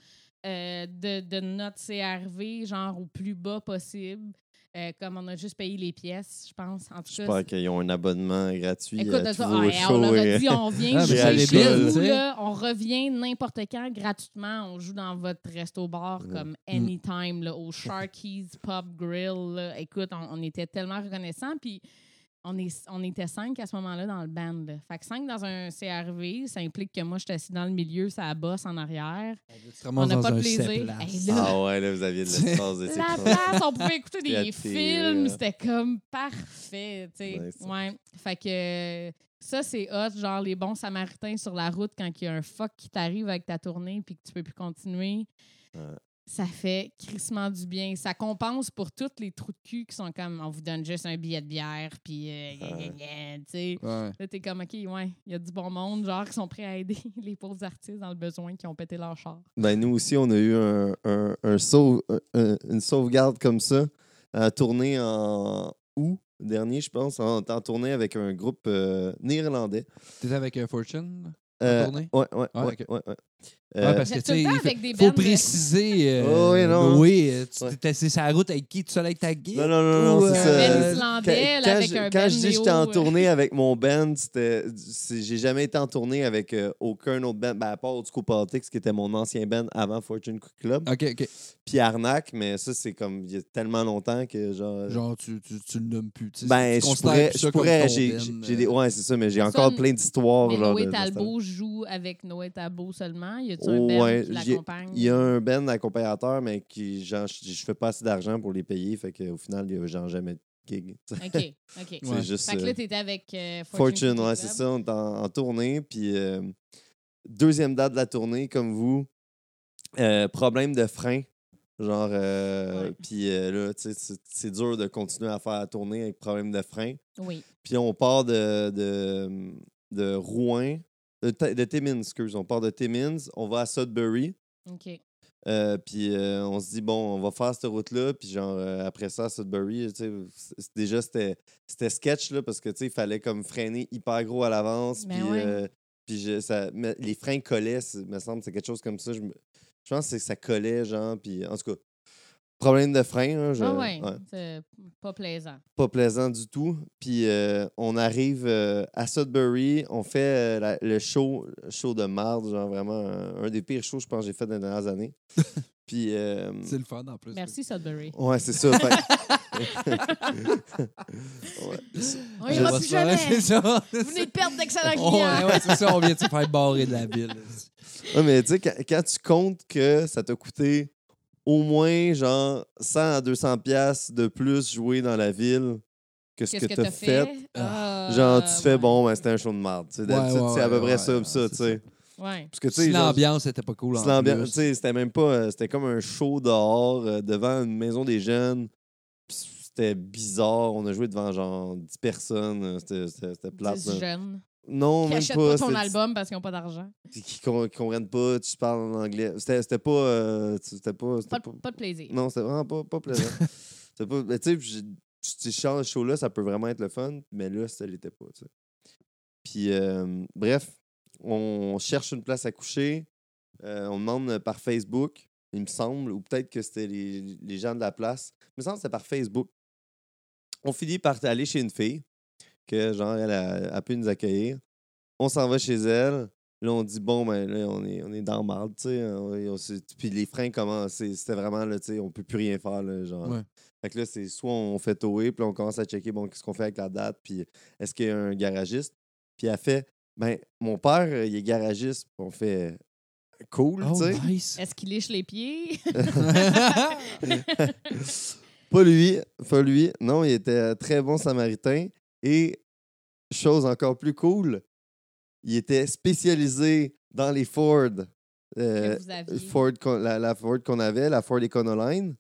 [SPEAKER 2] euh, de, de notre CRV, genre au plus bas possible. Euh, comme on a juste payé les pièces, je pense. En tout cas,
[SPEAKER 3] J'espère qu'ils ont un abonnement gratuit
[SPEAKER 2] écoute,
[SPEAKER 3] à
[SPEAKER 2] de
[SPEAKER 3] tous
[SPEAKER 2] ça,
[SPEAKER 3] vos
[SPEAKER 2] ouais, on
[SPEAKER 3] shows.
[SPEAKER 2] leur
[SPEAKER 3] et-
[SPEAKER 2] a dit on
[SPEAKER 1] Ah,
[SPEAKER 2] vient
[SPEAKER 3] mais ça,
[SPEAKER 2] chez
[SPEAKER 3] c'est bien,
[SPEAKER 2] vous,
[SPEAKER 1] tu sais.
[SPEAKER 2] là, on revient n'importe quand gratuitement, on joue dans votre resto-bar
[SPEAKER 3] Ouais.
[SPEAKER 1] Mm.
[SPEAKER 2] comme anytime, là, au Sharky's Pub Grill. là. Écoute, on, on était tellement reconnaissants, puis on, est, on était cinq à ce moment-là dans le band. là. Fait que cinq dans un CRV, ça implique que moi, j'étais assis dans le milieu, ça bosse en arrière.
[SPEAKER 1] Tu te ramasses
[SPEAKER 2] n'a
[SPEAKER 1] dans
[SPEAKER 2] pas de
[SPEAKER 1] un
[SPEAKER 2] plaisir.
[SPEAKER 1] sept-places.
[SPEAKER 2] Hey, là,
[SPEAKER 3] Ah ouais, là, vous aviez de l'espace de
[SPEAKER 2] La
[SPEAKER 3] sécurité.
[SPEAKER 2] place, on pouvait écouter des
[SPEAKER 3] Puis à tes,
[SPEAKER 2] films,
[SPEAKER 3] euh,
[SPEAKER 2] c'était comme parfait, tu sais.
[SPEAKER 3] Nice.
[SPEAKER 2] Ouais. Fait que ça, c'est hot, genre les bons samaritains sur la route quand il y a un fuck qui t'arrive avec ta tournée puis que tu peux plus continuer.
[SPEAKER 3] Ouais.
[SPEAKER 2] Ça fait crissement du bien. Ça compense pour toutes les trous de cul qui sont comme on vous donne juste un billet de bière, puis euh, gna, gna, gna, tu sais.
[SPEAKER 1] Ouais.
[SPEAKER 2] Là, t'es comme, OK, ouais, il y a du bon monde, genre, qui sont prêts à aider les pauvres artistes dans le besoin qui ont pété leur char.
[SPEAKER 3] Ben, nous aussi, on a eu un, un- un sauve- un- une sauvegarde comme ça à tourner en août dernier, je pense. On était en tournée avec un groupe euh, néerlandais.
[SPEAKER 1] T'étais avec euh, Fortune?
[SPEAKER 3] Euh,
[SPEAKER 1] tournée?
[SPEAKER 3] Ouais, ouais,
[SPEAKER 1] Ah,
[SPEAKER 3] ouais,
[SPEAKER 1] ok.
[SPEAKER 3] ouais, ouais.
[SPEAKER 1] Ouais,
[SPEAKER 3] Euh,
[SPEAKER 1] parce que,
[SPEAKER 2] J'ai
[SPEAKER 1] tu
[SPEAKER 2] tout le
[SPEAKER 1] sais,
[SPEAKER 2] temps
[SPEAKER 1] il fait-
[SPEAKER 2] avec des
[SPEAKER 1] faut
[SPEAKER 2] bandes de-
[SPEAKER 1] préciser. euh,
[SPEAKER 3] Oh, oui, non.
[SPEAKER 1] Oui, euh, tu
[SPEAKER 3] Ouais.
[SPEAKER 1] t'es assis sur la route avec qui? Tu allais avec ta guide?
[SPEAKER 3] Non, non, non,
[SPEAKER 1] Ou,
[SPEAKER 3] non, c'est
[SPEAKER 1] euh,
[SPEAKER 3] ça.
[SPEAKER 1] Ben
[SPEAKER 2] Islandais, là, avec
[SPEAKER 3] je,
[SPEAKER 2] un
[SPEAKER 3] quand
[SPEAKER 2] Ben
[SPEAKER 3] je dis que j'étais
[SPEAKER 2] néo,
[SPEAKER 3] en
[SPEAKER 2] euh.
[SPEAKER 3] tournée avec mon band, c'était, c'est- j'ai jamais été en tournée avec euh, aucun autre band, ben, à part du Politics, qui était mon ancien band avant Fortune Club.
[SPEAKER 1] OK, OK.
[SPEAKER 3] Puis Arnaque, mais ça, c'est comme il y a tellement longtemps que genre.
[SPEAKER 1] Genre, tu, tu, tu le nommes plus. tu sais,
[SPEAKER 3] Euh. ben,
[SPEAKER 1] tu
[SPEAKER 3] je
[SPEAKER 1] considères
[SPEAKER 3] pourrais.
[SPEAKER 1] plus
[SPEAKER 3] Je
[SPEAKER 1] ça comme
[SPEAKER 3] pourrais
[SPEAKER 1] ton
[SPEAKER 3] j'ai,
[SPEAKER 1] ben,
[SPEAKER 3] j'ai-
[SPEAKER 1] euh,
[SPEAKER 3] j'ai des, ouais, c'est ça, mais j'ai
[SPEAKER 2] Ça,
[SPEAKER 3] encore
[SPEAKER 2] mais-
[SPEAKER 3] plein d'histoires.
[SPEAKER 2] Mais
[SPEAKER 3] genre,
[SPEAKER 2] Noé
[SPEAKER 3] de- de-
[SPEAKER 2] Talbot joue avec Noé Talbot seulement. Y a-tu un
[SPEAKER 3] Oh,
[SPEAKER 2] band qui
[SPEAKER 3] ouais, j'y ai-
[SPEAKER 2] l'accompagne?
[SPEAKER 3] Il y a un Ben band accompagnateur, mais qui, genre, je, je fais pas assez d'argent pour les payer, fait qu'au final, il y a genre jamais de gig.
[SPEAKER 2] OK, OK.
[SPEAKER 3] C'est
[SPEAKER 1] Ouais.
[SPEAKER 3] juste.
[SPEAKER 2] Fait que
[SPEAKER 3] euh,
[SPEAKER 2] là, t'étais avec euh, Fortune,
[SPEAKER 3] Fortune,
[SPEAKER 2] Cookie
[SPEAKER 3] ouais,
[SPEAKER 2] Club.
[SPEAKER 3] c'est ça. On est en, en tournée. Puis, euh, deuxième date de la tournée, comme vous, euh, problème de frein. Genre, euh,
[SPEAKER 2] Ouais.
[SPEAKER 3] puis euh, là, tu sais, c'est- c'est dur de continuer à faire la tournée avec problème de frein.
[SPEAKER 2] Oui.
[SPEAKER 3] Puis, on part de, de, de Rouen, de, T- de Timmins, excuse. On part de Timmins, on va à Sudbury.
[SPEAKER 2] OK.
[SPEAKER 3] Euh, puis euh, on se dit, bon, on va faire cette route-là. Puis genre, euh, après ça, à Sudbury, tu sais, c- c- déjà, c'était c'était sketch, là, parce que, tu sais, il fallait comme freiner hyper gros à l'avance.
[SPEAKER 2] Ben
[SPEAKER 3] puis
[SPEAKER 2] ouais.
[SPEAKER 3] euh, puis je- ça, mais les freins collaient, c'est- me semble, c'est quelque chose comme ça. Je, me- je pense que c'est que ça collait, genre, puis en tout cas, problème de frein, hein, je-
[SPEAKER 2] Ah ouais,
[SPEAKER 3] ouais,
[SPEAKER 2] c'est pas plaisant.
[SPEAKER 3] pas plaisant du tout. Puis euh, on arrive euh, à Sudbury, on fait euh, la- le show, show de marde, genre vraiment un, un des pires shows, je pense, que j'ai fait dans les dernières années. puis... euh,
[SPEAKER 1] C'est le fun en plus.
[SPEAKER 2] Merci, Sudbury.
[SPEAKER 3] Ouais, c'est ça. fait que- Ouais.
[SPEAKER 2] On
[SPEAKER 1] Je
[SPEAKER 2] ira
[SPEAKER 1] vois
[SPEAKER 2] plus
[SPEAKER 1] ça,
[SPEAKER 2] jamais.
[SPEAKER 1] C'est ça.
[SPEAKER 2] Vous venez de perdre d'excellents
[SPEAKER 1] Oh, ouais,
[SPEAKER 2] clients.
[SPEAKER 1] ouais, c'est ça, on vient de se faire barrer de la ville.
[SPEAKER 3] Ouais, mais tu sais, quand, quand tu comptes que ça t'a coûté au moins genre 100 à 200 pièces de plus jouer dans la ville que ce
[SPEAKER 2] Qu'est-ce
[SPEAKER 3] que
[SPEAKER 2] que
[SPEAKER 3] t'as
[SPEAKER 2] t'as
[SPEAKER 3] fait,
[SPEAKER 2] fait?
[SPEAKER 3] genre
[SPEAKER 2] Ah,
[SPEAKER 3] tu fais
[SPEAKER 2] ouais.
[SPEAKER 3] bon, ben, c'était un show de marde. tu sais, D'habitude,
[SPEAKER 1] Ouais, ouais,
[SPEAKER 3] c'est à peu
[SPEAKER 1] ouais,
[SPEAKER 3] près
[SPEAKER 1] ouais,
[SPEAKER 3] ça,
[SPEAKER 1] ouais,
[SPEAKER 3] pis ça,
[SPEAKER 1] c'est
[SPEAKER 3] tu
[SPEAKER 1] ça.
[SPEAKER 3] sais.
[SPEAKER 2] Ouais.
[SPEAKER 3] Parce que tu sais,
[SPEAKER 1] Si
[SPEAKER 3] genre,
[SPEAKER 1] l'ambiance était pas cool. en
[SPEAKER 3] si l'ambiance,
[SPEAKER 1] plus.
[SPEAKER 3] tu sais, c'était même pas, euh, c'était comme un show dehors euh, devant une maison des jeunes. pis C'était bizarre, on a joué devant genre 10 personnes, euh, c'était- c'était c'était plate.
[SPEAKER 2] Dix
[SPEAKER 3] là.
[SPEAKER 2] jeunes
[SPEAKER 3] Non,
[SPEAKER 2] qui
[SPEAKER 3] même
[SPEAKER 2] achètent
[SPEAKER 3] pas.
[SPEAKER 2] pas ton
[SPEAKER 3] c'était-
[SPEAKER 2] album parce qu'ils n'ont pas d'argent.
[SPEAKER 3] Puis qui, com- qui comprennent pas, tu parles en anglais. C'était c'était pas. euh, c'était pas, c'était
[SPEAKER 2] Pas,
[SPEAKER 3] pas-
[SPEAKER 2] de- pas de plaisir.
[SPEAKER 3] Non, c'était vraiment pas, pas plaisant. c'était pas. Mais tu sais, j'ai- tu tu changes ce show-là, ça peut vraiment être le fun, mais là, ça l'était pas, tu sais. Puis, euh, bref, on cherche une place à coucher. Euh, on demande par Facebook, il me semble, ou peut-être que c'était les, les gens de la place. Il me semble que c'était par Facebook. On finit par aller chez une fille, que genre, elle a, a pu nous accueillir. on s'en va chez elle. Là, on dit, bon, ben là, on est, on est dans le marde, tu sais. hein, On- on s'est- Puis les freins commencent. c'est- C'était vraiment, là, tu sais, on peut plus rien faire, là, genre.
[SPEAKER 1] Ouais.
[SPEAKER 3] Fait que là, c'est soit on fait tower, puis là, on commence à checker, bon, qu'est-ce qu'on fait avec la date, puis est-ce qu'il y a un garagiste? Puis elle fait, ben, mon père, euh, il est garagiste. Puis on fait, cool, tu
[SPEAKER 1] Oh,
[SPEAKER 3] sais.
[SPEAKER 1] nice.
[SPEAKER 2] Est-ce qu'il liche les pieds?
[SPEAKER 3] Pas lui, pas lui. Non, il était euh, très bon samaritain. Et chose encore plus cool, il était spécialisé dans les Ford. euh,
[SPEAKER 2] que vous aviez.
[SPEAKER 3] Ford qu'on- la, la Ford qu'on avait, la Ford Econoline.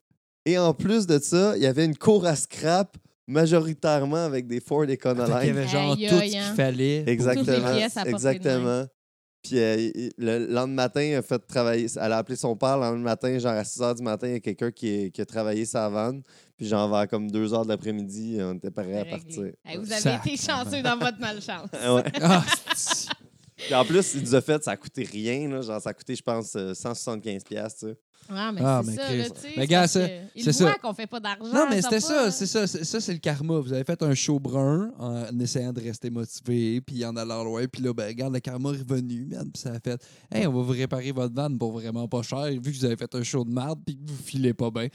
[SPEAKER 3] Et en plus de ça, il y avait une cour à scrap majoritairement avec des Ford
[SPEAKER 1] Fait qu'il y
[SPEAKER 3] Econoline.
[SPEAKER 1] avait genre
[SPEAKER 2] Aïe,
[SPEAKER 1] tout
[SPEAKER 2] aïe,
[SPEAKER 1] ce
[SPEAKER 2] hein.
[SPEAKER 1] qu'il fallait. pour-
[SPEAKER 2] Toutes les
[SPEAKER 3] Exactement.
[SPEAKER 2] pièces à portée de
[SPEAKER 3] Exactement. Puis euh, il- le lendemain matin, elle a fait travailler. Elle a appelé son père le lendemain matin, genre à 6 h du matin, il y a quelqu'un qui, est- qui a travaillé sa vanne. Puis genre vers comme 2 h de l'après-midi, on était prêts à
[SPEAKER 2] Réglé.
[SPEAKER 3] partir.
[SPEAKER 2] Hey, vous avez
[SPEAKER 1] Sac.
[SPEAKER 2] été chanceux dans votre malchance.
[SPEAKER 3] Ouais.
[SPEAKER 1] Ah, c'est-
[SPEAKER 3] Puis en plus, il nous a fait, ça a coûté rien. là. genre, ça a coûté, je pense, euh, 175$. piastres, tu sais.
[SPEAKER 2] Ah, mais
[SPEAKER 1] Ah,
[SPEAKER 2] c'est
[SPEAKER 1] mais
[SPEAKER 2] ça,
[SPEAKER 1] Chris.
[SPEAKER 2] là, tu sais.
[SPEAKER 1] Mais gars,
[SPEAKER 2] parce
[SPEAKER 1] ça-
[SPEAKER 2] que
[SPEAKER 1] c'est
[SPEAKER 2] Il
[SPEAKER 1] ça.
[SPEAKER 2] voit qu'on fait pas d'argent.
[SPEAKER 1] Non, mais c'était
[SPEAKER 2] pas-
[SPEAKER 1] ça, c'est ça, c'est ça, c'est le karma. Vous avez fait un show brun en essayant de rester motivé, puis en allant loin, puis là, ben, regarde, le karma est revenu, man, puis ça a fait, hey, on va vous réparer votre van pour vraiment pas cher, vu que vous avez fait un show de merde, puis que vous filez pas bien.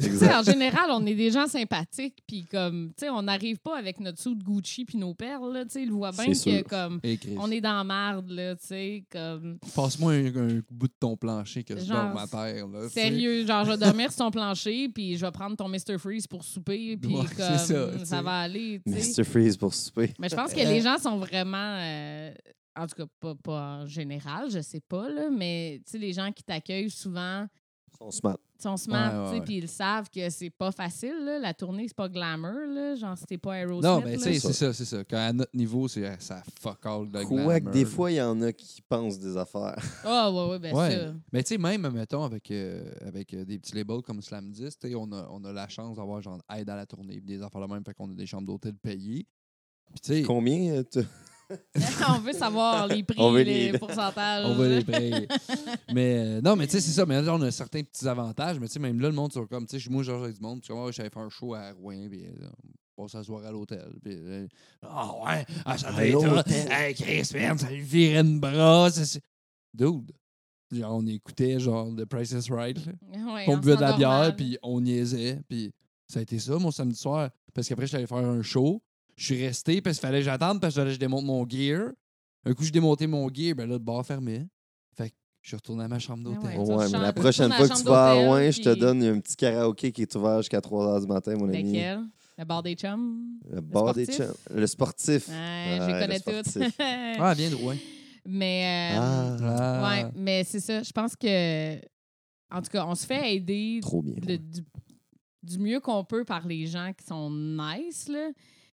[SPEAKER 2] Tu sais, en général, on est des gens sympathiques, puis comme, tu sais, on n'arrive pas avec notre sou de Gucci puis nos perles, là, tu sais, il voit bien que,
[SPEAKER 3] C'est sûr.
[SPEAKER 2] comme,
[SPEAKER 1] Et Chris,
[SPEAKER 2] on est dans la marde, là, tu sais, comme,
[SPEAKER 1] passe-moi un, un bout de ton plancher que je
[SPEAKER 2] Genre,
[SPEAKER 1] dorme à terre, là. tu sais.
[SPEAKER 2] sérieux, genre, je vais dormir sur ton plancher, puis je vais prendre ton Mr. Freeze pour souper, puis
[SPEAKER 1] Ouais, c'est ça,
[SPEAKER 2] comme, ça,
[SPEAKER 1] tu sais.
[SPEAKER 2] va aller, tu sais.
[SPEAKER 3] Mr. Freeze pour souper.
[SPEAKER 2] Mais je pense que les gens sont vraiment. euh, en tout cas, pas, pas en général, je sais pas, là, mais tu sais, les gens qui t'accueillent souvent,
[SPEAKER 3] On se mate.
[SPEAKER 2] tu sais, on se ment,
[SPEAKER 1] Ouais, ouais,
[SPEAKER 2] tu sais,
[SPEAKER 1] ouais.
[SPEAKER 2] puis ils savent que c'est pas facile, là. La tournée, c'est pas glamour, là. Genre, c'était pas Aerosmith.
[SPEAKER 1] Non, mais tu
[SPEAKER 2] là.
[SPEAKER 1] sais, c'est ça, c'est ça. Quand à notre niveau, c'est ah, ça fuck all de
[SPEAKER 3] Quoi que
[SPEAKER 1] glamour.
[SPEAKER 3] des fois, il y en a qui pensent des affaires.
[SPEAKER 2] Ah, ouais, ouais, bien
[SPEAKER 1] Ouais.
[SPEAKER 2] sûr.
[SPEAKER 1] Mais tu sais, même, mettons, avec, euh, avec euh, des petits labels comme Slam 10, tu sais, on a, on a la chance d'avoir genre aide à la tournée, puis des affaires de même, fait qu'on a des chambres d'hôtel payées. Puis tu sais,
[SPEAKER 3] Combien euh, tu-
[SPEAKER 2] on veut savoir les prix,
[SPEAKER 3] On veut
[SPEAKER 2] les,
[SPEAKER 3] les-
[SPEAKER 2] pourcentages.
[SPEAKER 1] on va les payer. mais euh, non, mais tu sais, c'est ça. Mais là, on a certains petits avantages, mais tu sais, même là, le monde, sont comme, tu sais, moi, genre, avec du monde, tu sais, moi, j'avais fait un show à Rouen, puis euh, on passe la soirée à l'hôtel. Puis, euh, ah ouais, ah, ça va être
[SPEAKER 3] l'hôtel.
[SPEAKER 1] Hey, Chris, man, ça lui virait une brasse. c'est- Dude, genre, on écoutait, genre, The Price is Right, là.
[SPEAKER 2] Ouais,
[SPEAKER 1] on
[SPEAKER 2] se
[SPEAKER 1] buvait de la
[SPEAKER 2] sent
[SPEAKER 1] bière,
[SPEAKER 2] normal.
[SPEAKER 1] puis on niaisait. Puis ça a été ça, mon samedi soir. Parce qu'après, j'allais faire un show. Je suis resté, parce qu'il fallait que j'attende, parce que fallait que je démonte mon gear. Un coup, je démontais mon gear, ben là, le bar fermait. Fait que je suis retourné à ma chambre
[SPEAKER 2] Ah
[SPEAKER 1] d'hôtel.
[SPEAKER 2] Ouais, tu
[SPEAKER 3] Ouais, mais
[SPEAKER 2] chantes-
[SPEAKER 3] la
[SPEAKER 2] tu
[SPEAKER 3] prochaine
[SPEAKER 2] tournes
[SPEAKER 3] fois
[SPEAKER 2] la
[SPEAKER 3] que tu
[SPEAKER 2] chambre
[SPEAKER 3] vas à
[SPEAKER 2] d'hôtel,
[SPEAKER 3] loin, je te
[SPEAKER 2] puis-
[SPEAKER 3] donne un petit karaoké qui est ouvert jusqu'à 3 h du matin,
[SPEAKER 2] Ben,
[SPEAKER 3] mon ami.
[SPEAKER 2] Laquelle? La barre des chums?
[SPEAKER 3] Le bar des
[SPEAKER 2] sportif?
[SPEAKER 3] chums. Le sportif.
[SPEAKER 2] Ouais, je
[SPEAKER 3] Ouais,
[SPEAKER 2] les connais
[SPEAKER 3] le
[SPEAKER 2] toutes.
[SPEAKER 3] sportif.
[SPEAKER 1] Ah, elle vient de Rouen.
[SPEAKER 2] mais. euh,
[SPEAKER 3] Ah,
[SPEAKER 1] Ah.
[SPEAKER 2] Ouais, mais c'est ça. Je pense que. En tout cas, on se fait aider
[SPEAKER 3] trop bien.
[SPEAKER 2] le- du, du mieux qu'on peut par les gens qui sont nice, là.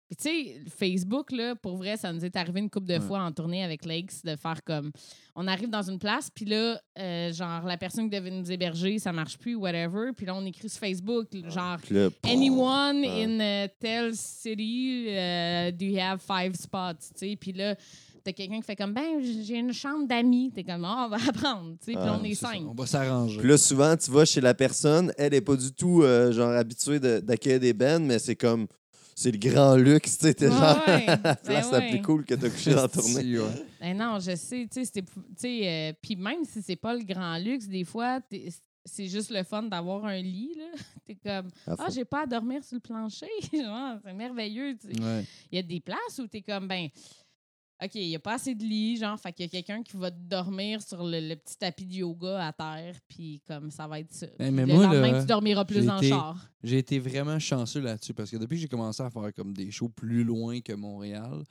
[SPEAKER 2] Puis tu sais, Facebook, là, pour vrai, ça nous est arrivé une couple de
[SPEAKER 1] Ouais.
[SPEAKER 2] fois en tournée avec Lakes de faire comme... On arrive dans une place, puis là, euh, genre, la personne qui devait nous héberger, ça marche plus, whatever. Puis là, on écrit sur Facebook, genre,
[SPEAKER 3] Puis là, pff,
[SPEAKER 2] Anyone
[SPEAKER 3] Ouais.
[SPEAKER 2] in uh, tell city, uh, do you have five spots? Tu sais, puis là, t'as quelqu'un qui fait comme, ben, j'ai une chambre d'amis. T'es comme, Ah, on va apprendre. Tu sais, puis
[SPEAKER 3] Ah,
[SPEAKER 2] on
[SPEAKER 1] C'est
[SPEAKER 2] est
[SPEAKER 1] ça,
[SPEAKER 2] cinq.
[SPEAKER 1] On va s'arranger.
[SPEAKER 3] Puis là, souvent, tu vas chez la personne, elle est pas du tout euh, genre habituée de- d'accueillir des bennes, mais c'est comme c'est le grand luxe, tu sais, t'es
[SPEAKER 2] Ouais,
[SPEAKER 3] genre
[SPEAKER 2] ouais.
[SPEAKER 3] la place
[SPEAKER 2] Ben
[SPEAKER 3] la
[SPEAKER 2] ouais.
[SPEAKER 3] plus cool que t'as couché dans la tournée.
[SPEAKER 1] Si, ouais.
[SPEAKER 2] Ben non, je sais, tu sais, c'était- tu sais, euh, puis même si c'est pas le grand luxe, des fois, t'es- c'est juste le fun d'avoir un lit, là. T'es comme,
[SPEAKER 3] À
[SPEAKER 2] ah,
[SPEAKER 3] fond.
[SPEAKER 2] j'ai pas à dormir sur le plancher. Genre, c'est merveilleux, tu sais.
[SPEAKER 1] Ouais.
[SPEAKER 2] Il y a des places où tu es comme, ben, OK, il n'y a pas assez de lit, genre, fait qu'il y a quelqu'un qui va dormir sur le, le petit tapis de yoga à terre, puis comme ça va être ça.
[SPEAKER 1] Eh, mais
[SPEAKER 2] le
[SPEAKER 1] moi,
[SPEAKER 2] lendemain,
[SPEAKER 1] là,
[SPEAKER 2] tu dormiras plus
[SPEAKER 1] j'ai
[SPEAKER 2] en
[SPEAKER 1] été-
[SPEAKER 2] char.
[SPEAKER 1] J'ai été vraiment chanceux là-dessus parce que depuis que j'ai commencé à faire comme des shows plus loin que Montréal,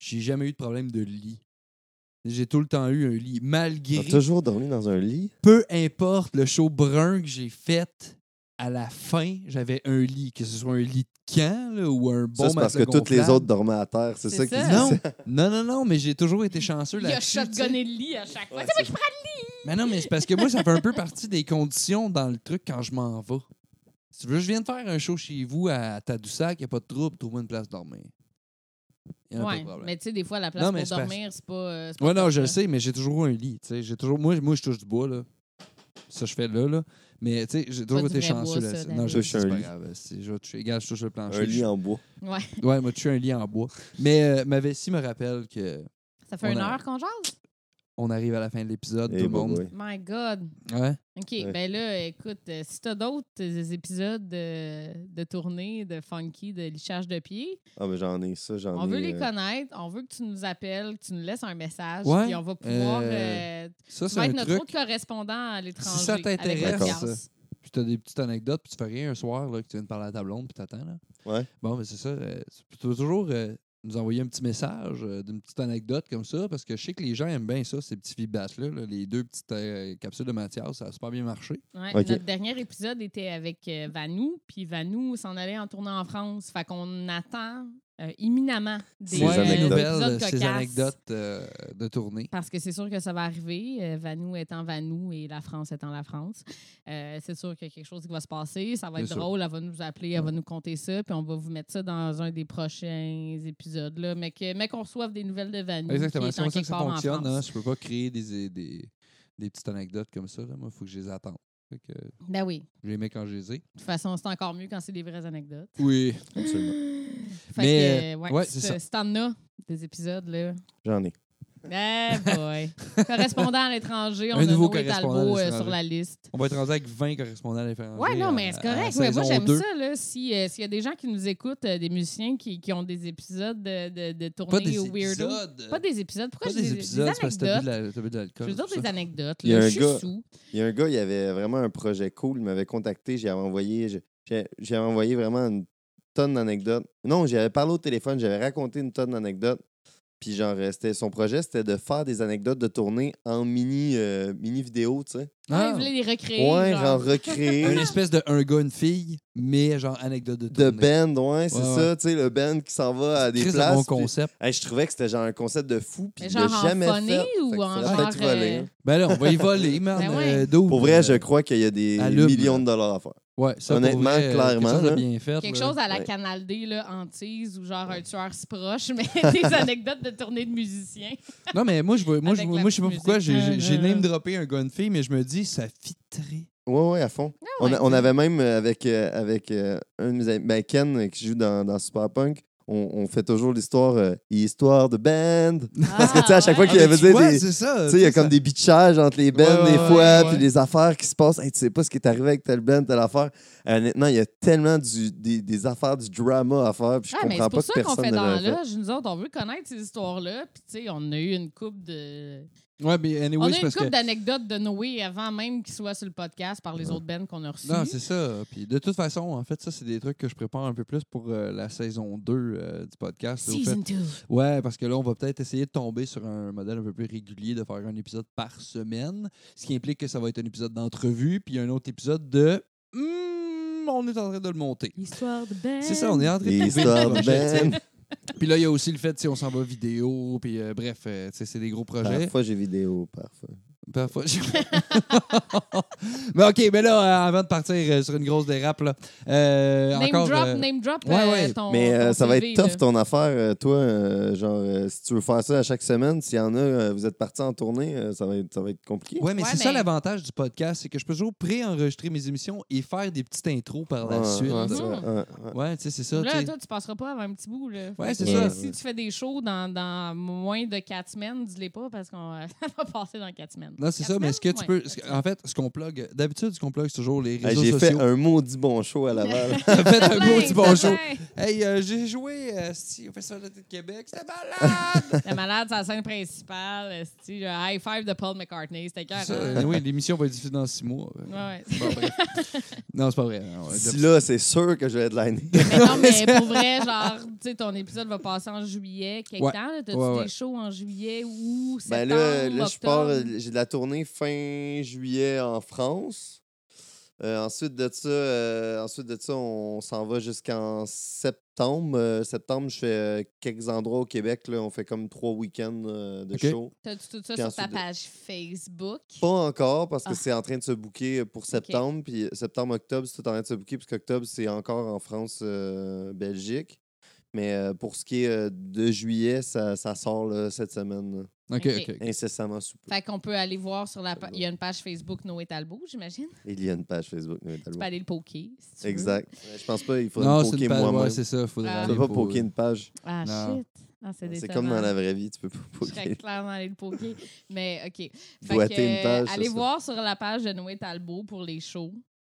[SPEAKER 1] j'ai jamais eu de problème de lit. J'ai tout le temps eu un lit, malgré
[SPEAKER 3] T'as toujours dormi dans un lit?
[SPEAKER 1] peu importe le show brun que j'ai fait, à la fin, j'avais un lit, que ce soit un lit de camp là, ou un bon
[SPEAKER 3] ça, c'est parce que
[SPEAKER 1] matelas
[SPEAKER 3] toutes les
[SPEAKER 1] gonflable.
[SPEAKER 3] autres dormaient à terre, c'est
[SPEAKER 2] C'est
[SPEAKER 3] ça,
[SPEAKER 2] ça.
[SPEAKER 3] qui
[SPEAKER 1] Non, non, non, non, mais j'ai toujours été chanceux
[SPEAKER 2] Il a
[SPEAKER 1] là-dessus. tu sais.
[SPEAKER 2] shotgunné le lit à chaque fois.
[SPEAKER 3] Ouais,
[SPEAKER 2] C'est moi
[SPEAKER 3] c'est-
[SPEAKER 2] qui prends
[SPEAKER 1] Mais non, mais c'est parce que moi, ça fait un peu partie des conditions dans le truc quand je m'en vais. Si tu veux, je viens de faire un show chez vous à Tadoussac, il n'y a pas de trouble, trouve-moi une place de dormir. Il n'y a pas de
[SPEAKER 2] Ouais,
[SPEAKER 1] problème.
[SPEAKER 2] mais tu sais, des fois, la place
[SPEAKER 1] Non, mais
[SPEAKER 2] pour
[SPEAKER 1] c'est parce-
[SPEAKER 2] dormir, c'est pas. euh, c'est pas
[SPEAKER 1] Ouais, non,
[SPEAKER 2] top,
[SPEAKER 1] je
[SPEAKER 2] là.
[SPEAKER 1] le sais, mais j'ai toujours un lit. tu sais. J'ai toujours... moi, moi, je touche du bois, là. Ça, je fais là, là. Mais, tu sais, j'ai toujours
[SPEAKER 2] du
[SPEAKER 1] été
[SPEAKER 2] vrai
[SPEAKER 1] chanceux
[SPEAKER 2] bois, ça,
[SPEAKER 1] là-dessus.
[SPEAKER 2] David.
[SPEAKER 1] Non, je
[SPEAKER 3] Touche
[SPEAKER 1] sais,
[SPEAKER 3] un
[SPEAKER 1] c'est pas
[SPEAKER 3] lit.
[SPEAKER 1] grave. C'est- Je vais toucher- regarde, je touche le plancher.
[SPEAKER 3] Un lit en bois.
[SPEAKER 2] Ouais,
[SPEAKER 1] Ouais, moi, touché un lit en bois. Mais euh, ma vessie me rappelle que
[SPEAKER 2] Ça fait
[SPEAKER 1] On
[SPEAKER 2] une
[SPEAKER 1] a-
[SPEAKER 2] heure qu'on jase?
[SPEAKER 1] On arrive à la fin de l'épisode,
[SPEAKER 3] Eh,
[SPEAKER 1] tout le
[SPEAKER 3] boy,
[SPEAKER 1] monde.
[SPEAKER 3] boy.
[SPEAKER 2] My God.
[SPEAKER 1] Ouais.
[SPEAKER 2] OK,
[SPEAKER 3] Ouais.
[SPEAKER 2] ben là, écoute, euh, si t'as d'autres euh, épisodes de, de tournée, de funky, de lichage de pieds,
[SPEAKER 3] Ah, mais j'en ai ça, j'en ai.
[SPEAKER 2] on veut les
[SPEAKER 3] euh,
[SPEAKER 2] connaître, on veut que tu nous appelles, que tu nous laisses un message,
[SPEAKER 1] Ouais,
[SPEAKER 2] puis on va pouvoir...
[SPEAKER 1] euh,
[SPEAKER 2] euh,
[SPEAKER 1] Ça,
[SPEAKER 2] tu
[SPEAKER 1] c'est
[SPEAKER 2] vas
[SPEAKER 1] un
[SPEAKER 2] être notre
[SPEAKER 1] truc.
[SPEAKER 2] autre correspondant à l'étranger.
[SPEAKER 1] Si ça
[SPEAKER 2] avec
[SPEAKER 1] t'intéresse,
[SPEAKER 2] Podcast.
[SPEAKER 1] euh, Puis t'as des petites anecdotes, puis tu fais rien un soir, là, que tu viens de parler à ta blonde, puis t'attends, là.
[SPEAKER 3] Ouais.
[SPEAKER 1] Bon, mais c'est ça. euh, tu peux toujours euh, nous envoyer un petit message euh, d'une petite anecdote comme ça, parce que je sais que les gens aiment bien ça, ces petits feedbacks-là. là, les deux petites euh, capsules de Mathias, ça a super bien marché.
[SPEAKER 2] Ouais,
[SPEAKER 3] Ok.
[SPEAKER 2] Notre dernier épisode était avec euh, Vanou, puis Vanou s'en allait en tournée en France. Fait qu'on attend euh, imminemment des
[SPEAKER 3] Ces
[SPEAKER 2] euh,
[SPEAKER 3] anecdotes.
[SPEAKER 2] épisodes
[SPEAKER 1] nouvelles, ces
[SPEAKER 2] cocasses.
[SPEAKER 1] anecdotes euh, de tournée.
[SPEAKER 2] Parce que c'est sûr que ça va arriver, euh, Vanou étant Vanou et la France étant la France. Euh, c'est sûr qu'il y a quelque chose qui va se passer, ça va être
[SPEAKER 1] C'est sûr.
[SPEAKER 2] drôle, elle va nous appeler, elle va nous compter ça, puis on va vous mettre ça dans un des prochains épisodes. Là. Mais que- mais qu'on reçoive des nouvelles de Vanou.
[SPEAKER 1] Exactement.
[SPEAKER 2] qui est
[SPEAKER 1] C'est
[SPEAKER 2] en
[SPEAKER 1] comme ça
[SPEAKER 2] quelque
[SPEAKER 1] que ça
[SPEAKER 2] part en
[SPEAKER 1] fonctionne.
[SPEAKER 2] France.
[SPEAKER 1] hein. Je peux pas créer des, des, des petites anecdotes comme ça. là. Moi, il faut que je les attende. Fait que euh,
[SPEAKER 2] Ben oui.
[SPEAKER 1] je les mets quand je les ai.
[SPEAKER 2] De toute façon, c'est encore mieux quand c'est des vraies anecdotes.
[SPEAKER 1] Oui.
[SPEAKER 3] Absolument.
[SPEAKER 2] Fait
[SPEAKER 1] Mais,
[SPEAKER 2] que,
[SPEAKER 1] euh,
[SPEAKER 2] ouais,
[SPEAKER 1] ouais,
[SPEAKER 2] c'est
[SPEAKER 1] c'est ça.
[SPEAKER 2] Si t'en as des épisodes, là.
[SPEAKER 3] J'en ai.
[SPEAKER 2] Eh boy. correspondant à l'étranger, on
[SPEAKER 1] Un
[SPEAKER 2] a
[SPEAKER 1] nouveau
[SPEAKER 2] Noé
[SPEAKER 1] correspondant
[SPEAKER 2] Talbot
[SPEAKER 1] à
[SPEAKER 2] euh,
[SPEAKER 1] l'étranger.
[SPEAKER 2] sur la liste.
[SPEAKER 1] On va être rendu avec 20 correspondants à l'étranger.
[SPEAKER 2] Ouais, non,
[SPEAKER 1] à-
[SPEAKER 2] mais c'est
[SPEAKER 1] euh, à la
[SPEAKER 2] correct. Mais moi,
[SPEAKER 1] saison
[SPEAKER 2] j'aime
[SPEAKER 1] 2.
[SPEAKER 2] ça, là. Si, euh, S'il y a des gens qui nous écoutent, euh, des musiciens qui, qui ont des épisodes de, de, de tournée
[SPEAKER 1] Pas des
[SPEAKER 2] au Weirdo.
[SPEAKER 1] épisodes.
[SPEAKER 2] Pas des épisodes. Pourquoi
[SPEAKER 1] Pas
[SPEAKER 2] je dis
[SPEAKER 1] des épisodes, c'est parce que t'as bu
[SPEAKER 2] anecdotes?
[SPEAKER 1] de la- t'as bu de
[SPEAKER 2] Je
[SPEAKER 1] l'alcool.
[SPEAKER 2] veux dire
[SPEAKER 1] tout ça.
[SPEAKER 2] des anecdotes.
[SPEAKER 3] Il y a
[SPEAKER 2] là.
[SPEAKER 3] un
[SPEAKER 2] Je suis
[SPEAKER 3] gars-
[SPEAKER 2] sous.
[SPEAKER 3] Il y a un gars, il avait vraiment un projet cool. Il m'avait contacté. J'y avais envoyé, je- j'ai- j'y avais envoyé vraiment une tonne d'anecdotes. Non, j'avais parlé au téléphone. J'avais raconté une tonne d'anecdotes. Puis genre, euh, c'était- son projet, c'était de faire des anecdotes de tournée en mini, euh, mini vidéo, tu sais.
[SPEAKER 2] Ah,
[SPEAKER 1] Ah,
[SPEAKER 2] ils voulaient les recréer.
[SPEAKER 3] Ouais,
[SPEAKER 2] genre.
[SPEAKER 3] genre
[SPEAKER 1] une
[SPEAKER 3] recréer.
[SPEAKER 1] espèce de un gars, une fille, mais genre anecdote de
[SPEAKER 3] De
[SPEAKER 1] tournée.
[SPEAKER 3] band, ouais, c'est
[SPEAKER 1] Ouais, ouais.
[SPEAKER 3] ça, tu sais, le band qui s'en va à des
[SPEAKER 1] Chris,
[SPEAKER 3] places.
[SPEAKER 1] bon
[SPEAKER 3] puis-
[SPEAKER 1] concept.
[SPEAKER 3] Hey, je trouvais que c'était genre un concept de fou, puis
[SPEAKER 2] Mais
[SPEAKER 3] je l'ai
[SPEAKER 2] genre en
[SPEAKER 3] jamais
[SPEAKER 2] funny
[SPEAKER 3] fait.
[SPEAKER 2] ou
[SPEAKER 3] Fait que
[SPEAKER 2] en
[SPEAKER 3] faudrait peut-être
[SPEAKER 2] genre,
[SPEAKER 3] voler,
[SPEAKER 2] euh,
[SPEAKER 3] hein.
[SPEAKER 1] Ben là, on va y voler, man.
[SPEAKER 2] Ben ouais.
[SPEAKER 1] euh, dude.
[SPEAKER 3] Pour vrai, je crois qu'il y a des
[SPEAKER 1] allume.
[SPEAKER 3] millions de dollars à faire.
[SPEAKER 1] Ouais, ça, pour
[SPEAKER 3] Honnêtement,
[SPEAKER 1] vrai, euh,
[SPEAKER 3] clairement,
[SPEAKER 1] quelque chose de
[SPEAKER 3] là.
[SPEAKER 1] bien fait.
[SPEAKER 2] Quelque
[SPEAKER 1] là.
[SPEAKER 2] chose à la
[SPEAKER 3] Ouais.
[SPEAKER 2] Canal D, là, hantise ou genre un tueur si proche, mais des anecdotes de tournée de musiciens.
[SPEAKER 1] Non, mais moi, je vois- moi, je
[SPEAKER 2] Avec
[SPEAKER 1] vois-
[SPEAKER 2] la
[SPEAKER 1] moi, je sais pas
[SPEAKER 2] petite
[SPEAKER 1] pourquoi j'ai- j'ai
[SPEAKER 2] musique. euh,
[SPEAKER 1] j'ai name droppé un gars, une fille, mais je me dis, ça fitterait.
[SPEAKER 3] Ouais, ouais, à fond. on, a-
[SPEAKER 2] Ah ouais,
[SPEAKER 3] on
[SPEAKER 2] t'sais.
[SPEAKER 3] avait même euh, avec, euh, avec euh, un de mes amis, ben, Ken, euh, qui joue dans, dans Super Punk, on, on fait toujours l'histoire euh, histoire de band. Parce que tu sais, à chaque fois
[SPEAKER 2] ouais.
[SPEAKER 3] qu'il y
[SPEAKER 1] Ah,
[SPEAKER 3] avait
[SPEAKER 1] mais tu
[SPEAKER 3] des-
[SPEAKER 1] vois,
[SPEAKER 3] des-
[SPEAKER 1] c'est ça.
[SPEAKER 3] Tu sais, il y a
[SPEAKER 1] tu sais,
[SPEAKER 3] comme des bitchages entre les bands
[SPEAKER 1] Ouais, ouais,
[SPEAKER 3] des
[SPEAKER 1] ouais,
[SPEAKER 3] fois,
[SPEAKER 1] ouais.
[SPEAKER 3] puis les affaires qui se passent. Hey, tu sais pas ce qui est arrivé avec telle band, telle affaire. Euh, Honnêtement, il y a tellement du, des, des affaires du drama à faire, puis je
[SPEAKER 2] Ah, mais
[SPEAKER 3] comprends
[SPEAKER 2] c'est pour
[SPEAKER 3] pas
[SPEAKER 2] ça
[SPEAKER 3] que
[SPEAKER 2] qu'on
[SPEAKER 3] personne
[SPEAKER 2] fait
[SPEAKER 3] ne
[SPEAKER 2] dans
[SPEAKER 3] l'aurait fait.
[SPEAKER 2] là. Nous autres, on veut connaître ces histoires-là. Puis, tu sais, on a eu une coupe de.
[SPEAKER 1] ça. Ouais, mais
[SPEAKER 2] on
[SPEAKER 1] anyway,
[SPEAKER 2] a
[SPEAKER 1] c'est
[SPEAKER 2] eu une
[SPEAKER 1] parce
[SPEAKER 2] coupe
[SPEAKER 1] que.
[SPEAKER 2] d'anecdotes de Noé avant même qu'il soit sur le podcast par les autres bands qu'on a reçus.
[SPEAKER 1] Non, c'est ça. Puis de toute façon, en fait, ça, c'est des trucs que je prépare un peu plus pour euh, la saison 2 euh, du podcast. au fait.
[SPEAKER 2] Season 2.
[SPEAKER 1] Ouais, parce que là, on va peut-être essayer de tomber sur un modèle un peu plus régulier, de faire un épisode par semaine, ce qui implique que ça va être un épisode d'entrevue, puis un autre épisode de. Hmm, on est en train de le monter.
[SPEAKER 2] Histoire de band.
[SPEAKER 1] C'est ça, on est en train de trouver
[SPEAKER 3] Histoire
[SPEAKER 1] notre
[SPEAKER 3] de
[SPEAKER 1] objectif.
[SPEAKER 3] band.
[SPEAKER 1] Puis là, il y a aussi le fait, si on s'en va vidéo, puis euh, bref, euh, tu sais, c'est des gros projets.
[SPEAKER 3] Parfois, j'ai vidéo, parfois.
[SPEAKER 1] Parfois, je- mais OK, mais là, euh, avant de partir euh, sur une grosse dérape, là, euh,
[SPEAKER 2] Name
[SPEAKER 1] encore.
[SPEAKER 2] drop,
[SPEAKER 1] euh,
[SPEAKER 2] name drop.
[SPEAKER 1] ouais,
[SPEAKER 2] euh,
[SPEAKER 1] ouais.
[SPEAKER 2] ton-
[SPEAKER 3] Mais euh,
[SPEAKER 2] ton
[SPEAKER 3] ça va
[SPEAKER 2] CV,
[SPEAKER 3] être tough
[SPEAKER 2] là.
[SPEAKER 3] ton affaire, euh, toi, euh, genre, euh, si tu veux faire ça à chaque semaine, s'il y en a, euh, vous êtes partis en tournée, euh, ça, va être, ça va être compliqué.
[SPEAKER 1] Ouais, mais
[SPEAKER 2] Ouais,
[SPEAKER 1] c'est ça
[SPEAKER 2] mais-
[SPEAKER 1] l'avantage du podcast, c'est que je peux toujours pré-enregistrer mes émissions et faire des petites intros par la
[SPEAKER 3] Ouais,
[SPEAKER 1] suite.
[SPEAKER 3] ouais,
[SPEAKER 1] Ouais,
[SPEAKER 3] ça,
[SPEAKER 2] Mhm.
[SPEAKER 3] ouais, ouais.
[SPEAKER 1] tu sais, c'est ça. tu
[SPEAKER 2] Là,
[SPEAKER 1] sais.
[SPEAKER 2] toi, tu passeras pas avant un petit bout. Là.
[SPEAKER 1] Ouais, c'est
[SPEAKER 2] Fait
[SPEAKER 3] ça.
[SPEAKER 2] que Si tu fais des shows dans, dans moins de 4 semaines, dis-les pas parce qu'on euh, ça va passer dans 4 semaines.
[SPEAKER 1] Non, c'est
[SPEAKER 2] Quatre
[SPEAKER 1] ça, mais ce que
[SPEAKER 2] semaines?
[SPEAKER 1] tu peux.
[SPEAKER 2] Ouais, quatre
[SPEAKER 1] ce que-
[SPEAKER 2] semaines.
[SPEAKER 1] En fait, ce qu'on plug, d'habitude, ce qu'on plug, c'est toujours les
[SPEAKER 3] Hey,
[SPEAKER 1] réseaux
[SPEAKER 3] j'ai fait
[SPEAKER 1] sociaux.
[SPEAKER 3] un maudit bon show à Laval.
[SPEAKER 1] J'ai fait un
[SPEAKER 2] Plein,
[SPEAKER 1] mot du bonjour.
[SPEAKER 2] plein.
[SPEAKER 1] Hey, euh, j'ai joué euh, si, au Festival de l'été de Québec, c'était malade!
[SPEAKER 2] Le malade, c'est la scène principale. esti, Le high five de Paul McCartney. C'était cœur.
[SPEAKER 1] Ça, euh, oui, l'émission va être diffusée dans six mois.
[SPEAKER 2] Ouais, ouais.
[SPEAKER 1] C'est pas vrai. non, c'est pas vrai. On va dire-
[SPEAKER 3] Si là, c'est sûr que je vais headliner.
[SPEAKER 2] Mais non, mais pour vrai, genre, tu sais, ton épisode va passer en juillet. Quelque
[SPEAKER 1] Ouais.
[SPEAKER 2] temps, là? T'as-tu
[SPEAKER 1] Ouais, ouais.
[SPEAKER 2] des shows en juillet ou
[SPEAKER 3] Ben
[SPEAKER 2] septembre,
[SPEAKER 3] là, là, je pars,
[SPEAKER 2] octobre?
[SPEAKER 3] euh, j'ai de la tournée fin juillet en France. Euh, ensuite de ça, euh, ensuite de ça, on s'en va jusqu'en septembre. Euh, septembre, je fais euh, quelques endroits au Québec. Là, on fait comme trois week-ends euh, de
[SPEAKER 1] Ok.
[SPEAKER 3] show.
[SPEAKER 2] T'as-tu tout ça
[SPEAKER 3] Puis
[SPEAKER 2] sur ta
[SPEAKER 3] ensuite de-
[SPEAKER 2] page Facebook?
[SPEAKER 3] Pas encore parce que
[SPEAKER 2] Ah.
[SPEAKER 3] c'est en train de se booker pour septembre. Puis septembre-octobre, c'est tout en train de se booker parce qu'octobre, c'est encore en France, euh, Belgique. Mais euh, pour ce qui est euh, de juillet, ça, ça sort là, cette semaine,
[SPEAKER 1] Ok,
[SPEAKER 2] Ok.
[SPEAKER 1] ok.
[SPEAKER 3] là, incessamment sous peu.
[SPEAKER 2] Fait qu'on peut aller voir sur la... pa- Il y a une page Facebook Noé Talbot, j'imagine.
[SPEAKER 3] Il y a une page Facebook. mais t'as le
[SPEAKER 2] Tu peux
[SPEAKER 3] droit.
[SPEAKER 2] aller le poker, si tu veux.
[SPEAKER 3] Exact. Ouais, Je pense pas, il faudrait
[SPEAKER 1] Non,
[SPEAKER 3] me
[SPEAKER 1] c'est une
[SPEAKER 3] poker
[SPEAKER 1] page.
[SPEAKER 3] moi-même.
[SPEAKER 1] Ouais, c'est ça. Faudrait
[SPEAKER 2] Ah.
[SPEAKER 3] je
[SPEAKER 1] aller
[SPEAKER 3] peux pas
[SPEAKER 1] pour- euh,
[SPEAKER 3] poker une page.
[SPEAKER 2] Ah,
[SPEAKER 1] Non.
[SPEAKER 2] shit. Non, c'est
[SPEAKER 3] C'est
[SPEAKER 2] décevant.
[SPEAKER 3] comme dans la vraie vie, tu peux pas
[SPEAKER 2] Je serais
[SPEAKER 3] poker.
[SPEAKER 2] clairement allée le poker. Mais OK. Fait
[SPEAKER 3] Boiter
[SPEAKER 2] que, euh,
[SPEAKER 3] une page, ça
[SPEAKER 2] allez
[SPEAKER 3] se fait.
[SPEAKER 2] voir sur la page de Noé Talbot pour les shows.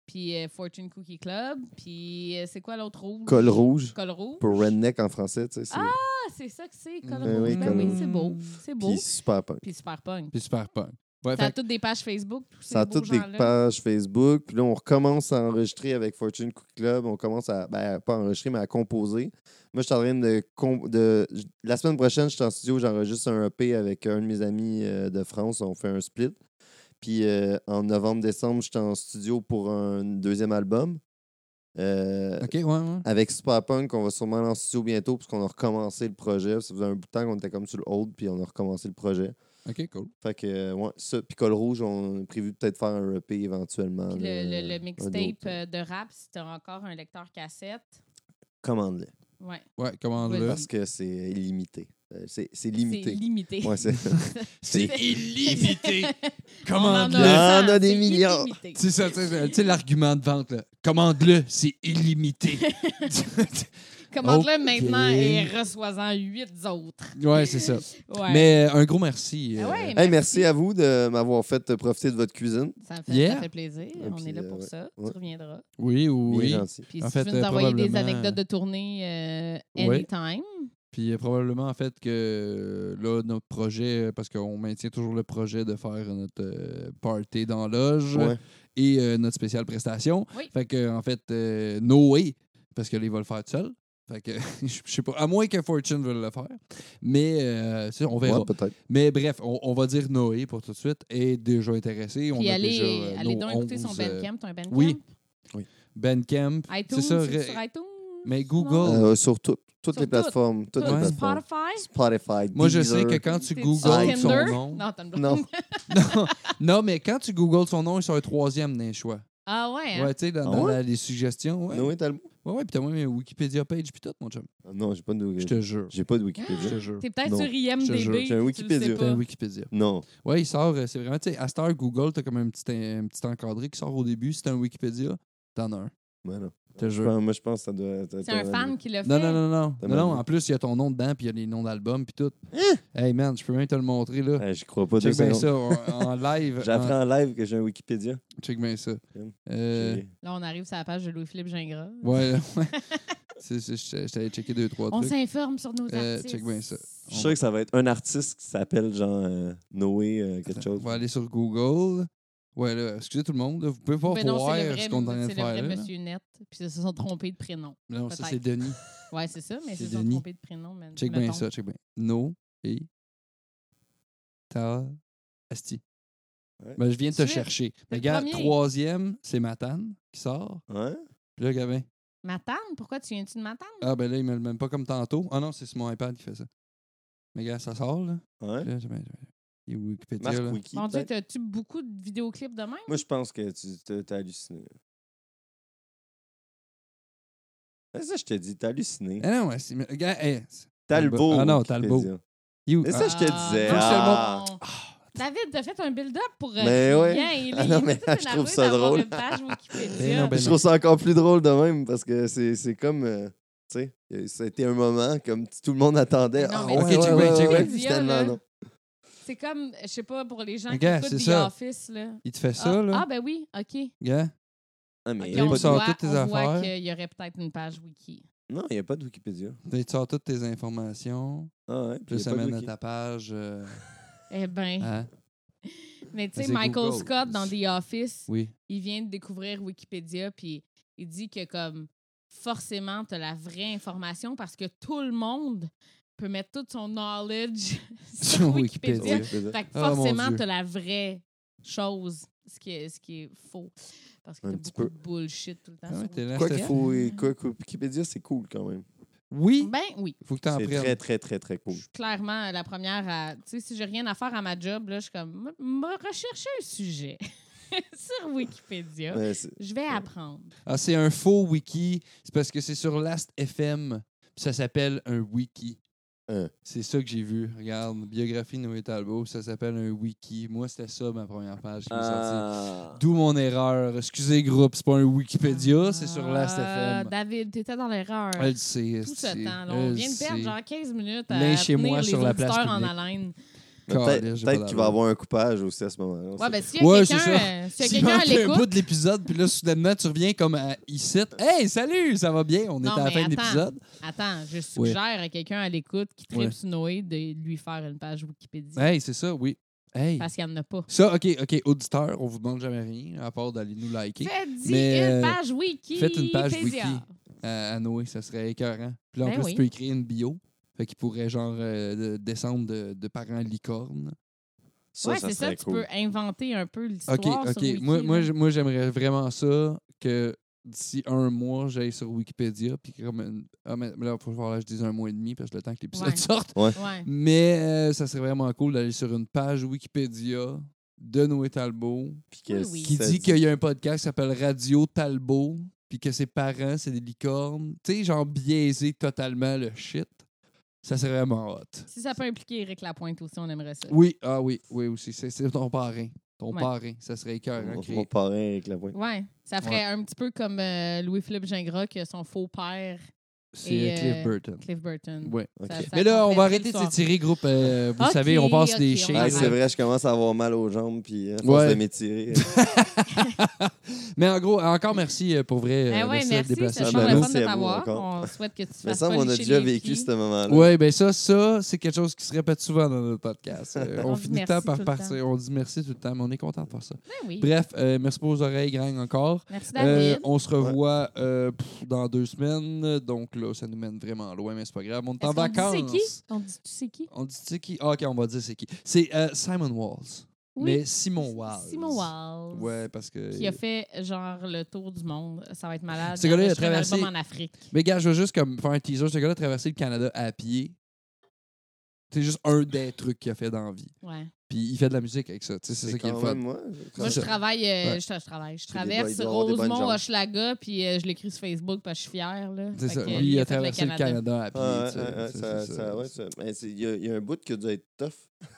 [SPEAKER 2] Puis euh, Fortune Cookie Club. Puis euh, c'est quoi l'autre rouge?
[SPEAKER 3] Col rouge
[SPEAKER 2] Col rouge.
[SPEAKER 3] pour redneck en français, tu sais. c'est-
[SPEAKER 2] Ah! Ah, c'est ça que c'est,
[SPEAKER 1] Ben
[SPEAKER 2] col rouge.
[SPEAKER 3] oui,
[SPEAKER 2] Ben
[SPEAKER 3] col
[SPEAKER 2] oui,
[SPEAKER 3] rouge.
[SPEAKER 2] c'est beau. C'est beau.
[SPEAKER 3] Puis super punk.
[SPEAKER 2] Puis super punk.
[SPEAKER 1] Puis super punk. Ouais,
[SPEAKER 2] Ça a
[SPEAKER 1] fait,
[SPEAKER 2] toutes des pages Facebook. tous ces
[SPEAKER 3] Ça a
[SPEAKER 2] beaux
[SPEAKER 3] toutes des
[SPEAKER 2] gens-là.
[SPEAKER 3] pages Facebook. Puis là, on recommence à enregistrer avec Fortune Cookie Club. On commence à, ben, pas enregistrer, mais à composer. Moi, je suis en train de, com- de- j- La semaine prochaine, je suis en studio, j'enregistre un EP avec un de mes amis euh, de France. On fait un split. Puis euh, en novembre-décembre, je suis en studio pour un deuxième album. Euh,
[SPEAKER 1] OK, ouais, ouais.
[SPEAKER 3] Avec Superpunk, on va sûrement aller en studio bientôt, puisqu'on a recommencé le projet. Ça faisait un bout de temps qu'on était comme sur le hold, puis on a recommencé le projet.
[SPEAKER 1] OK, cool.
[SPEAKER 3] Fait que, euh, ouais, ça. Puis Col Rouge, on a prévu peut-être faire un EP éventuellement.
[SPEAKER 2] Puis le, le- le
[SPEAKER 3] là, un
[SPEAKER 2] mixtape
[SPEAKER 3] autre.
[SPEAKER 2] euh, de rap, si t'as encore un lecteur cassette.
[SPEAKER 3] Commande-le.
[SPEAKER 2] Ouais.
[SPEAKER 1] Ouais, commande-le.
[SPEAKER 3] Parce que c'est illimité. Euh, C'est
[SPEAKER 2] C'est
[SPEAKER 3] c'est limité.
[SPEAKER 2] limité.
[SPEAKER 3] Ouais, c'est-
[SPEAKER 1] C'est
[SPEAKER 2] C'est-
[SPEAKER 1] illimité.
[SPEAKER 2] On en
[SPEAKER 1] Commande-le.
[SPEAKER 3] Il y en
[SPEAKER 2] cent,
[SPEAKER 3] a des
[SPEAKER 2] c'est
[SPEAKER 3] millions.
[SPEAKER 2] illimité.
[SPEAKER 1] C'est ça, tu sais, tu sais, l'argument de vente, là. Commande-le, c'est illimité.
[SPEAKER 2] Commande-le
[SPEAKER 1] Ok.
[SPEAKER 2] maintenant et reçois-en huit autres.
[SPEAKER 1] ouais, c'est ça.
[SPEAKER 2] Ouais.
[SPEAKER 1] Mais euh, un gros merci.
[SPEAKER 2] Ah
[SPEAKER 1] euh,
[SPEAKER 2] ouais,
[SPEAKER 3] Hey, merci à vous de m'avoir fait euh, profiter de votre cuisine.
[SPEAKER 2] Ça me fait,
[SPEAKER 1] Yeah.
[SPEAKER 2] ça fait plaisir. On
[SPEAKER 3] puis,
[SPEAKER 2] est là
[SPEAKER 3] euh,
[SPEAKER 2] pour
[SPEAKER 3] ouais.
[SPEAKER 2] ça.
[SPEAKER 3] Ouais.
[SPEAKER 2] Tu reviendras.
[SPEAKER 1] Oui,
[SPEAKER 3] Bien
[SPEAKER 1] oui.
[SPEAKER 3] gentil.
[SPEAKER 2] Puis
[SPEAKER 1] En
[SPEAKER 2] si
[SPEAKER 1] fait,
[SPEAKER 2] tu veux
[SPEAKER 1] euh,
[SPEAKER 2] nous envoyer des
[SPEAKER 1] probablement-
[SPEAKER 2] anecdotes de tournée euh,
[SPEAKER 1] Ouais.
[SPEAKER 2] anytime,
[SPEAKER 1] Puis euh, probablement, en fait, que euh, là, notre projet, euh, parce qu'on maintient toujours le projet de faire notre euh, party dans loge
[SPEAKER 3] Ouais.
[SPEAKER 1] et euh, notre spéciale prestation.
[SPEAKER 2] Oui.
[SPEAKER 1] Fait que, en fait, euh, Noé, parce que là, il va le faire tout seul. Fait que, je je sais pas, à moins que Fortune veuille le faire. Mais, euh, ça, on verra.
[SPEAKER 3] Ouais, peut-être.
[SPEAKER 1] Mais bref, on, on va dire Noé pour tout de suite. Est déjà intéressé. on
[SPEAKER 2] puis
[SPEAKER 1] a
[SPEAKER 2] allez,
[SPEAKER 1] déjà, euh,
[SPEAKER 2] allez
[SPEAKER 1] nos
[SPEAKER 2] donc écouter son
[SPEAKER 1] 11, euh,
[SPEAKER 2] Bandcamp. T'as un Bandcamp?
[SPEAKER 1] oui. Bandcamp.
[SPEAKER 2] iTunes,
[SPEAKER 1] ça,
[SPEAKER 2] c'est
[SPEAKER 1] re-
[SPEAKER 2] sur iTunes?
[SPEAKER 1] Mais
[SPEAKER 2] Non?
[SPEAKER 1] Google.
[SPEAKER 3] Euh, sur tout- toutes
[SPEAKER 2] Sur
[SPEAKER 3] les
[SPEAKER 2] tout.
[SPEAKER 3] plateformes. Toutes
[SPEAKER 1] Tout.
[SPEAKER 3] les plateformes.
[SPEAKER 2] Spotify?
[SPEAKER 3] Spotify.
[SPEAKER 1] Moi, je
[SPEAKER 3] Deezer.
[SPEAKER 1] sais que quand tu
[SPEAKER 2] T'es-tu
[SPEAKER 1] googles
[SPEAKER 2] sur
[SPEAKER 1] son
[SPEAKER 2] Tinder?
[SPEAKER 1] nom.
[SPEAKER 2] Non, t'as une
[SPEAKER 3] Non.
[SPEAKER 2] blonde.
[SPEAKER 1] non, non, mais quand tu googles son nom, il sort un troisième dans les choix.
[SPEAKER 2] Ah ouais, hein?
[SPEAKER 1] Ouais, tu sais, dans,
[SPEAKER 3] Ah
[SPEAKER 1] dans
[SPEAKER 3] ouais?
[SPEAKER 1] la- les suggestions. Ouais,
[SPEAKER 3] Noé Talbot?
[SPEAKER 1] ouais, ouais puis t'as même une Wikipédia page, puis tout, mon chum.
[SPEAKER 3] Ah Non, j'ai pas de
[SPEAKER 1] Je te jure.
[SPEAKER 3] J'ai pas de
[SPEAKER 1] Je te
[SPEAKER 3] Wikipédia.
[SPEAKER 1] jure.
[SPEAKER 2] T'es peut-être
[SPEAKER 3] Non,
[SPEAKER 2] sur IMDB.
[SPEAKER 1] je te jure,
[SPEAKER 3] j'ai un
[SPEAKER 2] tu le
[SPEAKER 3] Wikipédia. Ben
[SPEAKER 2] sais
[SPEAKER 1] T'as
[SPEAKER 2] pas.
[SPEAKER 1] un Wikipédia.
[SPEAKER 3] Non.
[SPEAKER 1] Ouais, il sort, euh, c'est vraiment, tu sais, à Star Google, t'as comme un petit, un petit encadré qui sort au début. Si t'as un Wikipédia, t'en as un.
[SPEAKER 3] Ouais, non.
[SPEAKER 1] Je te
[SPEAKER 3] Je
[SPEAKER 1] jure.
[SPEAKER 3] pense- Moi, je pense que ça doit être.
[SPEAKER 2] C'est un
[SPEAKER 3] euh,
[SPEAKER 2] fan qui l'a fait.
[SPEAKER 1] Non, non, non, non.
[SPEAKER 3] T'as
[SPEAKER 1] Non,
[SPEAKER 3] mal
[SPEAKER 1] non,
[SPEAKER 3] vu.
[SPEAKER 1] en plus, il y a ton nom dedans, puis il y a les noms d'albums, puis tout. Hey, man, je peux même te le montrer, là.
[SPEAKER 3] Ouais, Je crois pas deux
[SPEAKER 1] Check bien
[SPEAKER 3] secondes.
[SPEAKER 1] ça, en, en live.
[SPEAKER 3] J'apprends en live que j'ai un Wikipédia.
[SPEAKER 1] en- Check bien ça.
[SPEAKER 3] J'aime.
[SPEAKER 1] Euh,
[SPEAKER 3] J'ai-
[SPEAKER 2] Là, on arrive sur la page de Louis-Philippe Gingras.
[SPEAKER 1] ouais, ouais. C'est- c'est- Je t'avais checké deux, trois
[SPEAKER 2] On
[SPEAKER 1] trucs.
[SPEAKER 2] s'informe sur nos
[SPEAKER 1] Euh,
[SPEAKER 2] artistes.
[SPEAKER 1] check bien ça.
[SPEAKER 3] Je suis sûr que ça va être un artiste qui s'appelle genre euh, Noé euh, quelque
[SPEAKER 1] Attends,
[SPEAKER 3] chose.
[SPEAKER 1] On va aller sur Google. Ouais, là, excusez tout le monde. là, vous pouvez pas
[SPEAKER 2] Ben non,
[SPEAKER 1] voir
[SPEAKER 2] c'est le vrai,
[SPEAKER 1] ce qu'on est en train de
[SPEAKER 2] c'est le vrai
[SPEAKER 1] faire. là.
[SPEAKER 2] Monsieur Net. Puis ils se sont trompés de prénom.
[SPEAKER 1] Non, ça,
[SPEAKER 2] peut-être.
[SPEAKER 1] c'est Denis.
[SPEAKER 2] Ouais, c'est ça, mais ils
[SPEAKER 1] C'est
[SPEAKER 2] se sont
[SPEAKER 1] Denis.
[SPEAKER 2] trompés de prénom. man-
[SPEAKER 1] Check bien
[SPEAKER 2] mettons.
[SPEAKER 1] ça, check bien. No et Tara Asti.
[SPEAKER 3] Ouais.
[SPEAKER 1] Ben, je viens de te
[SPEAKER 2] Suite.
[SPEAKER 1] chercher.
[SPEAKER 2] le
[SPEAKER 1] Mais regarde,
[SPEAKER 2] premier.
[SPEAKER 1] troisième, c'est Matane qui sort.
[SPEAKER 3] Hein?
[SPEAKER 1] Puis là, Gavin.
[SPEAKER 2] Matane? Pourquoi tu viens-tu de Matane?
[SPEAKER 1] Ah, ben là, il me le même pas comme tantôt. Ah non, c'est sur mon iPad qui fait ça. Mais gars, ça sort, là.
[SPEAKER 3] Hein?
[SPEAKER 1] Là, j'ai- ben, j'ai- Il y a Wikipédia,
[SPEAKER 3] Marc
[SPEAKER 1] là.
[SPEAKER 3] Wiki.
[SPEAKER 2] Mon Dieu,
[SPEAKER 3] peut-être.
[SPEAKER 2] t'as-tu beaucoup de vidéoclips de même?
[SPEAKER 3] Moi, je pense que tu t'as- t'as halluciné. Ah, ça, je te dis, t'as halluciné.
[SPEAKER 1] Ah non, ouais, c'est... mais, gars, hey, c'est-
[SPEAKER 3] Talbot.
[SPEAKER 1] Ah non,
[SPEAKER 3] Wikipédia.
[SPEAKER 1] Talbot. you-
[SPEAKER 3] Mais
[SPEAKER 1] ah,
[SPEAKER 3] ça, je te disais.
[SPEAKER 2] non.
[SPEAKER 3] Ah.
[SPEAKER 2] David, t'as fait un build-up pour. euh,
[SPEAKER 3] Mais ouais.
[SPEAKER 2] Julien, il est-
[SPEAKER 3] Ah non,
[SPEAKER 2] il est
[SPEAKER 3] mais
[SPEAKER 2] tout
[SPEAKER 3] je trouve
[SPEAKER 2] énervé
[SPEAKER 3] ça
[SPEAKER 2] d'avoir
[SPEAKER 3] drôle.
[SPEAKER 2] une page
[SPEAKER 1] Ben non,
[SPEAKER 2] Wikipédia.
[SPEAKER 1] ben
[SPEAKER 3] Je trouve ça encore plus drôle de même parce que c'est c'est comme. euh, tu sais, euh, ça a été un moment comme t- tout le monde attendait.
[SPEAKER 2] Mais non,
[SPEAKER 3] Ah,
[SPEAKER 2] mais
[SPEAKER 3] ouais,
[SPEAKER 1] Ok, check
[SPEAKER 3] ouais,
[SPEAKER 1] bien,
[SPEAKER 3] ouais,
[SPEAKER 1] check
[SPEAKER 3] ouais,
[SPEAKER 2] bien.
[SPEAKER 3] finalement, non.
[SPEAKER 2] C'est comme, je sais pas, pour les gens
[SPEAKER 1] Regarde,
[SPEAKER 2] qui
[SPEAKER 1] c'est
[SPEAKER 2] écoutent The
[SPEAKER 1] ça.
[SPEAKER 2] Office. Là.
[SPEAKER 1] Il te fait
[SPEAKER 2] Ah,
[SPEAKER 1] ça, là.
[SPEAKER 2] ah, ben oui, OK.
[SPEAKER 1] Gars,
[SPEAKER 3] Ah,
[SPEAKER 2] Ok,
[SPEAKER 3] mais il
[SPEAKER 1] on
[SPEAKER 3] n'y a, pas
[SPEAKER 1] sort
[SPEAKER 3] de-
[SPEAKER 1] toutes tes
[SPEAKER 2] on voit
[SPEAKER 1] affaires.
[SPEAKER 2] qu'il y aurait peut-être une page wiki.
[SPEAKER 3] non, il y a pas de Wikipédia.
[SPEAKER 1] tu sors toutes tes informations.
[SPEAKER 3] Ah, ouais, puis
[SPEAKER 1] Puis
[SPEAKER 3] il y a
[SPEAKER 1] ça
[SPEAKER 3] pas de
[SPEAKER 1] mène à
[SPEAKER 3] Wiki.
[SPEAKER 1] ta page. euh,
[SPEAKER 2] Eh ben,
[SPEAKER 1] hein?
[SPEAKER 2] mais tu sais,
[SPEAKER 1] c'est
[SPEAKER 2] Michael
[SPEAKER 1] Google.
[SPEAKER 2] Scott dans The Office,
[SPEAKER 1] Oui.
[SPEAKER 2] il vient de découvrir Wikipédia, puis il dit que comme forcément, tu as la vraie information parce que tout le monde peut mettre tout son knowledge sur
[SPEAKER 1] Sur Wikipédia.
[SPEAKER 2] Wikipédia.
[SPEAKER 3] Wikipédia.
[SPEAKER 2] Fait que
[SPEAKER 1] Ah, mon
[SPEAKER 2] forcément,
[SPEAKER 1] Dieu.
[SPEAKER 2] tu as la vraie chose, ce qui est, ce qui est faux. Parce que
[SPEAKER 3] Un
[SPEAKER 2] t'as
[SPEAKER 3] petit
[SPEAKER 2] beaucoup
[SPEAKER 3] peu.
[SPEAKER 2] de bullshit tout le temps.
[SPEAKER 1] Ah ouais,
[SPEAKER 2] sur
[SPEAKER 1] t'es là,
[SPEAKER 3] Quoi
[SPEAKER 1] C'était-
[SPEAKER 3] qu'il
[SPEAKER 2] Wikipédia.
[SPEAKER 3] faut, quoi que Wikipédia, c'est cool quand même.
[SPEAKER 1] Oui,
[SPEAKER 2] Ben oui.
[SPEAKER 1] faut que tu en
[SPEAKER 3] Mmh. C'est très,
[SPEAKER 1] prennes.
[SPEAKER 3] très, très, très cool.
[SPEAKER 2] Je suis clairement la première à. Tu sais, si j'ai rien à faire à ma job, là, je suis comme. M- Me rechercher un sujet sur Wikipédia.
[SPEAKER 3] Ouais, c'est-
[SPEAKER 2] Je vais apprendre.
[SPEAKER 1] Ah, c'est un faux wiki. C'est parce que c'est sur Last FM. puis ça s'appelle un wiki.
[SPEAKER 3] Hein.
[SPEAKER 1] C'est ça que j'ai vu. Regarde, biographie de Noé Talbot, ça s'appelle un wiki. Moi, c'était ça ma première page qui m'est sortie.
[SPEAKER 3] Ah.
[SPEAKER 1] D'où mon erreur. Excusez, groupe, c'est pas un Wikipédia, c'est sur
[SPEAKER 2] Ah,
[SPEAKER 1] Last FM.
[SPEAKER 2] David, t'étais dans l'erreur.
[SPEAKER 1] Elle sait.
[SPEAKER 2] Tout ce temps. là. on vient de perdre genre 15 minutes à
[SPEAKER 1] L'un chez
[SPEAKER 2] tenir
[SPEAKER 1] moi
[SPEAKER 2] les
[SPEAKER 1] sur la place
[SPEAKER 2] auditeurs en
[SPEAKER 1] publique.
[SPEAKER 2] haleine.
[SPEAKER 3] Mais Peut-être peut-être qu'il va avoir un coupage aussi à ce moment-là. on
[SPEAKER 2] Ouais,
[SPEAKER 3] sait
[SPEAKER 2] ben s'il y a
[SPEAKER 1] Ouais, c'est ça.
[SPEAKER 2] quelqu'un euh, s'il y a
[SPEAKER 1] Tu
[SPEAKER 2] quelqu'un à
[SPEAKER 1] manques un bout
[SPEAKER 2] l'écoute,
[SPEAKER 1] de l'épisode, puis là, soudainement, tu reviens comme à ici. Hey, salut, ça va bien? On est
[SPEAKER 2] Non,
[SPEAKER 1] à la
[SPEAKER 2] mais
[SPEAKER 1] fin de
[SPEAKER 2] attends.
[SPEAKER 1] l'épisode.
[SPEAKER 2] attends, je
[SPEAKER 1] Ouais.
[SPEAKER 2] suggère à quelqu'un à l'écoute qui tripe
[SPEAKER 1] Ouais.
[SPEAKER 2] sur Noé de lui faire une page Wikipédia.
[SPEAKER 1] Hey, c'est ça, oui. Hey.
[SPEAKER 2] Parce qu'il n'y en a pas.
[SPEAKER 1] Ça, OK, OK, auditeur, on vous demande jamais rien, à part d'aller nous liker.
[SPEAKER 2] Faites-y
[SPEAKER 1] Mais, euh,
[SPEAKER 2] une page wiki.
[SPEAKER 1] faites une page
[SPEAKER 2] Wikipédia.
[SPEAKER 1] wiki. à, à Noé, ça serait écœurant. Puis là, en
[SPEAKER 2] Ben
[SPEAKER 1] plus,
[SPEAKER 2] oui.
[SPEAKER 1] tu peux écrire une bio. Fait qu'il pourrait, genre, euh, de- descendre de, de parents licorne.
[SPEAKER 3] Ça,
[SPEAKER 2] ouais,
[SPEAKER 3] ça
[SPEAKER 2] c'est ça,
[SPEAKER 3] serait
[SPEAKER 2] tu
[SPEAKER 3] cool.
[SPEAKER 2] peux inventer un peu l'histoire.
[SPEAKER 1] OK,
[SPEAKER 2] sur
[SPEAKER 1] OK.
[SPEAKER 2] Wiki,
[SPEAKER 1] moi, moi,
[SPEAKER 2] là.
[SPEAKER 1] j'- moi, j'aimerais vraiment ça que d'ici un mois, j'aille sur Wikipédia. Puis comme. une- Ah, mais là, faut voir, là, je dis un mois et demi, parce que le temps que l'épisode
[SPEAKER 2] Ouais.
[SPEAKER 1] sorte.
[SPEAKER 2] Ouais.
[SPEAKER 1] Mais euh, ça serait vraiment cool d'aller sur une page Wikipédia de Noé Talbot
[SPEAKER 3] Puis que
[SPEAKER 2] Oui, oui.
[SPEAKER 1] qui
[SPEAKER 3] ça
[SPEAKER 1] dit qu'il y a un podcast qui s'appelle Radio Talbot puis que ses parents, c'est des licornes. Tu sais, genre biaiser totalement le shit. Ça serait vraiment hot.
[SPEAKER 2] Si ça peut impliquer Eric Lapointe aussi, on aimerait ça.
[SPEAKER 1] Oui, ah oui, oui aussi. C'est c'est ton parrain. Ton
[SPEAKER 2] Ouais.
[SPEAKER 1] parrain. Ça serait écœurant.
[SPEAKER 3] Mon,
[SPEAKER 1] créer.
[SPEAKER 3] mon parrain avec la voix.
[SPEAKER 2] Ouais. Ça ferait un petit peu comme euh, Louis-Philippe Gingras qui a son faux père,
[SPEAKER 1] C'est
[SPEAKER 2] Et,
[SPEAKER 1] Cliff
[SPEAKER 2] euh,
[SPEAKER 1] Burton.
[SPEAKER 2] Cliff Burton.
[SPEAKER 1] Ouais.
[SPEAKER 3] Ok.
[SPEAKER 2] Ça- ça
[SPEAKER 1] Mais là, on va
[SPEAKER 2] compléterait
[SPEAKER 1] arrêter de
[SPEAKER 2] l'histoire.
[SPEAKER 1] s'étirer, groupe. Euh, vous
[SPEAKER 2] Ok,
[SPEAKER 1] savez, on passe
[SPEAKER 2] ok,
[SPEAKER 1] des
[SPEAKER 2] on
[SPEAKER 1] chaînes.
[SPEAKER 3] Ah,
[SPEAKER 2] arrête.
[SPEAKER 3] c'est vrai, je commence à avoir mal aux jambes, puis euh, à force
[SPEAKER 1] Ouais.
[SPEAKER 3] de m'étirer.
[SPEAKER 1] Mais en gros, encore merci euh, pour vrai.
[SPEAKER 2] Eh
[SPEAKER 1] euh,
[SPEAKER 2] ouais,
[SPEAKER 1] de se
[SPEAKER 2] merci,
[SPEAKER 1] déplacer
[SPEAKER 2] c'est
[SPEAKER 3] Ah,
[SPEAKER 1] chez
[SPEAKER 2] toujours
[SPEAKER 3] ben
[SPEAKER 2] le
[SPEAKER 1] nous.
[SPEAKER 2] fun de
[SPEAKER 3] c'est à vous
[SPEAKER 2] t'avoir.
[SPEAKER 3] encore.
[SPEAKER 2] On souhaite que tu
[SPEAKER 3] Mais
[SPEAKER 2] fasses
[SPEAKER 3] ça,
[SPEAKER 2] pas
[SPEAKER 3] on
[SPEAKER 2] le
[SPEAKER 3] a
[SPEAKER 2] chez
[SPEAKER 3] déjà
[SPEAKER 2] les
[SPEAKER 3] vécu
[SPEAKER 2] filles.
[SPEAKER 3] ce moment-là.
[SPEAKER 1] Oui, ben ça, ça, c'est quelque chose qui se répète souvent dans notre podcast. Euh, on,
[SPEAKER 2] On dit
[SPEAKER 1] finit
[SPEAKER 2] merci
[SPEAKER 1] tant par
[SPEAKER 2] tout le
[SPEAKER 1] partir. On dit merci tout le temps, mais on est content pour ça.
[SPEAKER 2] Ben oui.
[SPEAKER 1] Bref, euh, merci pour vos oreilles, Grang, encore.
[SPEAKER 2] Merci
[SPEAKER 1] Euh,
[SPEAKER 2] David.
[SPEAKER 1] on se revoit euh, pff, dans deux semaines. Donc là, ça nous mène vraiment loin, mais c'est pas grave. On est en
[SPEAKER 2] Est-ce qu'on dit
[SPEAKER 1] vacances.
[SPEAKER 2] C'est qui? On dit tu sais qui?
[SPEAKER 1] On dit c'est qui? Ah, OK, on va dire c'est qui. C'est euh, Simon Walls. Mais
[SPEAKER 2] Oui.
[SPEAKER 1] Simon Walls.
[SPEAKER 2] Simon Walls.
[SPEAKER 1] Ouais, parce que.
[SPEAKER 2] Qui a fait genre le tour du monde. Ça va être malade.
[SPEAKER 1] Ce gars-là, il a
[SPEAKER 2] enregistré un
[SPEAKER 1] traversé-
[SPEAKER 2] album en Afrique.
[SPEAKER 1] Mais gars, je veux juste comme faire un teaser. Ce gars-là a traversé le Canada à pied. C'est juste un des trucs qu'il a fait dans la vie.
[SPEAKER 2] Ouais.
[SPEAKER 1] Puis il fait de la musique avec ça. Tu sais, C'est ça qui est le
[SPEAKER 3] quand
[SPEAKER 1] fun.
[SPEAKER 3] même Moi,
[SPEAKER 2] Moi, je
[SPEAKER 1] ça.
[SPEAKER 2] travaille, euh,
[SPEAKER 1] Ouais.
[SPEAKER 2] je, je travaille. Je
[SPEAKER 3] des boys, il
[SPEAKER 2] traverse
[SPEAKER 3] doit avoir des bonnes
[SPEAKER 2] Rosemont,
[SPEAKER 3] jambes.
[SPEAKER 2] Hochelaga, puis euh, je l'écris sur Facebook parce que je suis fière. là.
[SPEAKER 1] C'est
[SPEAKER 2] Fait
[SPEAKER 1] ça.
[SPEAKER 2] que,
[SPEAKER 1] Lui,
[SPEAKER 2] euh,
[SPEAKER 1] il a
[SPEAKER 2] fait le
[SPEAKER 1] traversé le Canada à pied.
[SPEAKER 3] Ah,
[SPEAKER 1] tu
[SPEAKER 3] ouais,
[SPEAKER 1] sais.
[SPEAKER 3] ouais, ouais,
[SPEAKER 1] C'est-
[SPEAKER 3] ça-
[SPEAKER 1] c'est
[SPEAKER 3] ça- ouais, ça- mais c'est- Il y, a- il y a un bout qui a dû être tough.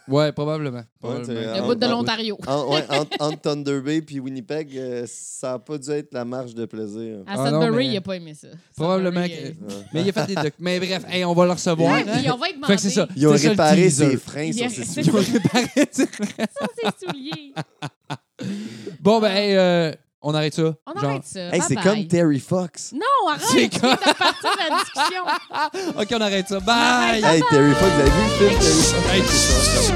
[SPEAKER 1] Ouais, probablement. probablement.
[SPEAKER 3] c'est-
[SPEAKER 2] Le
[SPEAKER 3] Ah,
[SPEAKER 2] bout de
[SPEAKER 3] ah, oui.
[SPEAKER 2] l'Ontario.
[SPEAKER 3] En- ouais, entre, entre Thunder Bay puis Winnipeg, euh, ça n'a pas dû être la marche de plaisir.
[SPEAKER 2] À
[SPEAKER 1] Ah non,
[SPEAKER 2] Sudbury,
[SPEAKER 1] mais-
[SPEAKER 2] il n'a pas aimé ça.
[SPEAKER 1] Probablement
[SPEAKER 2] Sudbury,
[SPEAKER 1] que-
[SPEAKER 2] euh,
[SPEAKER 3] Ouais.
[SPEAKER 1] Mais il a fait des docs. Mais bref, hey, on va le recevoir.
[SPEAKER 2] Ouais,
[SPEAKER 1] hein.
[SPEAKER 2] puis on va être
[SPEAKER 1] Fait que c'est ça.
[SPEAKER 3] Ils ont
[SPEAKER 1] C'est ça, le
[SPEAKER 3] réparé
[SPEAKER 1] teaser.
[SPEAKER 3] ses freins
[SPEAKER 2] Il y a-
[SPEAKER 3] sur ses
[SPEAKER 1] Ils ont
[SPEAKER 3] souliers.
[SPEAKER 1] réparé ça.
[SPEAKER 2] Ça, c'est soulier.
[SPEAKER 1] Bon, ben, hey, euh, on arrête ça.
[SPEAKER 2] On
[SPEAKER 1] Genre-
[SPEAKER 2] arrête ça.
[SPEAKER 3] Hey,
[SPEAKER 2] Bye
[SPEAKER 3] c'est
[SPEAKER 2] bye.
[SPEAKER 3] comme Terry Fox.
[SPEAKER 2] Non, arrête.
[SPEAKER 1] C'est
[SPEAKER 2] Tu viens de partir de la discussion.
[SPEAKER 1] OK, on arrête ça. Bye!
[SPEAKER 3] Hey, Terry Fox, vous avez vu le film Terry Fox?
[SPEAKER 1] Hey,